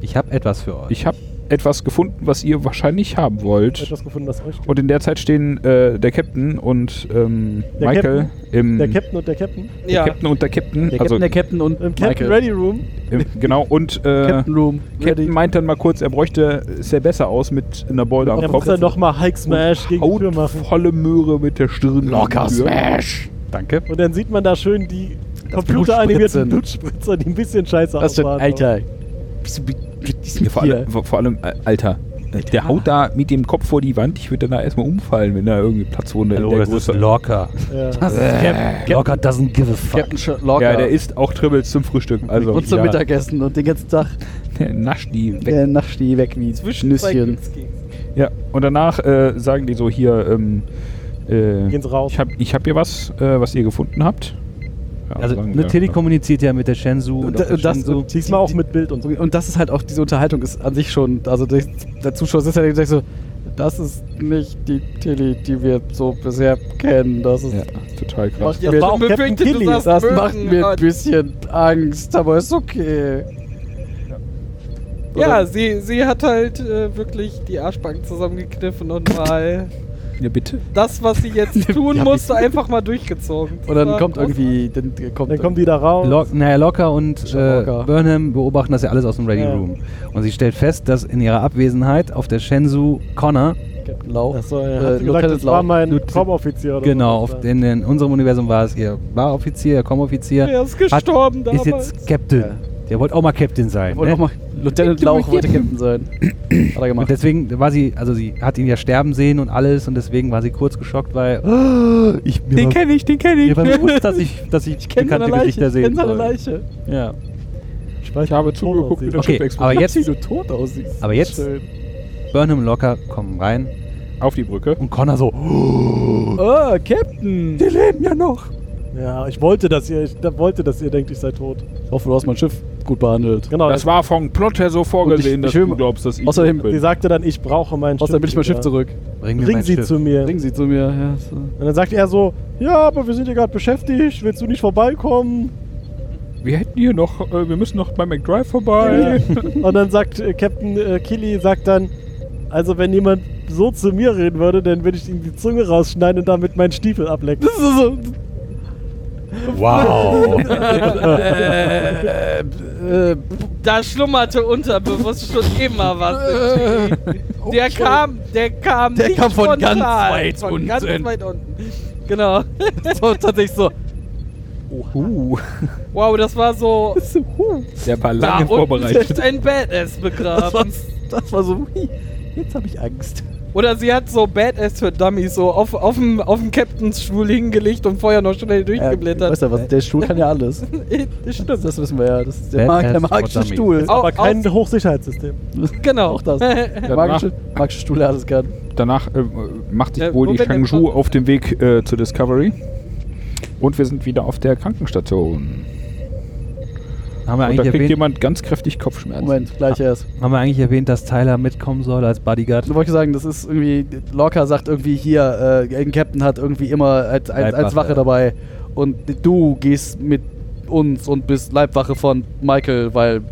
Speaker 5: Ich habe etwas für euch.
Speaker 3: Ich habe etwas gefunden, was ihr wahrscheinlich haben wollt.
Speaker 2: etwas gefunden, das euch
Speaker 3: Und in der Zeit stehen äh, der Captain und ähm,
Speaker 2: Der
Speaker 3: Michael im
Speaker 2: Der Captain und der Captain.
Speaker 3: der
Speaker 1: Ja.
Speaker 3: Captain und der Captain,
Speaker 6: Der
Speaker 3: also
Speaker 6: Captain, der Captain und
Speaker 2: Im Captain
Speaker 6: Michael.
Speaker 2: Ready Room.
Speaker 3: im, genau und äh,
Speaker 6: Captain
Speaker 3: Captain,
Speaker 6: Room. Ready.
Speaker 3: meint dann mal kurz, er bräuchte es sähe besser aus mit einer Beule am
Speaker 2: Er muss
Speaker 3: Kopf.
Speaker 2: dann nochmal Hike Smash gegen die Tür
Speaker 3: Haut
Speaker 2: machen.
Speaker 3: volle Möhre mit der Stirn. Locker Smash.
Speaker 5: danke.
Speaker 2: Und dann sieht man da schön die computeranimierten Blutspritzer, die ein bisschen scheiße
Speaker 6: Was denn,
Speaker 2: aussahen.
Speaker 6: Alter?
Speaker 3: Vor allem, vor- vor allem äh, Alter, äh, der haut da mit dem Kopf vor die Wand. Ich würde dann da erstmal umfallen, wenn da irgendwie Platzwunde in
Speaker 5: Hallo,
Speaker 3: der
Speaker 5: das ist
Speaker 3: Größe.
Speaker 5: Lorca.
Speaker 2: Ja.
Speaker 5: Äh, Lorca doesn't give a fuck.
Speaker 6: Captain Sch- Locker.
Speaker 3: Ja, der isst auch Tribbles zum Frühstück. Also,
Speaker 6: und zum
Speaker 3: ja,
Speaker 6: Mittagessen und den ganzen Tag
Speaker 3: [LAUGHS] Der nascht die weg.
Speaker 6: der nascht die weg wie
Speaker 1: zwei
Speaker 6: Nüsschen.
Speaker 1: Glückskeks.
Speaker 3: Ja, und danach äh, sagen die so hier, ähm, äh,
Speaker 2: Gehen sie raus.
Speaker 3: ich habe ich hab hier was, äh, was ihr gefunden habt. Ja,
Speaker 5: Also,
Speaker 3: sagen
Speaker 5: eine
Speaker 3: wir,
Speaker 5: Tilly
Speaker 3: ja.
Speaker 5: kommuniziert ja mit der Shenzhou und,
Speaker 6: Und
Speaker 5: auch
Speaker 6: da-
Speaker 5: der
Speaker 6: und das-
Speaker 5: Shenzhou.
Speaker 6: und
Speaker 2: Diesmal auch mit Bild und so.
Speaker 6: Und das ist halt auch, diese Unterhaltung ist an sich schon, also der, der Zuschauer sitzt halt ja direkt so, das ist nicht die Tilly, die wir so bisher kennen. Das ist
Speaker 3: Ja, total krass.
Speaker 2: Das war auch
Speaker 1: Dumme
Speaker 2: Captain ah,
Speaker 1: Fürchte, du
Speaker 2: Tilly.
Speaker 1: sagst
Speaker 6: Das
Speaker 1: Mögen,
Speaker 6: macht mir ein
Speaker 1: Gott.
Speaker 6: bisschen Angst, aber ist okay.
Speaker 1: Ja, sie, sie hat halt äh, wirklich die Arschbacken zusammengekniffen und mal
Speaker 3: Ja, bitte.
Speaker 1: das, was sie jetzt tun musste, einfach mal durchgezogen. Das
Speaker 6: Und dann
Speaker 1: war
Speaker 6: kommt
Speaker 1: großartig.
Speaker 6: irgendwie, dann äh, kommt,
Speaker 2: Dann kommen die da raus.
Speaker 5: Lock, naja, Locker und
Speaker 6: Schon
Speaker 5: äh,
Speaker 6: Lorca.
Speaker 5: Burnham beobachten das ja alles aus dem Ready
Speaker 2: Ja.
Speaker 5: Room. Und sie stellt fest, dass in ihrer Abwesenheit auf der Shenzhou Connor
Speaker 4: Lauch.
Speaker 2: Achso, er
Speaker 4: Äh,
Speaker 2: hat gesagt,
Speaker 4: Lieutenant
Speaker 2: das war
Speaker 4: Lauch.
Speaker 2: mein
Speaker 5: Lieutenant-
Speaker 2: Kommoffizier. oder ne?
Speaker 5: Genau, auf,
Speaker 2: was das war.
Speaker 5: in, in unserem Universum war es ihr Baroffizier, ihr Kommoffizier.
Speaker 1: Er ist gestorben
Speaker 5: Hat, ist
Speaker 1: damals.
Speaker 5: jetzt Captain. Der wollte auch mal Captain sein.
Speaker 4: Wollte
Speaker 5: ne?
Speaker 4: auch mal Lieutenant Lauch wollte Captain [CLEARS THROAT] sein. Hat er
Speaker 5: Und
Speaker 4: gemacht.
Speaker 5: deswegen war sie, also sie hat ihn ja sterben sehen und alles und deswegen war sie kurz geschockt, weil oh, ich mir
Speaker 1: Den
Speaker 5: war,
Speaker 1: kenne ich, den kenne ich. [LAUGHS]
Speaker 5: mir war bewusst, dass ich, dass ich, bekannte Gesichter sehen soll.
Speaker 4: Ja.
Speaker 2: weiß
Speaker 3: Ich habe
Speaker 2: nicht, wie das
Speaker 3: zugeguckt, wie
Speaker 2: aussieht.
Speaker 3: der Schiff
Speaker 5: Okay, aber
Speaker 3: explodiert.
Speaker 5: jetzt,
Speaker 6: du tot aussiehst.
Speaker 5: aber jetzt Burnham locker kommen rein
Speaker 3: Auf die Brücke.
Speaker 5: und Connor so, [GASPS]
Speaker 1: Oh, Captain. Die leben ja noch.
Speaker 2: Ja, ich wollte, dass ihr, ich da- wollte, dass ihr denkt, ich sei tot.
Speaker 6: Ich hoffe, du hast mein Schiff gut behandelt.
Speaker 2: Genau,
Speaker 3: Das war vom Plot her so vorgesehen,
Speaker 6: Und ich- ich
Speaker 3: dass
Speaker 6: will-
Speaker 3: du glaubst, dass ich
Speaker 6: außerdem-
Speaker 3: tot
Speaker 2: Sie
Speaker 3: bin.
Speaker 2: sagte dann, ich brauche mein Schiff.
Speaker 6: Außerdem will ich mein
Speaker 2: wieder.
Speaker 6: Schiff zurück.
Speaker 5: bring mir
Speaker 2: Bring
Speaker 5: mein
Speaker 2: sie
Speaker 5: Schiff.
Speaker 2: zu mir.
Speaker 6: Bringen sie zu mir. Ja, so.
Speaker 2: Und dann sagt er so, ja, aber wir sind hier gerade beschäftigt, willst du nicht vorbeikommen?
Speaker 3: Wir hätten hier noch, äh, wir müssen noch bei McDrive vorbei.
Speaker 2: Und dann sagt äh, Captain äh, Killy, sagt dann, also wenn jemand so zu mir reden würde, dann würde ich ihm die Zunge rausschneiden und damit meinen Stiefel ablecken.
Speaker 4: Das ist so.
Speaker 5: Wow.
Speaker 1: Da schlummerte unterbewusst schon immer was. im Chili. der kam, der kam
Speaker 4: Äh, Der
Speaker 1: nicht
Speaker 4: kam von ganz
Speaker 1: spontan,
Speaker 4: weit
Speaker 1: von
Speaker 4: unten.
Speaker 1: ganz weit unten. Genau.
Speaker 4: so tatsächlich so.
Speaker 5: uh,
Speaker 1: Wow, das war so.
Speaker 3: [LAUGHS] Der war
Speaker 1: Da
Speaker 3: lange
Speaker 1: unten
Speaker 3: vorbereitet.
Speaker 1: ist ein Badass
Speaker 4: Das war,
Speaker 1: begraben.
Speaker 4: das war so. hui, Jetzt habe ich Angst.
Speaker 1: Oder sie hat so Badass für Dummies so auf, auf, dem, auf dem Captain's Stuhl hingelegt und vorher noch schnell
Speaker 4: Ja, Ähm, weißt
Speaker 1: durchgeblättert.
Speaker 4: du was? Der Stuhl kann ja alles.
Speaker 1: Stimmt.
Speaker 4: [LAUGHS] Das wissen wir ja. Das ist der,
Speaker 5: Badass
Speaker 4: Mag, der
Speaker 5: for
Speaker 4: magische
Speaker 5: Dummies.
Speaker 4: Stuhl.
Speaker 1: Au-
Speaker 2: Aber kein
Speaker 1: aus-
Speaker 2: Hochsicherheitssystem.
Speaker 1: Genau. [LAUGHS]
Speaker 4: Auch das. Der
Speaker 3: Ja,
Speaker 4: magische, magische Stuhl, der alles kann.
Speaker 3: Danach äh, macht sich
Speaker 1: Ja,
Speaker 3: wohl
Speaker 1: nur
Speaker 3: die
Speaker 1: wenn der
Speaker 3: Shangju
Speaker 1: Plot-
Speaker 3: auf dem Weg äh, zur Discovery. Und wir sind wieder auf der Krankenstation.
Speaker 5: haben, wir
Speaker 3: Und da
Speaker 5: eigentlich
Speaker 3: kriegt
Speaker 5: erwähnt,
Speaker 3: jemand ganz kräftig Kopfschmerzen.
Speaker 4: Moment, gleich erst.
Speaker 5: haben wir eigentlich erwähnt, dass Tyler mitkommen soll als Bodyguard?
Speaker 4: Ich wollte sagen, das ist irgendwie. Lorca sagt irgendwie hier, äh, ein Captain hat irgendwie immer als, als, als
Speaker 5: Leibwache.
Speaker 4: Wache dabei. Und du gehst mit uns und bist Leibwache von Michael, weil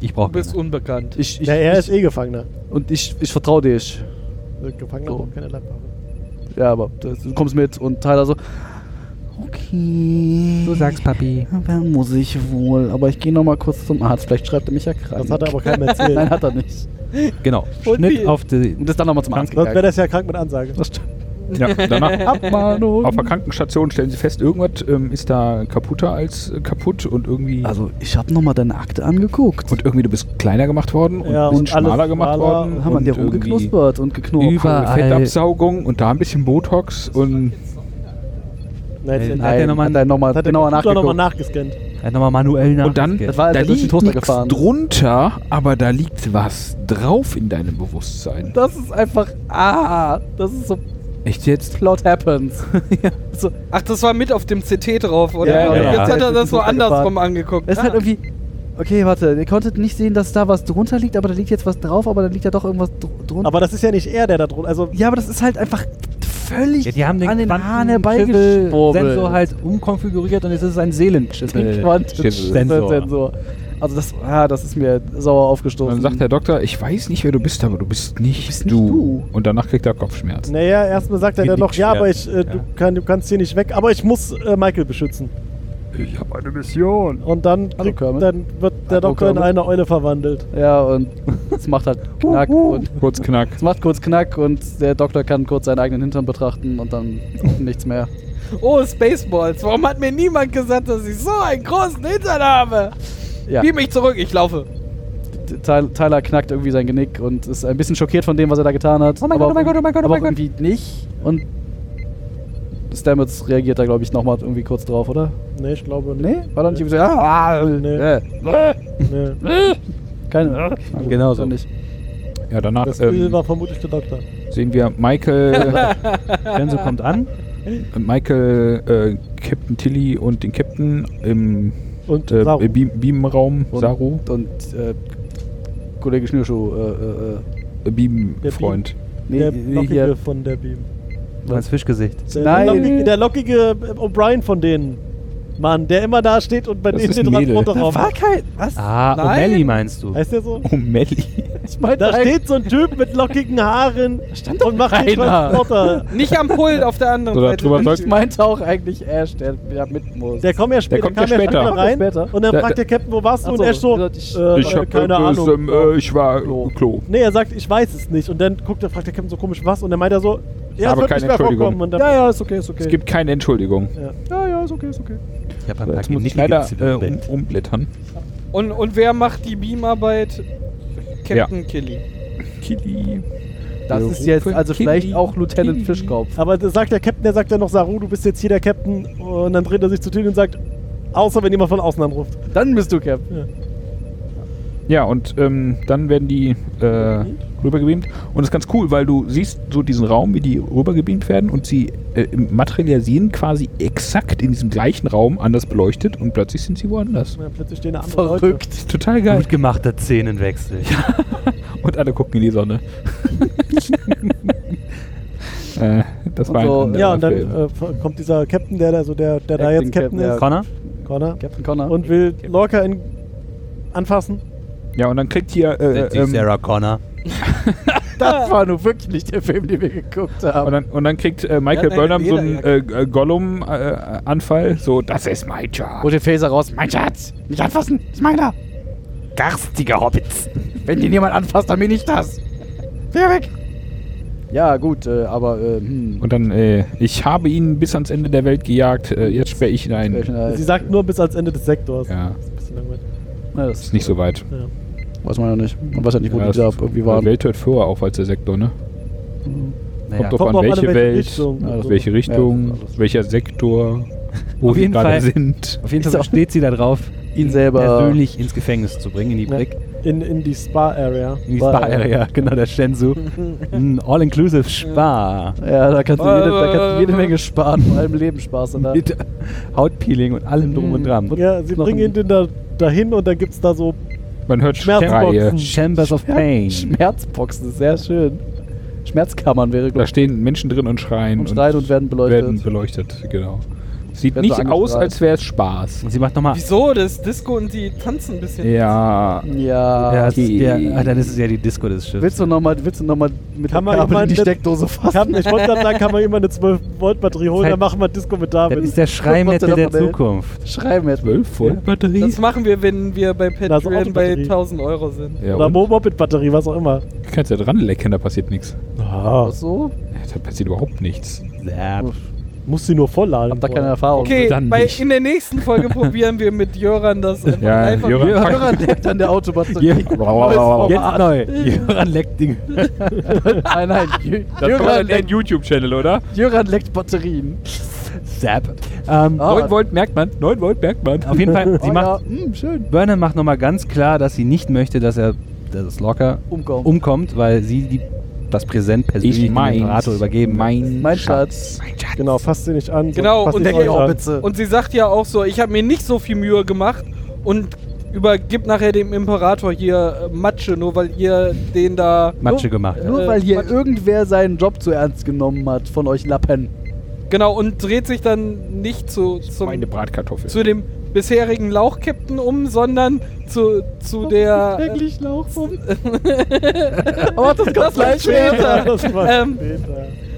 Speaker 5: Ich
Speaker 1: Du
Speaker 5: brauche
Speaker 1: bist unbekannt.
Speaker 4: ich. ich
Speaker 2: Ja, er ist
Speaker 4: ich,
Speaker 2: eh Gefangener.
Speaker 4: und ich, ich vertraue dir. Ich.
Speaker 2: Äh, Gefangener
Speaker 4: So.
Speaker 2: braucht keine Leibwache.
Speaker 4: Ja, aber das- du kommst mit und Tyler so. Okay.
Speaker 5: Du sagst, Papi.
Speaker 4: Dann muss ich wohl, aber ich gehe nochmal kurz zum Arzt. Vielleicht schreibt er mich ja krank.
Speaker 2: Das hat er aber keinem
Speaker 4: [LAUGHS] Nein,
Speaker 2: erzählt.
Speaker 4: hat er nicht.
Speaker 5: Genau.
Speaker 1: Und
Speaker 5: Schnitt
Speaker 1: wie-
Speaker 5: auf die.
Speaker 4: Und ist dann nochmal zum Arzt
Speaker 2: Sonst wäre
Speaker 4: gegangen.
Speaker 2: das ja krank mit Ansage.
Speaker 4: Das stimmt.
Speaker 3: Ja, danach
Speaker 4: Abmahnung.
Speaker 3: auf der Krankenstation stellen sie fest, irgendwas ähm, ist da kaputter als äh, kaputt und irgendwie
Speaker 4: Also, ich habe nochmal deine Akte angeguckt.
Speaker 3: und irgendwie du bist kleiner gemacht worden und
Speaker 2: Ja,
Speaker 3: ein bisschen
Speaker 2: und alles
Speaker 3: schmaler gemacht
Speaker 2: schmaler.
Speaker 3: worden.
Speaker 4: haben an dir
Speaker 3: und irgendwie
Speaker 4: rumgeknuspert und geknurrt.
Speaker 5: Überall.
Speaker 3: Fettabsaugung und da ein bisschen Botox und
Speaker 2: Nein,
Speaker 5: Hat
Speaker 4: Nein,
Speaker 5: er nochmal-
Speaker 4: hat er nochmal
Speaker 2: hat er
Speaker 4: genauer
Speaker 2: Computer noch mal
Speaker 4: nachgeguckt.
Speaker 2: nachgescannt.
Speaker 5: Halt nochmal manuell nach.
Speaker 3: Und dann,
Speaker 4: Das war,
Speaker 3: da
Speaker 4: als er durch den
Speaker 3: liegt
Speaker 4: Toaster
Speaker 3: nichts
Speaker 4: gefahren ist.
Speaker 3: drunter, aber da liegt was drauf in deinem Bewusstsein.
Speaker 4: Das ist einfach, ah, das ist so
Speaker 3: Echt jetzt?
Speaker 4: Plot [LAUGHS] Happens. so,
Speaker 1: Ach, das war mit auf dem CT drauf,
Speaker 2: Ja,
Speaker 1: oder?
Speaker 2: ja,
Speaker 3: ja.
Speaker 1: Jetzt hat
Speaker 4: Ja,
Speaker 1: er das so
Speaker 4: das ist
Speaker 1: andersrum angeguckt.
Speaker 4: es ist halt
Speaker 1: Ah.
Speaker 4: irgendwie, okay, warte, ihr konntet nicht sehen, dass da was drunter liegt, aber da liegt jetzt was drauf, aber da liegt ja doch irgendwas dr- drunter.
Speaker 2: Aber das ist ja nicht er, der da drunter. Also
Speaker 4: ja, aber das ist halt einfach völlig
Speaker 5: Ja, die haben den
Speaker 4: an den Haaren
Speaker 5: Quantenschüssel-Sensor
Speaker 4: herbeigeschwurbelt.
Speaker 5: halt umkonfiguriert und jetzt ist es ein Seelenschüssel. Sensor.
Speaker 4: Sensor. Also das, ah, das ist mir sauer
Speaker 3: Und
Speaker 4: aufgestoßen.
Speaker 3: dann sagt der Doktor, ich weiß nicht, wer du bist, aber du bist nicht,
Speaker 4: bist nicht
Speaker 3: du.
Speaker 4: du.
Speaker 3: Und danach kriegt er Kopfschmerzen.
Speaker 2: Naja, erstmal sagt er dann noch, ja,
Speaker 5: Genickschmerzen,
Speaker 2: aber ich, äh,
Speaker 5: ja.
Speaker 2: Du, kann, du kannst hier nicht weg, aber ich muss äh, Michael beschützen.
Speaker 3: Ich habe eine Mission.
Speaker 2: Und dann,
Speaker 4: Hallo,
Speaker 2: kriegt-
Speaker 4: Also Kermit.
Speaker 2: dann wird der
Speaker 4: Hallo,
Speaker 2: Doktor in
Speaker 4: Kermit.
Speaker 2: eine Eule verwandelt.
Speaker 4: ja, und es macht [LAUGHS] halt Knack und
Speaker 3: Kurz Knack.
Speaker 4: es macht kurz Knack und der Doktor kann kurz seinen eigenen Hintern betrachten und dann nichts mehr.
Speaker 1: Oh, Spaceballs. Warum hat mir niemand gesagt, dass ich so einen großen Hintern habe?
Speaker 4: Ja.
Speaker 1: Gib mich zurück, ich laufe.
Speaker 4: Ty- Tyler knackt irgendwie sein Genick und ist ein bisschen schockiert von dem, was er da getan hat.
Speaker 5: Oh mein
Speaker 4: aber
Speaker 5: Gott, oh mein Gott, oh mein Gott, oh
Speaker 4: aber
Speaker 5: mein Gott.
Speaker 4: irgendwie nicht. Und Stamets reagiert da, glaube ich, nochmal irgendwie kurz drauf, oder?
Speaker 2: Nee, ich glaube nicht.
Speaker 4: Nee? War da nicht irgendwie so, ah, ah,
Speaker 2: Nee.
Speaker 4: äh,
Speaker 2: Nee.
Speaker 4: keine,
Speaker 5: Genau so.
Speaker 4: so nicht.
Speaker 3: Ja, danach
Speaker 2: Das Bild
Speaker 3: ähm,
Speaker 2: war vermutlich der Doktor.
Speaker 3: sehen wir Michael,
Speaker 5: Sensor kommt an.
Speaker 3: Michael äh, Captain Tilly und den Captain im
Speaker 2: Und
Speaker 3: äh,
Speaker 2: Saru.
Speaker 3: Beam Beamraum.
Speaker 4: Und-
Speaker 3: Saru,
Speaker 4: Und äh, Kollege Schnürschuh, äh, äh, äh,
Speaker 3: äh,
Speaker 2: Der
Speaker 3: Beam-Freund.
Speaker 4: nee,
Speaker 2: der
Speaker 4: nee,
Speaker 2: Lockige
Speaker 4: hier,
Speaker 2: von der Beam.
Speaker 5: Das Fischgesicht.
Speaker 2: Der
Speaker 4: Nein.
Speaker 2: Lockige, der lockige äh, O'Brien von denen. Mann, der immer da steht und bei
Speaker 3: Das
Speaker 2: denen
Speaker 3: ist ein
Speaker 2: den Rand
Speaker 3: Mädel.
Speaker 2: runterraubt.
Speaker 4: War kein. Was?
Speaker 5: Ah,
Speaker 4: Nein.
Speaker 5: O'Malley meinst du?
Speaker 2: Heißt der
Speaker 4: [LAUGHS]
Speaker 2: so?
Speaker 3: Oh,
Speaker 4: Um
Speaker 3: Melli.
Speaker 4: Ich meine,
Speaker 2: Da steht so ein Typ mit lockigen Haaren und macht den
Speaker 4: keiner.
Speaker 2: Transporter.
Speaker 1: Nicht am Pult auf der anderen
Speaker 3: [LAUGHS] Oder
Speaker 1: Seite.
Speaker 3: drüber
Speaker 1: Nicht-
Speaker 3: drückt.
Speaker 4: Ich meinte auch eigentlich Ash, der ja mit muss.
Speaker 2: Der kommt ja später,
Speaker 3: kommt
Speaker 2: kam
Speaker 3: ja später.
Speaker 2: später rein
Speaker 4: Der kommt ja später.
Speaker 2: und dann
Speaker 3: Der-
Speaker 2: fragt der Captain, wo warst du?
Speaker 4: Ach
Speaker 2: Und
Speaker 4: so,
Speaker 2: Ash so,
Speaker 4: wie gesagt, ich-
Speaker 2: äh,
Speaker 3: Ich
Speaker 2: äh,
Speaker 3: hab
Speaker 2: keine
Speaker 3: irgendwas,
Speaker 2: Ahnung.
Speaker 3: ähm, äh, ich war im Klo.
Speaker 2: Nee, er sagt, ich weiß es nicht. Und dann guckt er, fragt der Captain so komisch was und dann meint er so, ja, es
Speaker 3: habe
Speaker 2: wird
Speaker 3: keine
Speaker 2: nicht mehr
Speaker 3: Entschuldigung.
Speaker 2: vorkommen. Und dann,
Speaker 6: Ja, ja, ist okay, ist okay.
Speaker 3: Es gibt keine Entschuldigung.
Speaker 6: ja, ja, ist okay, ist okay.
Speaker 5: Ich halt habe
Speaker 3: Jetzt muss ich leider äh, um, umblättern.
Speaker 1: Und, und wer macht die Beamarbeit? Captain Killy.
Speaker 3: Kili.
Speaker 4: das
Speaker 3: Wir
Speaker 4: ist jetzt
Speaker 3: rufen
Speaker 4: also
Speaker 3: Kili,
Speaker 4: vielleicht auch Lieutenant
Speaker 3: Kili.
Speaker 4: Fischkopf.
Speaker 2: Aber das sagt der Captain, der sagt ja noch, Saru, du bist jetzt hier der Captain. Und dann dreht er sich zu Tilly und sagt, außer wenn jemand von außen anruft.
Speaker 4: Dann bist du Captain.
Speaker 3: Ja, und ähm, dann werden die äh, rübergebeamt. Und das ist ganz cool, weil du siehst so diesen Raum, wie die rübergebeamt werden und sie äh, materialisieren quasi exakt in diesem gleichen Raum, anders beleuchtet und plötzlich sind sie woanders.
Speaker 2: Und dann plötzlich stehen da andere Leute.
Speaker 4: Verrückt.
Speaker 3: Das ist total geil.
Speaker 5: Gut gemachter Szenenwechsel.
Speaker 3: Und alle gucken in die [LAUGHS] Sonne. äh, das
Speaker 4: Und
Speaker 3: war ein
Speaker 4: so,
Speaker 3: anderer
Speaker 2: Ja, und dann
Speaker 3: Film.
Speaker 2: äh, kommt dieser Captain, der da, so der, der da
Speaker 4: Acting
Speaker 2: jetzt Captain,
Speaker 4: Captain,
Speaker 5: [LAUGHS]
Speaker 2: ist,
Speaker 5: Connor?
Speaker 2: Connor,
Speaker 4: Captain Connor.
Speaker 2: und will Lorca in, anfassen.
Speaker 3: ja, und dann kriegt hier äh,
Speaker 5: Nennt sich
Speaker 3: ähm,
Speaker 5: Sarah Connor.
Speaker 4: das war nun wirklich nicht der Film, den wir geguckt
Speaker 3: und
Speaker 4: haben.
Speaker 3: dann, und dann kriegt äh, Michael
Speaker 6: Ja, nein,
Speaker 3: Burnham so einen
Speaker 6: jeder,
Speaker 3: äh, äh, Gollum-Anfall. so, das ist mein Job.
Speaker 4: Hol den Phaser raus.
Speaker 3: mein Schatz, nicht anfassen, ist meiner. Garstiger Hobbits.
Speaker 4: Wenn den jemand anfasst, dann bin ich das. Geh weg. Ja, gut, äh, aber äh, hm.
Speaker 3: Und dann, äh, ich habe ihn bis ans Ende der Welt gejagt, äh, jetzt sperre ich ihn ein.
Speaker 4: Na,
Speaker 2: Sie sagt nur bis ans Ende des Sektors.
Speaker 3: Ja,
Speaker 2: Das ist ein bisschen langweilig.
Speaker 4: das
Speaker 3: ist nicht so weit.
Speaker 2: Ja.
Speaker 4: weiß man ja nicht. Man weiß halt nicht, wo
Speaker 3: ja,
Speaker 4: die da
Speaker 3: das-
Speaker 4: irgendwie waren.
Speaker 3: Welt hört vorher auf als der Sektor, ne?
Speaker 5: Naja.
Speaker 3: Kommt
Speaker 2: Kommt
Speaker 3: drauf
Speaker 2: drauf
Speaker 3: an,
Speaker 2: an, in
Speaker 3: welche
Speaker 2: welche
Speaker 3: Welt,
Speaker 2: Richtung.
Speaker 3: aus
Speaker 4: Also,
Speaker 3: welche Richtung,
Speaker 4: ja, das ist alles.
Speaker 3: welcher Sektor, wo
Speaker 5: Auf
Speaker 3: wir
Speaker 5: jeden
Speaker 3: gerade
Speaker 5: Fall.
Speaker 3: sind.
Speaker 5: Auf jeden Fall steht sie da drauf, [LAUGHS]
Speaker 4: Ihn selber-
Speaker 5: persönlich ins Gefängnis zu bringen, in die Brick.
Speaker 2: In, in die Spa-Area.
Speaker 5: In die Spa-Area, [LAUGHS] genau, der Shenzhou. Ein All-inclusive Spa.
Speaker 4: Ja, da kannst, du jede, da kannst du jede
Speaker 1: Äh,
Speaker 4: Menge sparen, vor allem Lebensspaß. Und da
Speaker 5: Ah. Mit Hautpeeling und allem drum und dran.
Speaker 2: Ja, sie
Speaker 4: Noch
Speaker 2: bringen
Speaker 4: ein-
Speaker 2: ihn denn da, dahin und dann gibt's da so
Speaker 3: Man hört Schreie.
Speaker 2: Schmerzboxen.
Speaker 5: Chambers of Pain.
Speaker 4: Schmerzboxen, ist sehr schön. Schmerzkammern wäre
Speaker 3: Da
Speaker 4: gut.
Speaker 3: stehen Menschen drin und schreien.
Speaker 4: Und schreien und werden beleuchtet.
Speaker 3: Werden beleuchtet, genau. Sieht
Speaker 4: Werden so
Speaker 3: nicht aus,
Speaker 4: angestrahlt.
Speaker 3: als wäre es Spaß.
Speaker 5: Und sie macht nochmal.
Speaker 1: Wieso? Das Disco und die tanzen ein bisschen.
Speaker 3: Ja,
Speaker 4: Ja.
Speaker 5: Ja, es ist
Speaker 3: Okay.
Speaker 5: der, ah, dann ist es ja die Disco des Schiffs.
Speaker 4: Willst du nochmal noch mal mit
Speaker 2: Kann
Speaker 4: dem
Speaker 2: man
Speaker 4: Kabel in die
Speaker 2: jemanden-
Speaker 4: Steckdose fassen?
Speaker 2: Kann, ich wollte gerade sagen, kann man immer eine 12-Volt-Batterie holen,
Speaker 5: Zeit-
Speaker 2: dann machen wir Disco mit
Speaker 5: Das
Speaker 2: David.
Speaker 5: ist der Schreimetal der
Speaker 4: Davon, ey.
Speaker 5: Zukunft.
Speaker 4: Schreiben jetzt.
Speaker 3: 12 Volt Batterie.
Speaker 1: Das machen wir, wenn wir bei
Speaker 2: Also
Speaker 1: Patreon bei
Speaker 2: Autobatterie.
Speaker 1: 1000 Euro sind.
Speaker 3: ja,
Speaker 2: Oder
Speaker 3: und
Speaker 2: Mo- Moped-Batterie, was auch immer.
Speaker 3: du kannst ja dran lecken, da passiert nichts.
Speaker 2: Ah,
Speaker 4: Ach so?
Speaker 3: Ja, Da passiert überhaupt nichts.
Speaker 5: Ja,
Speaker 2: muss sie nur vollladen.
Speaker 4: Hab da keine
Speaker 2: vorher.
Speaker 4: Erfahrung.
Speaker 1: Okay,
Speaker 3: dann
Speaker 1: bei,
Speaker 3: nicht.
Speaker 1: in der nächsten Folge probieren wir mit Jöran
Speaker 3: [LAUGHS]
Speaker 1: das einfach
Speaker 3: Ja,
Speaker 1: einfach
Speaker 3: Jöran-
Speaker 1: wieder-
Speaker 4: Hörer leckt an
Speaker 5: [LAUGHS]
Speaker 4: der Autobatterie.
Speaker 3: Jetzt [LAUGHS]
Speaker 5: Jetzt neu. [LAUGHS] Jöran leckt die.
Speaker 4: [LAUGHS] Nein, nein. Jö-
Speaker 3: Das kommt
Speaker 4: Jöran,
Speaker 3: in den
Speaker 4: leckt,
Speaker 3: YouTube-Channel, oder?
Speaker 4: Jöran leckt Batterien.
Speaker 5: Zap. Ähm,
Speaker 4: Ah.
Speaker 3: 9 Volt merkt man, 9 Volt merkt man.
Speaker 5: Auf jeden Fall, sie
Speaker 4: Oh
Speaker 5: macht,
Speaker 4: ja, hm, schön.
Speaker 5: Burnham macht nochmal ganz klar, dass sie nicht möchte, dass er, dass es locker
Speaker 4: Umkommen.
Speaker 5: umkommt, weil sie die, das Präsent persönlich dem
Speaker 3: mein's.
Speaker 5: Imperator übergeben
Speaker 3: Mein
Speaker 4: mein Schatz.
Speaker 2: Genau, fasst sie nicht an. so-
Speaker 1: Genau,
Speaker 2: fasst
Speaker 1: und
Speaker 2: sie
Speaker 1: der
Speaker 2: nicht
Speaker 1: auch
Speaker 2: an.
Speaker 4: bitte.
Speaker 1: Und sie sagt ja auch so, ich habe mir nicht so viel Mühe gemacht und übergibt nachher dem Imperator hier äh, Matsche, nur weil ihr den da...
Speaker 5: Matsche gemacht. hat.
Speaker 4: Nur
Speaker 1: Äh,
Speaker 4: weil hier
Speaker 1: Quatsch.
Speaker 4: irgendwer seinen Job zu ernst genommen hat von euch Lappen.
Speaker 1: Genau, und dreht sich dann nicht zu, zum,
Speaker 3: Meine Bratkartoffel.
Speaker 1: zu dem bisherigen Lauchkapten um, sondern zu, zu der... Äh,
Speaker 4: Lauchbumm. Aber das kommt gleich
Speaker 2: Ja,
Speaker 4: später.
Speaker 2: das war
Speaker 1: Ähm,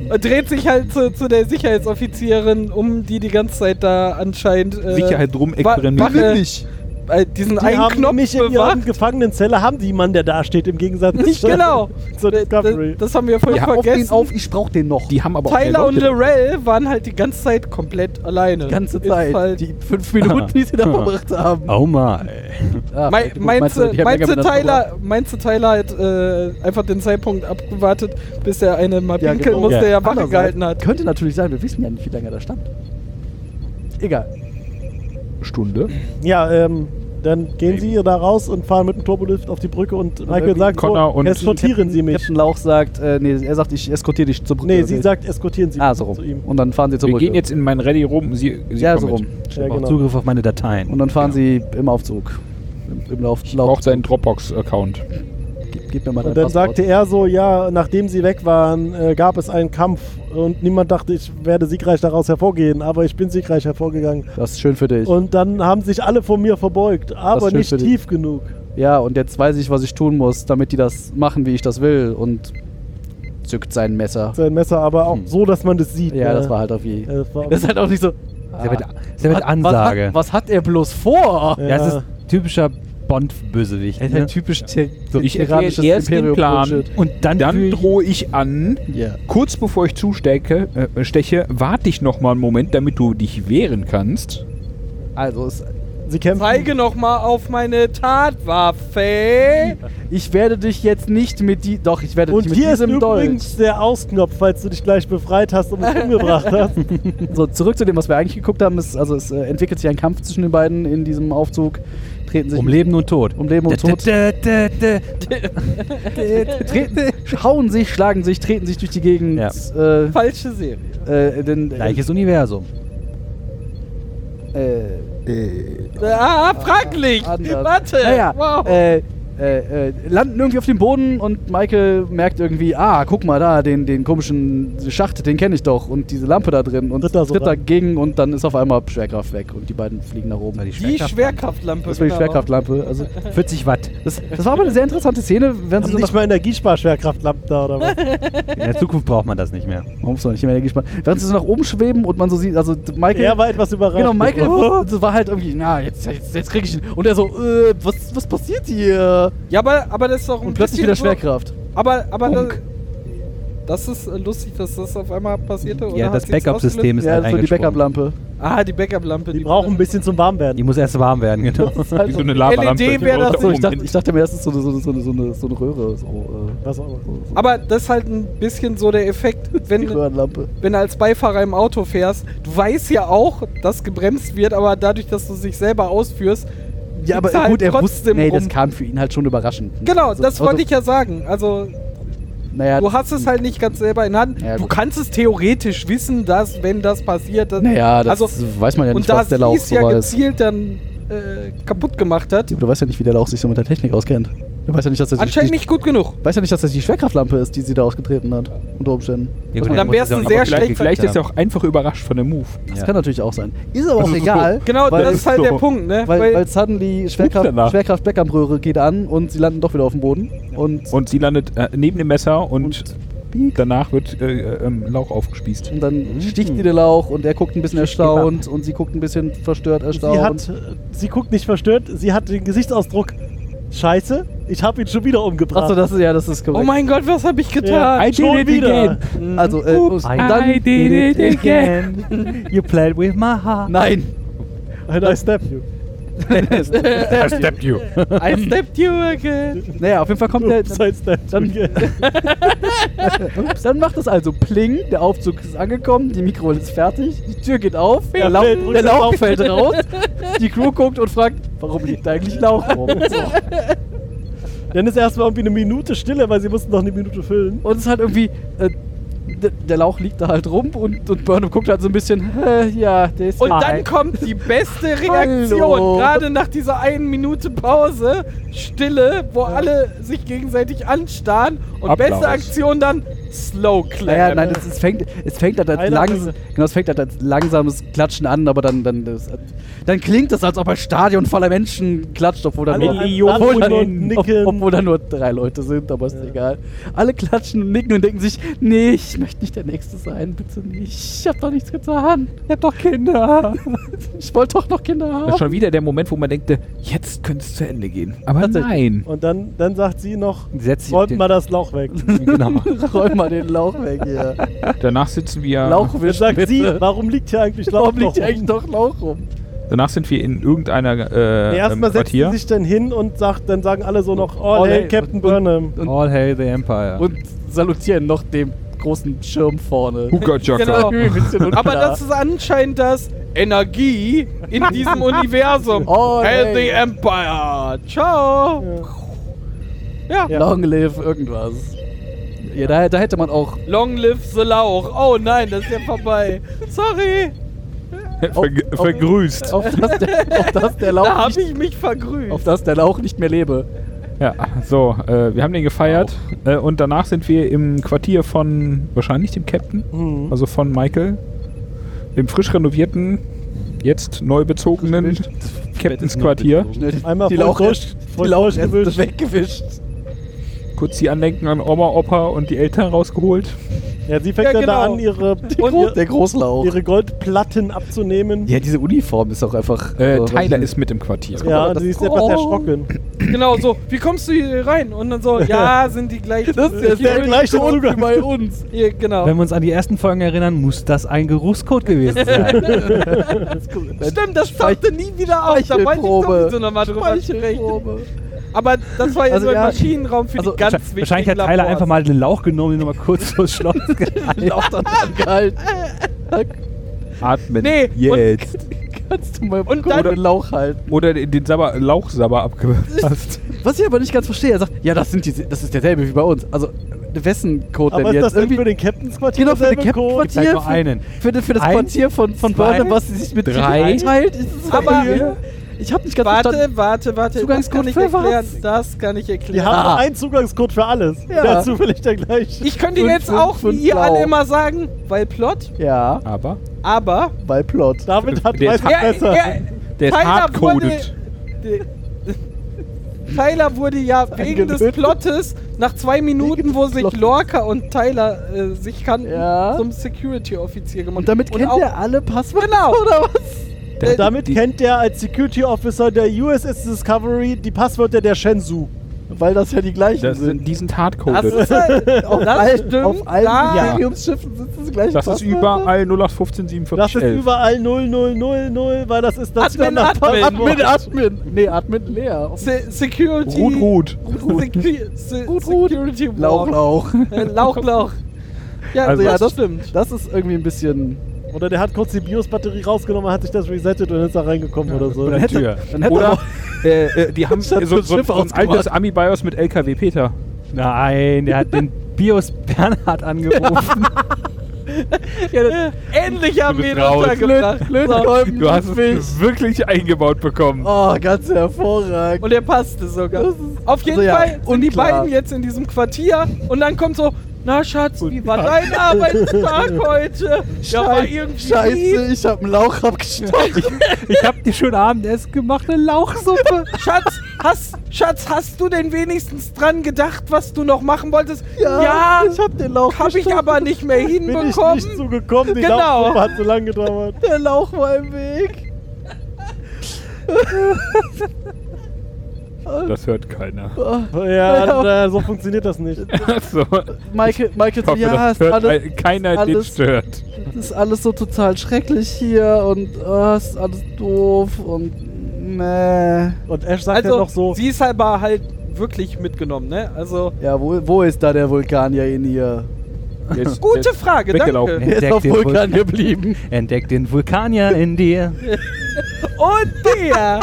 Speaker 2: später.
Speaker 1: dreht sich halt zu, zu der Sicherheitsoffizierin um, die die ganze Zeit da anscheinend... Äh,
Speaker 3: Sicherheit drum
Speaker 1: wa- Wache,
Speaker 3: experimentieren.
Speaker 1: äh, diesen
Speaker 2: Die
Speaker 1: einen
Speaker 2: haben
Speaker 1: Knopf
Speaker 2: mich in ihrer
Speaker 1: bewacht.
Speaker 2: Gefangenenzelle, haben die jemanden, der da steht, im Gegensatz
Speaker 1: [LAUGHS] Nicht genau.
Speaker 2: [LAUGHS] zur
Speaker 1: Das,
Speaker 2: Discovery.
Speaker 1: das haben wir voll
Speaker 3: Ja,
Speaker 4: Auf den
Speaker 1: vergessen.
Speaker 4: auf, ich brauch den noch.
Speaker 3: Die haben aber auch
Speaker 1: Tyler
Speaker 3: mehr
Speaker 1: und
Speaker 3: Leute.
Speaker 1: Lorel waren halt die ganze Zeit komplett alleine.
Speaker 4: Die ganze
Speaker 1: Ist
Speaker 4: Zeit.
Speaker 1: Halt
Speaker 4: Die fünf Minuten, die sie [LAUGHS] da verbracht haben.
Speaker 5: Oh my.
Speaker 4: Ah,
Speaker 1: Mei-
Speaker 4: gut,
Speaker 1: meinst du,
Speaker 4: die haben
Speaker 1: meinst
Speaker 4: länger
Speaker 1: du,
Speaker 4: miteinander
Speaker 1: Tyler, meinst du, Tyler hat äh, einfach den Zeitpunkt abgewartet, bis er eine mal
Speaker 4: Ja,
Speaker 1: pinkeln
Speaker 4: genau.
Speaker 1: musste,
Speaker 5: Ja.
Speaker 1: der ja
Speaker 4: verbracht.
Speaker 1: Wache
Speaker 4: Andererseits
Speaker 1: gehalten hat?
Speaker 4: Könnte natürlich sein, wir wissen ja nicht, wie lange er da stand. Egal.
Speaker 3: Stunde.
Speaker 2: Ja, ähm, dann gehen sie da raus und fahren mit dem Turbolift auf die Brücke und Michael
Speaker 4: irgendwie
Speaker 2: sagt,
Speaker 3: Connor
Speaker 2: so,
Speaker 3: und-
Speaker 2: eskortieren sie mich.
Speaker 4: Äh, Captain Lauch sagt, äh, nee, er sagt, ich eskortiere dich zur Brücke.
Speaker 2: Nee,
Speaker 4: oder
Speaker 2: sie
Speaker 4: wie?
Speaker 2: sagt, eskortieren sie
Speaker 4: Ah,
Speaker 2: mich
Speaker 4: so
Speaker 2: zu
Speaker 4: rum.
Speaker 2: ihm.
Speaker 4: Und dann fahren sie zur
Speaker 3: Wir
Speaker 4: Brücke.
Speaker 3: gehen jetzt in mein Ready rum. Sie, sie
Speaker 4: ja,
Speaker 3: kommen
Speaker 4: so rum.
Speaker 3: mit.
Speaker 5: Ich
Speaker 2: Ja,
Speaker 5: habe auch
Speaker 2: genau.
Speaker 5: Zugriff auf meine Dateien.
Speaker 4: Und dann fahren sie im Aufzug. Im, im Lauf, Lauf.
Speaker 3: Braucht seinen Dropbox-Account.
Speaker 4: gib mir mal dein
Speaker 2: Und dann
Speaker 4: Passwort.
Speaker 2: sagte er so, ja, nachdem sie weg waren, äh, gab es einen Kampf und niemand dachte, ich werde siegreich daraus hervorgehen, aber ich bin siegreich hervorgegangen.
Speaker 4: das ist schön für dich.
Speaker 2: Und dann haben sich alle vor mir verbeugt, aber
Speaker 4: schön
Speaker 2: nicht
Speaker 4: für dich.
Speaker 2: tief genug.
Speaker 4: ja, und jetzt weiß ich, was ich tun muss, damit die das machen, wie ich das will. Und zückt sein Messer.
Speaker 2: Sein Messer, aber auch so, dass man das sieht.
Speaker 4: Hm. Ja,
Speaker 2: ne?
Speaker 4: das war halt auf je.
Speaker 2: Ja, das war
Speaker 4: [LAUGHS] Das ist halt auch nicht so.
Speaker 5: Ist ja mit,
Speaker 4: ah,
Speaker 5: ist ja mit Ansage.
Speaker 4: Was hat, was hat er bloß vor?
Speaker 2: ja.
Speaker 5: ja, es ist typischer Bond-Bösewicht.
Speaker 4: Ist
Speaker 5: ne?
Speaker 4: halt typisch ter- so
Speaker 3: Ich erkläre
Speaker 4: terranisches
Speaker 3: erst den Plan
Speaker 4: Imperium-Bullshit.
Speaker 3: und dann,
Speaker 5: Dann
Speaker 3: dann
Speaker 5: fühl ich-
Speaker 3: drohe ich an.
Speaker 4: Ja.
Speaker 3: Kurz bevor ich zustecke, äh, steche, warte ich noch mal einen Moment, damit du dich wehren kannst.
Speaker 4: Also, es,
Speaker 2: sie kämpfen.
Speaker 1: Zeige noch mal auf meine Tatwaffe.
Speaker 4: ich werde dich jetzt nicht mit die. Doch, ich werde dich
Speaker 2: Und
Speaker 4: mit
Speaker 2: hier ist
Speaker 4: diesem Dolch.
Speaker 2: übrigens der Ausknopf, falls du dich gleich befreit hast und
Speaker 4: [LAUGHS]
Speaker 2: mich umgebracht hast.
Speaker 4: So, zurück zu dem, was wir eigentlich geguckt haben. Es, also es äh, entwickelt sich ein Kampf zwischen den beiden in diesem Aufzug. Treten sich
Speaker 5: Um Leben und Tod.
Speaker 4: um Leben und Tod. treten, hauen sich, schlagen sich, treten sich durch die Gegend.
Speaker 5: Ja.
Speaker 4: Äh,
Speaker 1: Falsche Serie.
Speaker 4: äh, den,
Speaker 5: Gleiches Universum.
Speaker 4: Äh,
Speaker 1: Äh, ah, fraglich.
Speaker 4: anders.
Speaker 1: Warte.
Speaker 4: Naja,
Speaker 1: wow.
Speaker 4: äh, äh, äh, landen irgendwie auf dem Boden und Michael merkt irgendwie, ah, guck mal da, den, den komischen Schacht, den kenne ich doch und diese Lampe da drin und
Speaker 2: Tritt da so ran.
Speaker 4: dagegen und dann ist auf einmal Schwerkraft weg und die beiden fliegen nach oben.
Speaker 5: war die
Speaker 1: die
Speaker 5: Schwerkraft.
Speaker 1: Schwerkraftlampe.
Speaker 4: Das war die
Speaker 1: genau.
Speaker 4: Schwerkraftlampe. Also,
Speaker 5: 40 Watt. Also
Speaker 4: das, das war aber eine sehr interessante Szene, wenn sie
Speaker 2: Haben
Speaker 4: so nach
Speaker 2: Also nicht mal Energiesparschwerkraftlampen da oder
Speaker 4: [LAUGHS]
Speaker 2: was?
Speaker 5: In der Zukunft braucht man das nicht mehr.
Speaker 4: Warum ist doch nicht mehr der gespannt? Während sie so nach oben schweben und man so sieht, also Michael.
Speaker 2: er war etwas überrascht.
Speaker 4: genau, Michael das war halt irgendwie, na, jetzt, jetzt, jetzt krieg ich ihn. Und er so, äh, was, was passiert hier?
Speaker 1: Ja, aber, aber das ist doch ein
Speaker 4: Und plötzlich
Speaker 1: bisschen
Speaker 4: wieder Schwerkraft.
Speaker 1: So, aber aber das,
Speaker 4: Bunk.
Speaker 1: das ist äh, lustig, dass das auf einmal passierte. oder
Speaker 5: Ja,
Speaker 1: hat
Speaker 5: das
Speaker 1: sie's
Speaker 5: Backup-System ist
Speaker 4: Ja,
Speaker 5: halt
Speaker 4: das war die
Speaker 5: eingesprungen.
Speaker 4: Backup-Lampe.
Speaker 1: ausgelöst? Ah, die Backup-Lampe.
Speaker 2: Die brauchen ein bisschen zum Warmwerden.
Speaker 5: Die muss erst warm werden, genau.
Speaker 3: Wie so eine Lavalampe.
Speaker 4: E
Speaker 1: LED wäre das
Speaker 3: Läuft da
Speaker 4: Achso, ich
Speaker 3: oben
Speaker 4: dachte,
Speaker 3: hin.
Speaker 4: ich dachte mir, das ist so eine, so eine, so eine, so eine, so eine Röhre. So, äh,
Speaker 2: Was auch immer.
Speaker 1: Aber das ist halt ein bisschen so der Effekt,
Speaker 4: äh, die
Speaker 1: wenn,
Speaker 4: Röhrenlampe.
Speaker 1: wenn du als Beifahrer im Auto fährst, du weißt ja auch, dass gebremst wird, aber dadurch, dass du es sich selber ausführst, liegst
Speaker 4: Ja, aber
Speaker 1: du halt
Speaker 4: gut, er wusste.
Speaker 1: trotzdem
Speaker 4: Nee,
Speaker 1: rum.
Speaker 4: das kam für ihn halt schon überraschend. ne?
Speaker 1: Genau,
Speaker 4: Also,
Speaker 1: das
Speaker 4: also,
Speaker 1: wollte ich ja sagen. Also,
Speaker 4: Naja,
Speaker 1: du hast es halt nicht ganz selber in der Hand.
Speaker 4: Ja,
Speaker 1: du
Speaker 4: gut.
Speaker 1: kannst es theoretisch wissen, dass, wenn das passiert, dann.
Speaker 4: naja, das
Speaker 1: also,
Speaker 4: weiß man ja nicht,
Speaker 1: und da
Speaker 4: was
Speaker 1: sie
Speaker 4: der Lauch
Speaker 1: es
Speaker 4: so
Speaker 1: ja
Speaker 4: weiß.
Speaker 1: gezielt dann äh, kaputt gemacht hat,
Speaker 4: Du weißt ja nicht, wie der Lauch sich so mit der Technik auskennt. Du weißt ja nicht, dass er sich
Speaker 1: anscheinend nicht gut genug.
Speaker 4: Weiß ja nicht, dass das die Schwerkraftlampe ist, die sie da ausgetreten hat, unter Umständen.
Speaker 5: Ja, gut,
Speaker 1: Und dann
Speaker 5: muss
Speaker 1: wär's
Speaker 5: es ja
Speaker 1: ein
Speaker 5: auch
Speaker 1: sehr
Speaker 5: nicht
Speaker 1: schlecht-
Speaker 5: geklickt
Speaker 3: Vielleicht ist er
Speaker 5: haben.
Speaker 3: auch einfach überrascht von dem Move.
Speaker 4: Das
Speaker 5: Ja.
Speaker 4: kann natürlich auch sein. Ist aber
Speaker 3: Das
Speaker 4: auch
Speaker 3: ist so.
Speaker 4: egal.
Speaker 1: Genau,
Speaker 4: weil,
Speaker 1: das ist halt
Speaker 3: so.
Speaker 1: der Punkt, ne?
Speaker 4: weil, weil,
Speaker 1: Weil-
Speaker 4: suddenly
Speaker 3: Hups,
Speaker 4: Schwerkraft,
Speaker 3: danach.
Speaker 4: Schwerkraft Beckham-Röhre geht an und sie landen doch wieder auf dem Boden. Und,
Speaker 3: Und sie landet äh, neben dem Messer und,
Speaker 4: piek.
Speaker 3: danach wird äh, äh, ähm, Lauch aufgespießt.
Speaker 4: und dann sticht sie den Lauch und er guckt ein bisschen
Speaker 5: den ab.
Speaker 4: erstaunt und sie guckt ein bisschen verstört
Speaker 2: Sie
Speaker 4: erstaunt.
Speaker 2: hat, äh, sie guckt nicht verstört, sie hat den Gesichtsausdruck, scheiße, ich habe ihn schon wieder umgebracht.
Speaker 4: Achso, das ist ja, das ist
Speaker 1: Oh
Speaker 4: korrekt.
Speaker 1: mein Gott, was habe ich
Speaker 2: ja,
Speaker 1: getan?
Speaker 3: I did
Speaker 2: schon
Speaker 3: it
Speaker 2: wieder.
Speaker 3: again.
Speaker 4: also, äh,
Speaker 3: Oops,
Speaker 4: und
Speaker 5: I
Speaker 4: dann.
Speaker 5: Did it again. You played with my heart.
Speaker 4: Nein!
Speaker 2: And I snap you.
Speaker 3: I stabbed you.
Speaker 1: I stepped you again.
Speaker 4: Naja, auf jeden Fall kommt der.
Speaker 2: Oops, [LAUGHS] I snapped you again.
Speaker 4: Ups, Dann macht das also Pling, der Aufzug ist angekommen, die Mikro ist fertig, die Tür geht auf, der, Lauch,
Speaker 2: fällt
Speaker 4: der
Speaker 2: rückwärts
Speaker 4: Lauch
Speaker 2: auf.
Speaker 4: fällt raus, die Crew guckt und fragt, warum liegt da eigentlich Lauch rum?
Speaker 2: Dann ist erstmal irgendwie eine Minute Stille, weil sie mussten noch eine Minute füllen.
Speaker 4: Und es ist halt irgendwie, äh, d- der Lauch liegt da halt rum und, und Burnham guckt halt so ein bisschen, äh, ja, der ist
Speaker 1: Und
Speaker 4: da.
Speaker 1: dann kommt die beste
Speaker 4: Hallo.
Speaker 1: Reaktion, gerade nach dieser einen Minute Pause, Stille, wo alle sich gegenseitig anstarren und
Speaker 3: Applaus.
Speaker 1: beste Aktion dann Slow Clap.
Speaker 4: Naja, nein, es, es fängt, es fängt halt als
Speaker 2: ne? Einer
Speaker 4: langs
Speaker 2: Brille.
Speaker 4: genau, es fängt halt als langsames Klatschen an, aber dann, dann, das, dann klingt es, als ob ein Stadion voller Menschen klatscht, obwohl da nur,
Speaker 2: Millionen
Speaker 4: obwohl da,
Speaker 2: und nicken.
Speaker 4: ob, obwohl da nur drei Leute sind, aber ist
Speaker 2: Ja.
Speaker 4: egal. Alle klatschen und nicken und denken sich, nee, ich möchte nicht der Nächste sein, bitte nicht. Ich hab doch nichts getan. Ich hab doch Kinder. [LAUGHS] ich wollte doch noch
Speaker 3: [LAUGHS]
Speaker 4: Kinder
Speaker 3: Das ist
Speaker 4: haben.
Speaker 3: schon wieder der Moment, wo man denkt, äh, jetzt könnte es zu Ende gehen. Aber
Speaker 4: Tatsächlich.
Speaker 3: nein.
Speaker 2: Und dann, dann sagt sie noch,
Speaker 5: Setz dich auf
Speaker 2: räumt
Speaker 5: den-
Speaker 2: mal das Lauch
Speaker 4: [LAUGHS]
Speaker 2: weg.
Speaker 5: Genau.
Speaker 4: Räum mal den Lauch weg hier.
Speaker 3: Danach sitzen wir.
Speaker 4: Lauch
Speaker 2: Dann
Speaker 4: will
Speaker 2: sagt sie, warum liegt hier eigentlich Lauch
Speaker 4: Warum liegt
Speaker 2: noch
Speaker 4: hier
Speaker 2: rum?
Speaker 4: eigentlich doch Lauch rum?
Speaker 3: Danach sind wir in irgendeiner äh,
Speaker 2: Nee, Erstmal
Speaker 3: ähm,
Speaker 2: setzt sie
Speaker 3: Quartier.
Speaker 2: sich dann hin und sagt, dann sagen alle so noch, oh,
Speaker 4: All
Speaker 2: hey,
Speaker 4: hail.
Speaker 2: Captain
Speaker 4: Und-
Speaker 2: Burnham.
Speaker 4: [LAUGHS]
Speaker 5: All hail the Empire.
Speaker 4: und salutieren noch dem großen Schirm vorne.
Speaker 3: Huka Jaka.
Speaker 1: Genau.
Speaker 4: Irgendwie ein bisschen unklar.
Speaker 1: [LAUGHS] Aber das ist anscheinend das Energie in
Speaker 4: [LAUGHS]
Speaker 1: diesem Universum.
Speaker 4: Oh,
Speaker 1: Hail
Speaker 4: nee.
Speaker 1: the Empire. Ciao. Ja.
Speaker 2: Ja.
Speaker 4: Long live irgendwas. Ja, da, da hätte man auch.
Speaker 1: Long live the Lauch. Oh nein, das ist ja vorbei. Sorry,
Speaker 3: Verg- vergrüßt.
Speaker 4: Auf das der, auf das der
Speaker 1: da
Speaker 4: Lauch
Speaker 1: habe
Speaker 4: nicht,
Speaker 1: ich mich vergrüßt.
Speaker 4: auf das der Lauch nicht mehr lebe.
Speaker 3: Ja, so, äh, wir haben den gefeiert äh, und danach sind wir im Quartier von wahrscheinlich dem Captain,
Speaker 2: Mhm.
Speaker 3: also von Michael, im frisch renovierten, jetzt neu bezogenen Captains Quartier.
Speaker 4: Schnell
Speaker 2: Einmal
Speaker 4: die
Speaker 2: voll
Speaker 4: Lauch,
Speaker 2: durch-
Speaker 4: [LAUGHS] die
Speaker 2: voll
Speaker 4: Lauch
Speaker 2: durchgewischt.
Speaker 4: weggewischt.
Speaker 3: Kurz die Andenken an Oma, Opa und die Eltern rausgeholt.
Speaker 2: Ja, sie fängt
Speaker 1: Ja,
Speaker 2: dann da
Speaker 1: genau.
Speaker 2: an, ihre,
Speaker 4: Gro-
Speaker 2: ihre,
Speaker 4: der Großlauch.
Speaker 2: ihre Goldplatten abzunehmen.
Speaker 4: Ja, diese Uniform ist auch einfach.
Speaker 3: Äh,
Speaker 4: also,
Speaker 3: Tyler ist mit im Quartier.
Speaker 2: Ja,
Speaker 4: mal,
Speaker 2: und
Speaker 4: das-
Speaker 2: sie ist etwas
Speaker 1: Oh.
Speaker 2: erschrocken.
Speaker 1: Genau so, wie kommst du hier rein? Und dann
Speaker 4: [LAUGHS]
Speaker 1: so, ja, sind die gleichen.
Speaker 4: Das ist der
Speaker 1: Hier,
Speaker 4: gleiche
Speaker 1: [LAUGHS]
Speaker 2: Gleicher Zugang.
Speaker 4: bei uns.
Speaker 1: hier, Genau.
Speaker 5: Wenn wir uns an die ersten Folgen erinnern, muss das ein Geruchscode gewesen sein.
Speaker 1: Stimmt, das tauchte nie wieder auf. Da wollte ich
Speaker 4: Speichelprobe.
Speaker 1: sowieso nochmal drüber sprechen.
Speaker 4: Speichelprobe.
Speaker 1: Aber das war ja
Speaker 4: Also
Speaker 1: so ein
Speaker 4: ja,
Speaker 1: Maschinenraum für
Speaker 4: also
Speaker 1: die ganz
Speaker 5: Wahrscheinlich-
Speaker 1: wichtigen
Speaker 5: Wahrscheinlich hat Tyler
Speaker 1: Labors.
Speaker 5: einfach mal den Lauch genommen und ihn nochmal kurz vors Schloss gehalten.
Speaker 4: Lauch dann angehalten.
Speaker 3: Atmen.
Speaker 1: Nee,
Speaker 3: jetzt.
Speaker 4: Kannst du mal
Speaker 1: Und
Speaker 4: kurz
Speaker 1: dann-
Speaker 4: den Lauch halten.
Speaker 3: Oder den den Sabber, Lauchsabber abgepasst.
Speaker 4: Was ich aber nicht ganz verstehe, er sagt, ja, das, sind die, das ist derselbe wie bei uns. Also, wessen Code
Speaker 2: Aber
Speaker 4: denn
Speaker 2: ist
Speaker 4: jetzt?
Speaker 2: das denn für
Speaker 4: Irgendwie-
Speaker 2: den Captains Quartier?
Speaker 4: Genau, für den
Speaker 2: derselbe Code?
Speaker 4: Captain-Quartier.
Speaker 5: Vielleicht nur
Speaker 4: für-
Speaker 5: einen.
Speaker 4: Für, den- für das
Speaker 5: Eins,
Speaker 4: Quartier von, von
Speaker 5: zwei,
Speaker 4: Burnham, was sie sich mit
Speaker 3: drei.
Speaker 4: Kritik teilt. Das ist
Speaker 1: Aber-
Speaker 4: irgendwie- ich habe nicht ganz verstanden.
Speaker 1: Warte, warte, warte. Das kann
Speaker 4: Zugangscode
Speaker 1: ich
Speaker 4: für was?
Speaker 1: erklären. Das kann ich
Speaker 2: Die
Speaker 1: erklären.
Speaker 2: haben
Speaker 4: Ah.
Speaker 2: einen Zugangscode für alles.
Speaker 4: Ja.
Speaker 2: Der ist zufällig der gleiche.
Speaker 1: Ich könnte Ihnen
Speaker 4: Fünf,
Speaker 1: jetzt
Speaker 4: fünf,
Speaker 1: auch, wie
Speaker 4: fünf
Speaker 1: ihr alle
Speaker 4: blau.
Speaker 1: immer sagen, weil Plot,
Speaker 4: Ja,
Speaker 3: Aber
Speaker 1: aber.
Speaker 4: bei Plot.
Speaker 2: Damit hat
Speaker 3: Der
Speaker 2: man
Speaker 3: ist
Speaker 2: es
Speaker 3: hart-
Speaker 2: besser.
Speaker 3: der ist
Speaker 1: Tyler
Speaker 3: hardcoded.
Speaker 1: wurde- de- [LAUGHS] Tyler wurde ja wegen des
Speaker 4: Angelötet.
Speaker 1: Plottes nach zwei Minuten,
Speaker 4: Wegen
Speaker 1: wo
Speaker 4: des
Speaker 1: sich
Speaker 4: Plottes.
Speaker 1: Lorca und Tyler äh, sich kannten,
Speaker 4: Ja.
Speaker 1: zum Security-Offizier gemacht.
Speaker 4: Und damit kennt
Speaker 1: auch-
Speaker 4: er alle Passwörter
Speaker 1: Genau.
Speaker 4: oder was?
Speaker 1: Der-
Speaker 2: Damit
Speaker 3: Äh, die-
Speaker 2: kennt er als Security Officer der USS Discovery die Passwörter der Shenzhou.
Speaker 4: Weil das ja die gleichen
Speaker 3: Das
Speaker 4: sind.
Speaker 3: sind, die sind
Speaker 1: Das
Speaker 3: hardcoded.
Speaker 1: ist [LAUGHS] halt,
Speaker 4: Auf,
Speaker 1: das
Speaker 4: all,
Speaker 1: stimmt.
Speaker 4: auf allen
Speaker 1: da,
Speaker 4: Imperiumsschiffen sind das gleiche
Speaker 3: Das ist überall 0815
Speaker 2: Das ist überall 0000, weil das ist das
Speaker 1: Admin, Admin.
Speaker 4: Admin, Admin. Nee, Admin leer.
Speaker 1: Se Security.
Speaker 3: Rot, rot.
Speaker 1: Security, Se
Speaker 4: Rot, rot.
Speaker 1: Security
Speaker 4: Lauch,
Speaker 1: Walk.
Speaker 4: Lauch.
Speaker 1: Äh, [LAUGHS] Lauch, Lauch. Ja,
Speaker 3: Also-
Speaker 1: das,
Speaker 4: Ja, das-
Speaker 1: stimmt.
Speaker 4: Das ist irgendwie ein bisschen.
Speaker 2: Oder der hat kurz die BIOS-Batterie rausgenommen, hat sich das resettet und ist da reingekommen oder so.
Speaker 3: Oder, Tür.
Speaker 4: dann hätte
Speaker 3: oder
Speaker 4: auch-
Speaker 3: äh, äh, die
Speaker 4: [LAUGHS]
Speaker 3: haben so,
Speaker 4: Statt
Speaker 3: so,
Speaker 4: das
Speaker 3: so,
Speaker 4: Schiff
Speaker 3: so ein
Speaker 4: ausgemacht.
Speaker 3: altes Ami-BIOS mit LKW Peter.
Speaker 5: Nein, der hat den Bios Bernhard angerufen.
Speaker 1: Endlich haben
Speaker 3: bist
Speaker 1: wir ihn
Speaker 3: raus.
Speaker 1: untergebracht. So.
Speaker 4: Lötkolben,
Speaker 3: Du hast
Speaker 4: Fisch.
Speaker 3: es wirklich eingebaut bekommen.
Speaker 4: Ähm, Oh, ganz hervorragend.
Speaker 1: Und er passte sogar.
Speaker 4: Das ist-
Speaker 1: Auf jeden
Speaker 4: also ja,
Speaker 1: Fall sind die
Speaker 4: unklar.
Speaker 1: beiden jetzt in diesem Quartier und dann kommt so, na Schatz, wie war dein
Speaker 3: [LAUGHS]
Speaker 1: Arbeitstag heute? Ja, war irgendwie
Speaker 4: Scheiße, ich hab einen Lauch abgestochen.
Speaker 5: ich hab dir schon Abendessen gemacht, eine Lauchsuppe.
Speaker 1: [LAUGHS] Schatz, hast, Schatz, hast du denn wenigstens dran gedacht, was du noch machen wolltest?
Speaker 4: ich hab den Lauch
Speaker 1: hab ich
Speaker 4: gestochen.
Speaker 1: aber nicht mehr
Speaker 2: Bin ich
Speaker 1: hinbekommen.
Speaker 2: nicht zugekommen, die
Speaker 1: Genau.
Speaker 2: genau. hat so lange gedauert.
Speaker 4: Der Lauch war im Weg.
Speaker 3: Das hört keiner.
Speaker 4: Oh,
Speaker 2: Ja, da- so funktioniert das nicht.
Speaker 3: so, ich
Speaker 4: Michael, Michael, so,
Speaker 3: hoffe,
Speaker 4: ja,
Speaker 3: das
Speaker 4: ist
Speaker 3: hört
Speaker 4: alles,
Speaker 3: ein- keiner, den
Speaker 4: alles-
Speaker 3: stört.
Speaker 4: ist alles so total schrecklich hier und oh, ist alles doof und meh.
Speaker 2: Und Ash sagt ja
Speaker 1: Also,
Speaker 2: noch so,
Speaker 1: sie ist aber halt wirklich mitgenommen, ne? Also,
Speaker 4: Ja, wo, wo ist da der Vulkanier in ihr?
Speaker 3: Jetzt-
Speaker 1: gute
Speaker 3: jetzt-
Speaker 1: Frage,
Speaker 3: weggelaufen.
Speaker 1: danke.
Speaker 4: Der ist
Speaker 5: Entdeckt
Speaker 4: auf
Speaker 5: den
Speaker 4: Vulkan
Speaker 5: Vulkan.
Speaker 4: geblieben.
Speaker 5: Entdeck den Vulkanier in dir.
Speaker 1: Und der.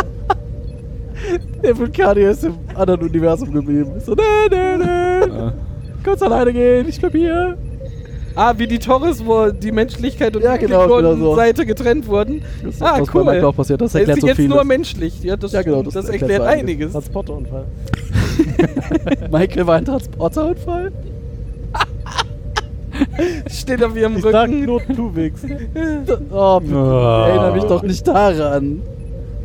Speaker 4: Der Vulkanier ist im anderen Universum geblieben. So, nee, nee, nee.
Speaker 3: Äh,
Speaker 4: Kannst alleine gehen, ich bleib hier.
Speaker 1: Ah, wie die Torres, wo die Menschlichkeit und
Speaker 4: Ja,
Speaker 1: die
Speaker 4: genau, genau so.
Speaker 1: Seite getrennt wurden.
Speaker 4: Das ist
Speaker 1: Ah,
Speaker 4: was bei
Speaker 1: cool.
Speaker 4: Michael auch passiert. Das erklärt
Speaker 1: ist
Speaker 4: so
Speaker 1: sie jetzt
Speaker 4: vieles.
Speaker 1: nur menschlich. Ja, das,
Speaker 4: Ja, genau,
Speaker 1: das, erklärt einiges.
Speaker 2: Transporterunfall.
Speaker 4: Michael war ein Transporterunfall.
Speaker 1: Steht auf ihrem
Speaker 2: Ich sag
Speaker 1: Rücken.
Speaker 2: nur Tuwix.
Speaker 4: Oh, erinnere mich doch nicht daran.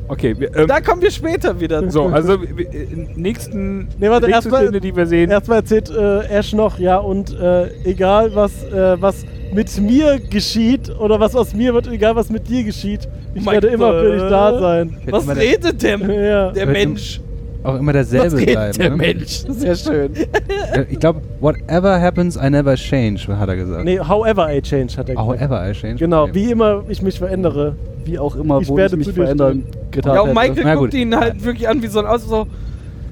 Speaker 3: Okay, wir, ähm,
Speaker 1: Da kommen wir später wieder zu.
Speaker 3: so, also wir- wir- äh, nächsten,
Speaker 2: Nee, warte,
Speaker 3: nächste
Speaker 2: erst mal-
Speaker 3: Szene, die wir sehen.
Speaker 2: Erstmal erzählt äh, Ash noch, ja, und äh, egal was, äh, was mit mir geschieht oder was aus mir wird, egal was mit dir geschieht, ich
Speaker 1: Mein
Speaker 2: werde immer
Speaker 1: Gott.
Speaker 2: für dich da sein. [LAUGHS]
Speaker 5: Hätte
Speaker 1: Was
Speaker 5: man
Speaker 1: redet der,
Speaker 2: Ja.
Speaker 1: der
Speaker 5: Wird
Speaker 1: Mensch?
Speaker 5: Auch immer derselbe bleiben. ne?
Speaker 4: Mensch. Sehr schön.
Speaker 5: Äh, Ich glaube, whatever happens, I never change, hat er gesagt.
Speaker 2: Nee, however I change, hat er gesagt.
Speaker 5: However I change.
Speaker 2: Genau,
Speaker 5: Okay.
Speaker 2: wie immer ich mich verändere.
Speaker 4: Wie auch immer,
Speaker 2: Ich
Speaker 4: wo ich
Speaker 2: werde
Speaker 4: mich
Speaker 2: zu dir
Speaker 4: verändern getan
Speaker 1: Ja,
Speaker 4: hätte.
Speaker 1: und Michael
Speaker 5: Na
Speaker 1: guckt
Speaker 5: gut.
Speaker 1: ihn halt wirklich an wie so ein Aus. So,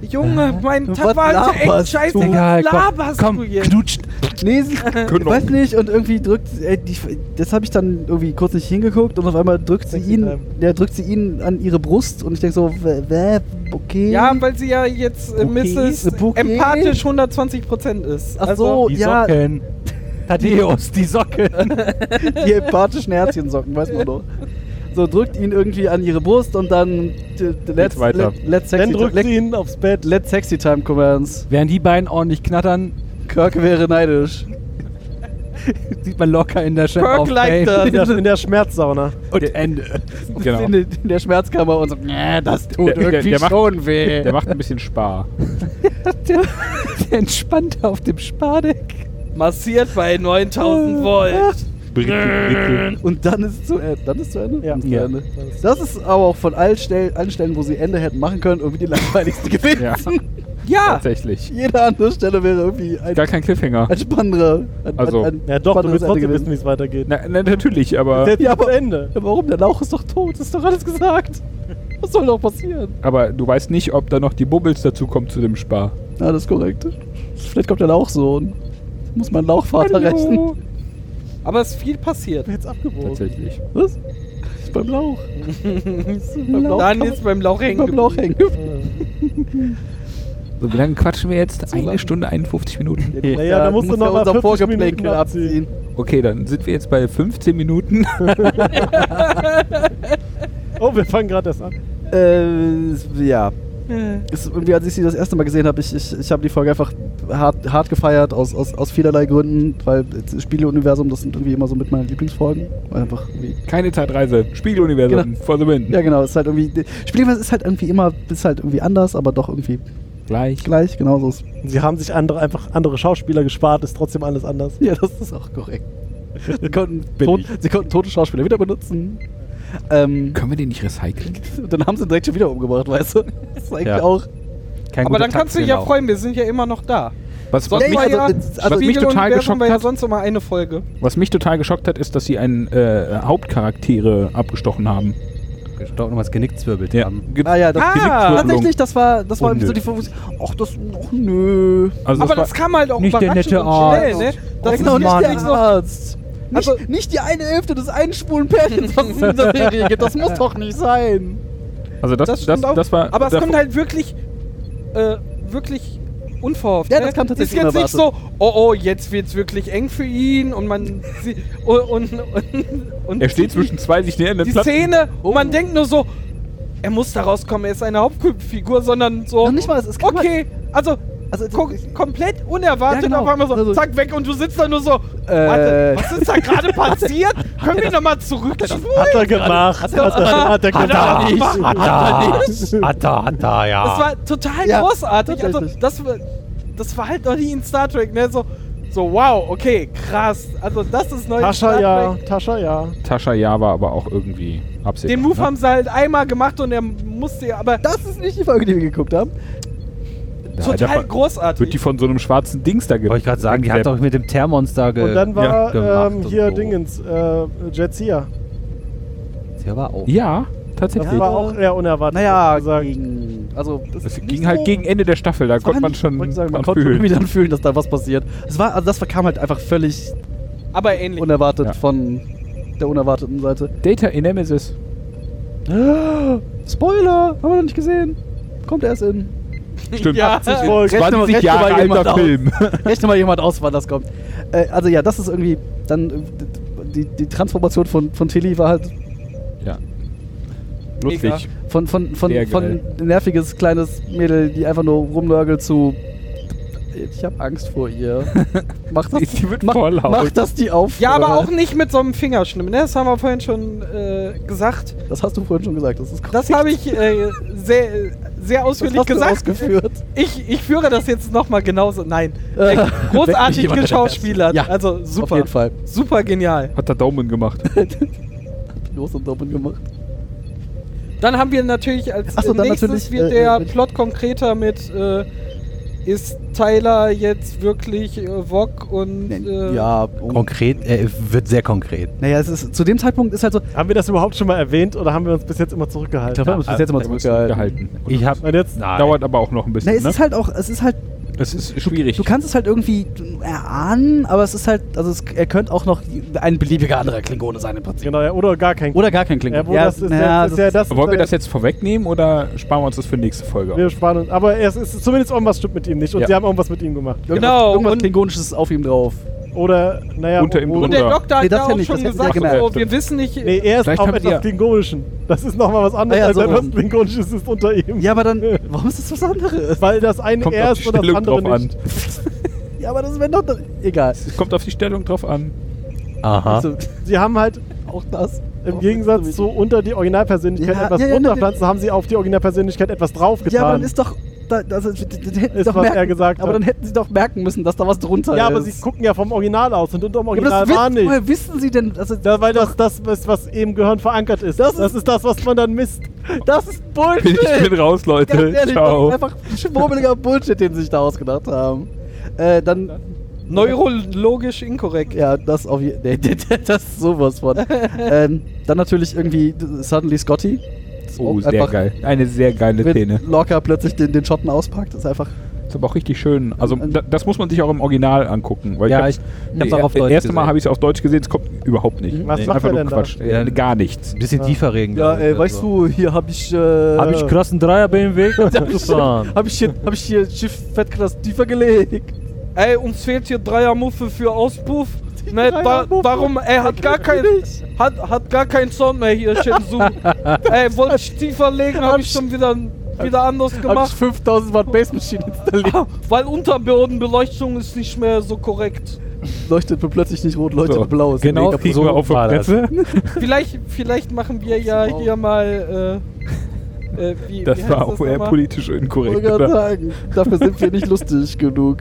Speaker 1: Junge, mein
Speaker 4: Was
Speaker 1: Tag war heute echt
Speaker 4: laberst
Speaker 1: scheiße.
Speaker 4: du?
Speaker 5: Egal,
Speaker 1: Was
Speaker 5: komm,
Speaker 1: laberst
Speaker 5: komm,
Speaker 1: du jetzt?
Speaker 5: knutscht.
Speaker 4: Nee, sie- ich weiß nicht, und irgendwie drückt sie, ey, die, das habe ich dann irgendwie kurz nicht hingeguckt und auf einmal drückt sie
Speaker 2: Sexy
Speaker 4: ihn,
Speaker 2: time.
Speaker 4: ja, drückt sie ihn an ihre Brust und ich denke so, w- w- okay.
Speaker 1: Ja, weil sie ja jetzt äh,
Speaker 4: Bouquet?
Speaker 1: Mrs.
Speaker 4: Bouquet?
Speaker 1: empathisch 120% ist.
Speaker 4: Ach
Speaker 1: Also,
Speaker 4: so,
Speaker 5: Die
Speaker 4: ja,
Speaker 5: Socken. Thaddeus, die Socken.
Speaker 4: die empathischen Herzchensocken, weiß man doch. so drückt ihn irgendwie an ihre Brust und dann äh, let's,
Speaker 3: weiter.
Speaker 4: let, let's sexy
Speaker 2: Dann drückt
Speaker 4: let,
Speaker 2: sie ihn aufs Bett.
Speaker 4: let's sexy time commands.
Speaker 6: Während die beiden ordentlich knattern,
Speaker 4: Kirk wäre neidisch.
Speaker 6: sieht man locker in der Chef
Speaker 4: Kirk
Speaker 6: auf
Speaker 4: like
Speaker 6: Babe.
Speaker 2: In der, in der Schmerzsauna.
Speaker 6: Und Ende.
Speaker 3: Genau.
Speaker 4: In, der- in der Schmerzkammer und so, nee, das tut
Speaker 3: Der- der-
Speaker 4: irgendwie
Speaker 3: der macht-
Speaker 4: schon weh.
Speaker 3: Der macht ein bisschen Spar.
Speaker 6: Der entspannt auf dem Spardeck.
Speaker 1: Massiert bei 9000 Volt.
Speaker 4: Und dann ist es zu Ende. Dann ist zu Ende?
Speaker 2: Ja.
Speaker 4: Dann ist zu
Speaker 3: Ja.
Speaker 4: Ende. Das ist aber auch von allen Stellen, allen Stellen, wo sie Ende hätten machen können, irgendwie die langweiligste [LAUGHS] gewesen.
Speaker 3: Ja.
Speaker 1: Ja!
Speaker 3: Tatsächlich.
Speaker 4: Jede andere Stelle wäre irgendwie ein,
Speaker 3: Gar kein Cliffhanger.
Speaker 4: ein spannenderer. Ein,
Speaker 3: Also.
Speaker 4: ein, ein
Speaker 2: Ja, doch, du
Speaker 4: spannenderes
Speaker 2: willst
Speaker 4: Ende
Speaker 2: trotzdem
Speaker 4: gewesen.
Speaker 2: wissen, wie es weitergeht.
Speaker 3: Na, na, natürlich, aber,
Speaker 2: Jetzt ja, aber Ende.
Speaker 4: Ja, warum? Der Lauch ist doch tot. Ist doch alles gesagt. Was soll noch passieren?
Speaker 3: aber du weißt nicht, ob da noch die Bubbles dazukommen zu dem Spar.
Speaker 4: Ja, das ist korrekt. Vielleicht kommt der Lauchsohn. Muss mein Lauchvater rechnen.
Speaker 1: Aber es ist viel passiert.
Speaker 2: Jetzt abgebogen.
Speaker 3: Tatsächlich.
Speaker 4: Was? Ist beim Lauch. beim Lauch, kann
Speaker 1: Daniel
Speaker 4: man-
Speaker 1: ist beim Lauch hängen.
Speaker 4: beim Lauch hängen. geblieben.
Speaker 3: So, wie lange quatschen wir jetzt?
Speaker 4: lang.
Speaker 3: Eine Stunde 51 Minuten.
Speaker 2: Ja, ja, da musst du
Speaker 4: muss
Speaker 2: noch
Speaker 4: ja
Speaker 2: mal
Speaker 4: unser
Speaker 2: 40
Speaker 4: Vorgeplänkel
Speaker 2: Minuten abziehen.
Speaker 3: Okay, dann sind wir jetzt bei 15 Minuten. [LAUGHS]
Speaker 2: Oh, wir fangen gerade erst an.
Speaker 4: Äh, ja.
Speaker 1: Äh.
Speaker 4: Ist, irgendwie, als ich sie das erste Mal gesehen habe, ich, ich, ich habe die Folge einfach hart, hart gefeiert, aus, aus, aus vielerlei Gründen, weil das Spieleuniversum, das sind irgendwie immer so mit meinen Lieblingsfolgen. Weil einfach irgendwie.
Speaker 3: Keine Zeitreise. Spiegeluniversum. For the win.
Speaker 4: Ja, genau, ist halt irgendwie. Spieluniversum ist halt irgendwie immer, ist halt irgendwie anders, aber doch irgendwie
Speaker 3: Gleich.
Speaker 4: gleich, genau so ist. [LAUGHS]
Speaker 2: Sie haben sich andere, einfach andere Schauspieler gespart, ist trotzdem alles anders.
Speaker 4: Ja, das ist auch korrekt. Sie konnten,
Speaker 3: [LAUGHS] Bin
Speaker 4: tot,
Speaker 3: ich.
Speaker 4: sie konnten tote Schauspieler wieder benutzen. Ähm,
Speaker 3: Können wir den nicht recyceln?
Speaker 4: dann haben sie ihn direkt schon wieder umgebracht, weißt du? Das ist eigentlich
Speaker 5: Ja.
Speaker 4: auch.
Speaker 5: Kein
Speaker 1: Aber
Speaker 5: guter genau.
Speaker 1: dann kannst du dich ja
Speaker 5: Taktiker.
Speaker 1: freuen, wir sind ja immer noch da.
Speaker 3: Was, was,
Speaker 1: Sonst
Speaker 4: Ja,
Speaker 3: mich,
Speaker 1: war
Speaker 4: also,
Speaker 1: ja,
Speaker 4: es- also
Speaker 1: Spiegel
Speaker 3: mich total
Speaker 1: Universum
Speaker 3: geschockt
Speaker 1: war ja
Speaker 3: hat-
Speaker 1: sonst immer eine Folge.
Speaker 3: was mich total geschockt hat, ist, dass sie einen äh, Hauptcharaktere abgestochen haben.
Speaker 5: Gestaunt und was Genick zwirbelt haben.
Speaker 3: Ge
Speaker 4: Ah ja, das
Speaker 1: Ah,
Speaker 4: Tatsächlich, das war, das
Speaker 3: Oh,
Speaker 4: war irgendwie so
Speaker 3: nö.
Speaker 4: die Vermutung. Ach, das. Ach, nö.
Speaker 3: Also
Speaker 1: Aber
Speaker 3: war-
Speaker 1: das kam halt auch
Speaker 5: nicht der
Speaker 1: überraschend
Speaker 5: nette
Speaker 1: und schnell,
Speaker 5: Arzt.
Speaker 1: ne? Das ist
Speaker 4: genau,
Speaker 1: noch
Speaker 4: nicht der
Speaker 1: nicht so.
Speaker 4: Arzt. Nicht,
Speaker 1: Also-
Speaker 4: nicht die eine Hälfte des einen schwulen Pärchens, was es
Speaker 1: [LAUGHS]
Speaker 4: in dieser Serie gibt. Das muss doch nicht sein.
Speaker 3: Also das,
Speaker 1: Das
Speaker 3: das, das,
Speaker 1: stimmt auch.
Speaker 3: war.
Speaker 1: aber es
Speaker 3: das-
Speaker 1: kommt halt wirklich, äh, wirklich unverhofft.
Speaker 4: Ja,
Speaker 1: ne?
Speaker 4: das kam tatsächlich
Speaker 1: Ist jetzt nicht so,
Speaker 4: unerwartet.
Speaker 1: oh oh, jetzt wird's wirklich eng für ihn und man sie, und, und, und, und [LAUGHS]
Speaker 3: Er steht zwischen zwei sich nähernden
Speaker 1: die
Speaker 3: Platten. Oh.
Speaker 1: Szene und man denkt nur so, er muss da rauskommen, er ist eine Hauptfigur, sondern so.
Speaker 4: Noch nicht mal, es ist-
Speaker 1: okay, also.
Speaker 4: Also, es-
Speaker 1: ko- komplett unerwartet,
Speaker 4: Ja, genau.
Speaker 1: auf einmal so,
Speaker 4: Also-
Speaker 1: zack, weg und du sitzt da nur so,
Speaker 4: Äh.
Speaker 1: warte, was ist da
Speaker 3: [LAUGHS]
Speaker 1: gerade passiert? Können wir nochmal zurückspulen?
Speaker 2: Hat er gemacht. Hat er, hat er
Speaker 1: Hat
Speaker 2: gemacht.
Speaker 1: er nicht.
Speaker 5: Atta, Atta, Atta, ja.
Speaker 1: Das war total
Speaker 4: Ja,
Speaker 1: großartig. Also,
Speaker 4: tatsächlich.
Speaker 1: das, war- das war halt noch nie in Star Trek, ne? So, so wow, okay, krass. Also, das ist neu. in
Speaker 2: Tascha
Speaker 1: Star
Speaker 2: ja,
Speaker 1: Trek.
Speaker 2: Tascha ja.
Speaker 3: Tascha ja war aber auch irgendwie absichtlich.
Speaker 1: Den Move
Speaker 3: ne?
Speaker 1: haben sie halt einmal gemacht und er musste ja, aber
Speaker 4: Das ist nicht die Folge, die wir geguckt haben.
Speaker 3: Ja,
Speaker 1: total
Speaker 3: davon- Wird die
Speaker 1: großartig.
Speaker 3: von so einem schwarzen Dings da ge
Speaker 5: Wollte ich gerade sagen, die hat doch mit dem Thermons da ge
Speaker 2: Und dann war
Speaker 5: gemacht
Speaker 2: ähm,
Speaker 5: und
Speaker 2: hier
Speaker 5: so.
Speaker 2: Dingens, äh, Jetsia.
Speaker 5: Der war auch.
Speaker 3: Ja,
Speaker 2: Das
Speaker 3: tatsächlich.
Speaker 2: war auch eher unerwartet.
Speaker 4: Naja,
Speaker 2: muss man sagen.
Speaker 4: gegen, also das,
Speaker 3: Das
Speaker 4: ist nicht
Speaker 3: ging halt
Speaker 4: so-
Speaker 3: gegen Ende der Staffel, da
Speaker 4: das war
Speaker 3: konnte man
Speaker 4: nicht-
Speaker 3: schon
Speaker 4: wollte ich sagen, man
Speaker 3: dran
Speaker 4: konnte schon
Speaker 3: fühlen.
Speaker 4: irgendwie dann fühlen, dass da was passiert. Es war, also das kam halt einfach völlig
Speaker 1: Aber ähnlich.
Speaker 4: unerwartet
Speaker 3: Ja.
Speaker 4: von der unerwarteten Seite.
Speaker 3: Data in Nemesis.
Speaker 4: Spoiler, haben wir noch nicht gesehen. Kommt erst in.
Speaker 3: Stimmt.
Speaker 1: Ja.
Speaker 3: 80
Speaker 2: Folgen.
Speaker 4: Rechne mal-
Speaker 3: 20
Speaker 4: rechne mal
Speaker 3: Jahre
Speaker 4: jemand
Speaker 3: alter
Speaker 4: aus.
Speaker 3: Film.
Speaker 4: [LAUGHS] Rechne mal jemand aus, wann das kommt. Äh, also ja, das ist irgendwie dann äh, die, die Transformation von, von Tilly war halt
Speaker 3: Ja. Lustig.
Speaker 4: von, von, von,
Speaker 3: Sehr
Speaker 4: von
Speaker 3: geil.
Speaker 4: nerviges kleines Mädel, die einfach nur rumnörgelt zu ich habe Angst
Speaker 3: [LAUGHS]
Speaker 4: vor ihr. Mach das,
Speaker 3: Die wird
Speaker 4: mach,
Speaker 3: voll laut.
Speaker 4: mach das die auf.
Speaker 1: Ja, aber auch nicht mit so einem Fingerschnippen. Ne? Das haben wir vorhin schon äh, gesagt.
Speaker 4: Das hast du vorhin schon gesagt. Das ist korrekt.
Speaker 1: Das habe ich äh, sehr, sehr
Speaker 4: Das
Speaker 1: ausführlich
Speaker 4: hast du
Speaker 1: gesagt. [LAUGHS]
Speaker 4: ausgeführt.
Speaker 1: Ich, ich führe das jetzt nochmal genauso. Nein.
Speaker 4: Äh,
Speaker 1: Äh,
Speaker 4: wenn
Speaker 1: [LAUGHS] großartig
Speaker 4: jemand-
Speaker 1: geschauspielert.
Speaker 4: Ja,
Speaker 1: also super.
Speaker 4: Auf jeden Fall.
Speaker 1: Super genial.
Speaker 3: Hat der Daumen gemacht.
Speaker 4: Los und doppelt gemacht.
Speaker 1: Dann haben wir natürlich als
Speaker 4: Ach so, dann
Speaker 1: nächstes
Speaker 4: natürlich,
Speaker 1: wird
Speaker 4: äh,
Speaker 1: der
Speaker 4: äh,
Speaker 1: Plot konkreter mit äh, ist Tyler jetzt wirklich äh, Vog und äh,
Speaker 4: ja, um,
Speaker 5: Konkret, äh, wird sehr konkret.
Speaker 4: naja, es ist, zu dem Zeitpunkt ist halt so.
Speaker 2: Haben wir das überhaupt schon mal erwähnt oder haben wir uns bis jetzt immer
Speaker 4: Da
Speaker 2: zurückgehalten?
Speaker 4: haben wir uns bis jetzt immer zurückgehalten.
Speaker 3: Gehalten.
Speaker 5: Ich hab.
Speaker 2: Und jetzt
Speaker 5: Nein.
Speaker 3: Dauert aber auch noch ein bisschen.
Speaker 4: Na, es
Speaker 3: ne?
Speaker 4: ist halt auch, es ist halt
Speaker 3: es ist schwierig.
Speaker 4: Du kannst es halt irgendwie erahnen, aber es ist halt, also es, er könnte auch noch ein beliebiger anderer Klingone sein im Prinzip.
Speaker 2: Genau, ja, oder gar kein
Speaker 4: Oder gar kein Klingone.
Speaker 2: ja, wo das ist,
Speaker 4: naja,
Speaker 2: das ist ja das. äh,
Speaker 3: Wollen wir das jetzt vorwegnehmen oder sparen wir uns das für die nächste Folge? auf?
Speaker 2: Wir sparen uns. Aber es ist zumindest irgendwas stimmt mit ihm nicht. Und
Speaker 3: Ja.
Speaker 2: sie haben irgendwas mit ihm gemacht.
Speaker 4: irgendwas-
Speaker 1: Genau,
Speaker 4: Irgendwas
Speaker 1: und-
Speaker 4: Klingonisches ist auf ihm drauf.
Speaker 2: Oder, naja,
Speaker 3: Unter ihm
Speaker 2: wo-
Speaker 1: Und der
Speaker 3: Oder-
Speaker 1: Doktor hat
Speaker 4: Nee, das
Speaker 1: ja
Speaker 4: ja
Speaker 1: auch
Speaker 4: nicht,
Speaker 1: schon
Speaker 4: das hätten sie
Speaker 1: gesagt,
Speaker 3: ja
Speaker 1: so,
Speaker 3: gemerkt.
Speaker 1: wir wissen nicht,
Speaker 2: Nee, er ist
Speaker 3: Vielleicht
Speaker 2: auf
Speaker 3: habt
Speaker 2: etwas
Speaker 3: ihr-
Speaker 2: Klingonischen. Das ist nochmal was anderes,
Speaker 4: Ah ja,
Speaker 2: als
Speaker 4: so
Speaker 2: etwas
Speaker 4: rum.
Speaker 2: Klingonisches ist unter ihm.
Speaker 4: Ja, aber dann, warum ist das was
Speaker 2: [LAUGHS]
Speaker 4: anderes?
Speaker 2: Weil das eine
Speaker 3: Kommt
Speaker 2: er
Speaker 3: auf die
Speaker 2: ist und das
Speaker 3: Stellung
Speaker 2: andere
Speaker 3: drauf
Speaker 2: nicht.
Speaker 3: an.
Speaker 4: Ja, aber das wäre doch, egal.
Speaker 3: Es kommt auf die Stellung drauf an.
Speaker 5: Aha.
Speaker 4: Also,
Speaker 2: Sie haben halt
Speaker 4: auch das.
Speaker 2: im
Speaker 4: Auch
Speaker 2: Gegensatz
Speaker 4: das-
Speaker 2: zu unter die Originalpersönlichkeit
Speaker 4: Ja,
Speaker 2: etwas
Speaker 4: ja, ja,
Speaker 2: runterpflanzen, haben sie auf die Originalpersönlichkeit etwas
Speaker 4: Ja, aber
Speaker 2: draufgetan.
Speaker 4: dann ist doch. Da, das, das, das, das hätten sie
Speaker 2: Ist,
Speaker 4: doch
Speaker 2: was er
Speaker 4: merken,
Speaker 2: gesagt
Speaker 4: aber
Speaker 2: hat.
Speaker 4: dann hätten sie doch merken müssen, dass da was drunter
Speaker 2: ja,
Speaker 4: ist.
Speaker 2: aber sie gucken ja vom Original aus und unter dem
Speaker 4: Ja, aber
Speaker 2: Original
Speaker 4: das
Speaker 2: war
Speaker 4: wissen,
Speaker 2: nicht.
Speaker 4: woher wissen sie denn? Also,
Speaker 2: Da, weil das das ist, was im Gehirn verankert ist.
Speaker 4: Das
Speaker 2: Das,
Speaker 4: ist-
Speaker 2: ist das, was man dann misst.
Speaker 4: das ist
Speaker 3: Ich
Speaker 4: Bullshit! [LAUGHS]
Speaker 3: bin raus, [LAUGHS]
Speaker 4: Ganz
Speaker 3: Leute.
Speaker 4: ehrlich,
Speaker 3: Ciao.
Speaker 4: das ist einfach schwurbeliger Bullshit, den sie sich da ausgedacht haben. Äh, dann,
Speaker 1: neurologisch inkorrekt.
Speaker 4: ja, das auf je- nee, [LAUGHS] Das ist sowas von. ähm, dann natürlich irgendwie Suddenly Scotty. Ist
Speaker 3: Oh,
Speaker 4: auch
Speaker 3: sehr
Speaker 4: einfach,
Speaker 3: geil. Eine sehr geile Szene.
Speaker 4: Wenn Locker plötzlich den, den Schotten auspackt, ist einfach.
Speaker 3: Ist aber auch richtig schön. Also
Speaker 4: Ähm,
Speaker 3: da, das muss man sich auch im Original angucken. Weil
Speaker 5: Ja,
Speaker 3: ich
Speaker 5: ich- ich hab's
Speaker 3: das
Speaker 5: auch auf Deutsch
Speaker 3: erste Mal
Speaker 5: gesehen.
Speaker 3: habe ich es auf Deutsch gesehen, es kommt überhaupt nicht.
Speaker 2: Was macht
Speaker 3: Einfach
Speaker 2: er
Speaker 3: nur
Speaker 2: denn da?
Speaker 3: Quatsch. Äh,
Speaker 5: Ja.
Speaker 3: Gar nichts.
Speaker 5: Ein bisschen tiefer regen.
Speaker 4: du, hier hab ich.
Speaker 5: Habe
Speaker 1: äh,
Speaker 5: ich krassen Dreier BMW
Speaker 1: [LAUGHS]
Speaker 5: gefahren.
Speaker 4: hab ich hier, hab ich hier Schiff fett krass tiefer gelegt.
Speaker 1: Ey, uns fehlt hier Dreiermuffe für
Speaker 3: [LAUGHS]
Speaker 1: Auspuff. Ne, da,
Speaker 4: Dreiermuffe.
Speaker 1: darum, ey, hat gar kein, hat, hat gar keinen Sound mehr hier,
Speaker 3: [LAUGHS]
Speaker 1: Shenzhou. ey, wollte ich tiefer legen, habe ich schon wieder, wieder anders
Speaker 4: Hab ich
Speaker 1: gemacht.
Speaker 4: 5000 Watt Base Machine
Speaker 1: [LAUGHS]
Speaker 4: installiert.
Speaker 1: Weil Unterbodenbeleuchtung ist nicht mehr so korrekt.
Speaker 4: Leuchtet mir plötzlich nicht rot, leuchtet
Speaker 3: So,
Speaker 4: blau. Ist
Speaker 5: genau.
Speaker 4: mega-
Speaker 3: Kriegen
Speaker 5: so
Speaker 3: wir auf die
Speaker 5: war das.
Speaker 3: Fresse.
Speaker 1: Vielleicht, vielleicht machen wir ja hier mal, äh, äh, wie, wie
Speaker 3: Das
Speaker 1: heißt
Speaker 3: war auch eher
Speaker 1: nochmal?
Speaker 3: politisch inkorrekt.
Speaker 4: Wollte gerade
Speaker 3: oder?
Speaker 4: sagen, dafür sind wir nicht lustig genug.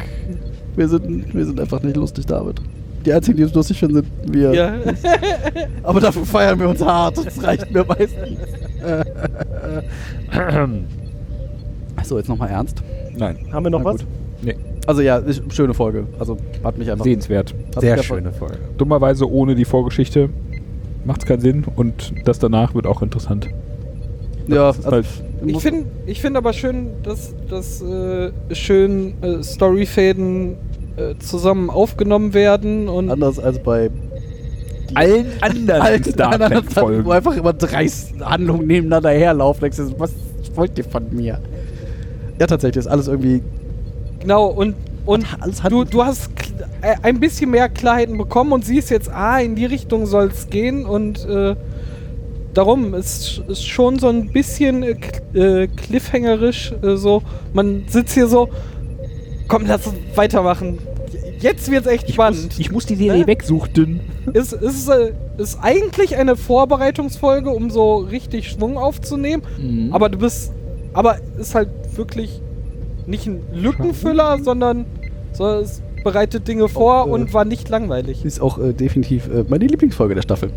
Speaker 4: Wir sind, wir sind einfach nicht lustig, David. Die einzigen, die uns lustig finden, sind wir.
Speaker 1: Ja.
Speaker 4: Aber dafür feiern wir uns hart. Das reicht mir meistens. Achso, jetzt nochmal ernst.
Speaker 3: Nein.
Speaker 2: Haben wir noch
Speaker 4: Na
Speaker 2: was?
Speaker 4: gut.
Speaker 3: Nee.
Speaker 4: Also ja, ist eine schöne Folge. Also hat mich einfach.
Speaker 3: Sehenswert.
Speaker 4: hat
Speaker 5: Sehr
Speaker 4: mich
Speaker 5: schöne Folge.
Speaker 3: Dummerweise ohne die Vorgeschichte macht es keinen Sinn und das danach wird auch interessant.
Speaker 4: Einfach, ja,
Speaker 3: Das ist
Speaker 4: also,
Speaker 3: halt
Speaker 1: Ich finde ich find aber schön, dass, dass äh, schön äh, Storyfäden äh, zusammen aufgenommen werden und
Speaker 4: anders als bei
Speaker 3: allen anderen Star
Speaker 4: anderen
Speaker 3: Trek
Speaker 4: Sachen, wo
Speaker 3: Folgen.
Speaker 4: einfach immer drei Handlungen nebeneinander herlaufen. Denkst du, was wollt ihr von mir? Ja, tatsächlich ist alles irgendwie.
Speaker 1: genau und, und
Speaker 4: alles hat-
Speaker 1: du, du hast kl- äh, ein bisschen mehr Klarheiten bekommen und siehst jetzt, ah, in die Richtung soll es gehen und äh, darum ist, ist schon so ein bisschen äh, cl- äh, cliffhangerisch, äh, so man sitzt hier so, komm, lass uns weitermachen. Jetzt wird's echt spannend.
Speaker 3: Ich muss die Serie
Speaker 1: Ne?
Speaker 3: wegsuchten.
Speaker 1: ist, ist, äh, ist eigentlich eine Vorbereitungsfolge, um so richtig Schwung aufzunehmen. Aber du bist. Aber ist halt wirklich nicht ein Lückenfüller, sondern so, es bereitet Dinge vor
Speaker 4: äh,
Speaker 1: und war nicht langweilig.
Speaker 4: Ist auch äh, definitiv äh, meine Lieblingsfolge der Staffel.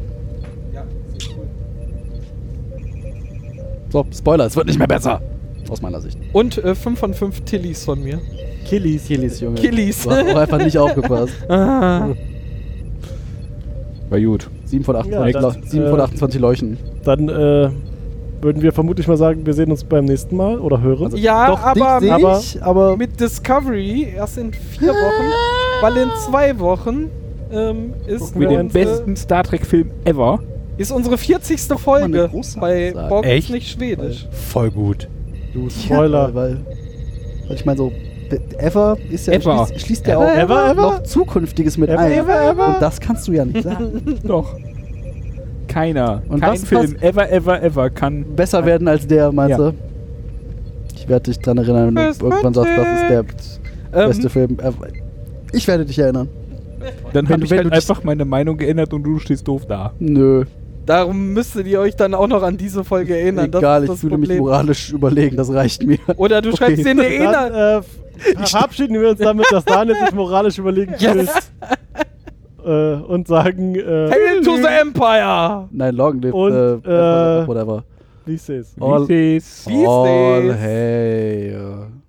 Speaker 4: So, Spoiler, es wird nicht mehr besser. Aus meiner Sicht.
Speaker 1: Und äh, 5 von 5 Tillys von mir.
Speaker 2: Killis. Killis, Junge.
Speaker 1: Killis.
Speaker 4: Du hast auch einfach nicht aufgepasst. [LAUGHS]
Speaker 1: Ah.
Speaker 3: War gut.
Speaker 4: 7 von 28,
Speaker 2: Ja,
Speaker 4: Leu-
Speaker 2: das,
Speaker 4: sieben von
Speaker 2: äh,
Speaker 4: 28 Leuchten.
Speaker 2: Dann äh, würden wir vermutlich mal sagen, wir sehen uns beim nächsten Mal oder hören.
Speaker 1: Also
Speaker 4: Also
Speaker 1: ja, aber
Speaker 4: dich
Speaker 1: mit,
Speaker 2: aber-
Speaker 4: seh ich, aber
Speaker 1: mit Discovery erst in vier Wochen, weil in zwei Wochen ähm, ist,
Speaker 2: Gucken wir
Speaker 3: Mit dem
Speaker 2: uns,
Speaker 1: unsere,
Speaker 3: besten Star Trek Film ever.
Speaker 1: ist unsere 40.
Speaker 4: man eine
Speaker 1: Folge
Speaker 4: große
Speaker 1: bei
Speaker 4: Ansage.
Speaker 1: Borg ist
Speaker 5: Echt?
Speaker 1: nicht schwedisch.
Speaker 5: Voll gut.
Speaker 2: du Spoiler.
Speaker 4: Ja, weil, weil ich meine so, Ever ist ja
Speaker 3: Ever.
Speaker 4: schließt, schließt ja
Speaker 2: Ever,
Speaker 4: auch
Speaker 2: ever, ever?
Speaker 4: noch Zukünftiges mit
Speaker 2: Ever,
Speaker 4: ein.
Speaker 2: ever, ever?
Speaker 4: Und das kannst du ja nicht sagen.
Speaker 3: Doch. Keiner.
Speaker 4: Und
Speaker 3: Kein
Speaker 4: das
Speaker 3: Film ever, ever, ever kann.
Speaker 4: Besser werden als der, meinst
Speaker 3: Ja.
Speaker 4: du? Ich werde dich dran erinnern, wenn du irgendwann sagst, das ist der beste
Speaker 1: Ähm.
Speaker 4: Film ever. Ich werde dich erinnern.
Speaker 3: Dann
Speaker 4: Wenn
Speaker 3: habe
Speaker 4: du-
Speaker 3: ich
Speaker 4: wenn
Speaker 3: halt
Speaker 4: du dich-
Speaker 3: einfach meine Meinung geändert und du stehst doof da.
Speaker 4: Nö.
Speaker 1: Darum müsstet ihr euch dann auch noch an diese Folge erinnern.
Speaker 4: Egal,
Speaker 1: das
Speaker 4: ich
Speaker 1: ist das
Speaker 4: fühle mich
Speaker 1: Problem.
Speaker 4: moralisch überlegen, das reicht mir.
Speaker 1: Oder du schreibst
Speaker 4: [LAUGHS]
Speaker 1: dir eine
Speaker 2: Dann,
Speaker 1: Erinnerung.
Speaker 2: äh, f- verabschieden wir uns damit, dass Daniel sich moralisch überlegen
Speaker 4: [LAUGHS]
Speaker 2: yes. äh, und sagen, äh,
Speaker 1: Hail to the Empire!
Speaker 4: Nein, Long live
Speaker 2: Und,
Speaker 4: äh,
Speaker 2: äh,
Speaker 4: whatever.
Speaker 2: wie ich seh's.
Speaker 4: All-
Speaker 3: Wie seh's?
Speaker 1: Wie ist
Speaker 4: All
Speaker 1: das?
Speaker 4: hey.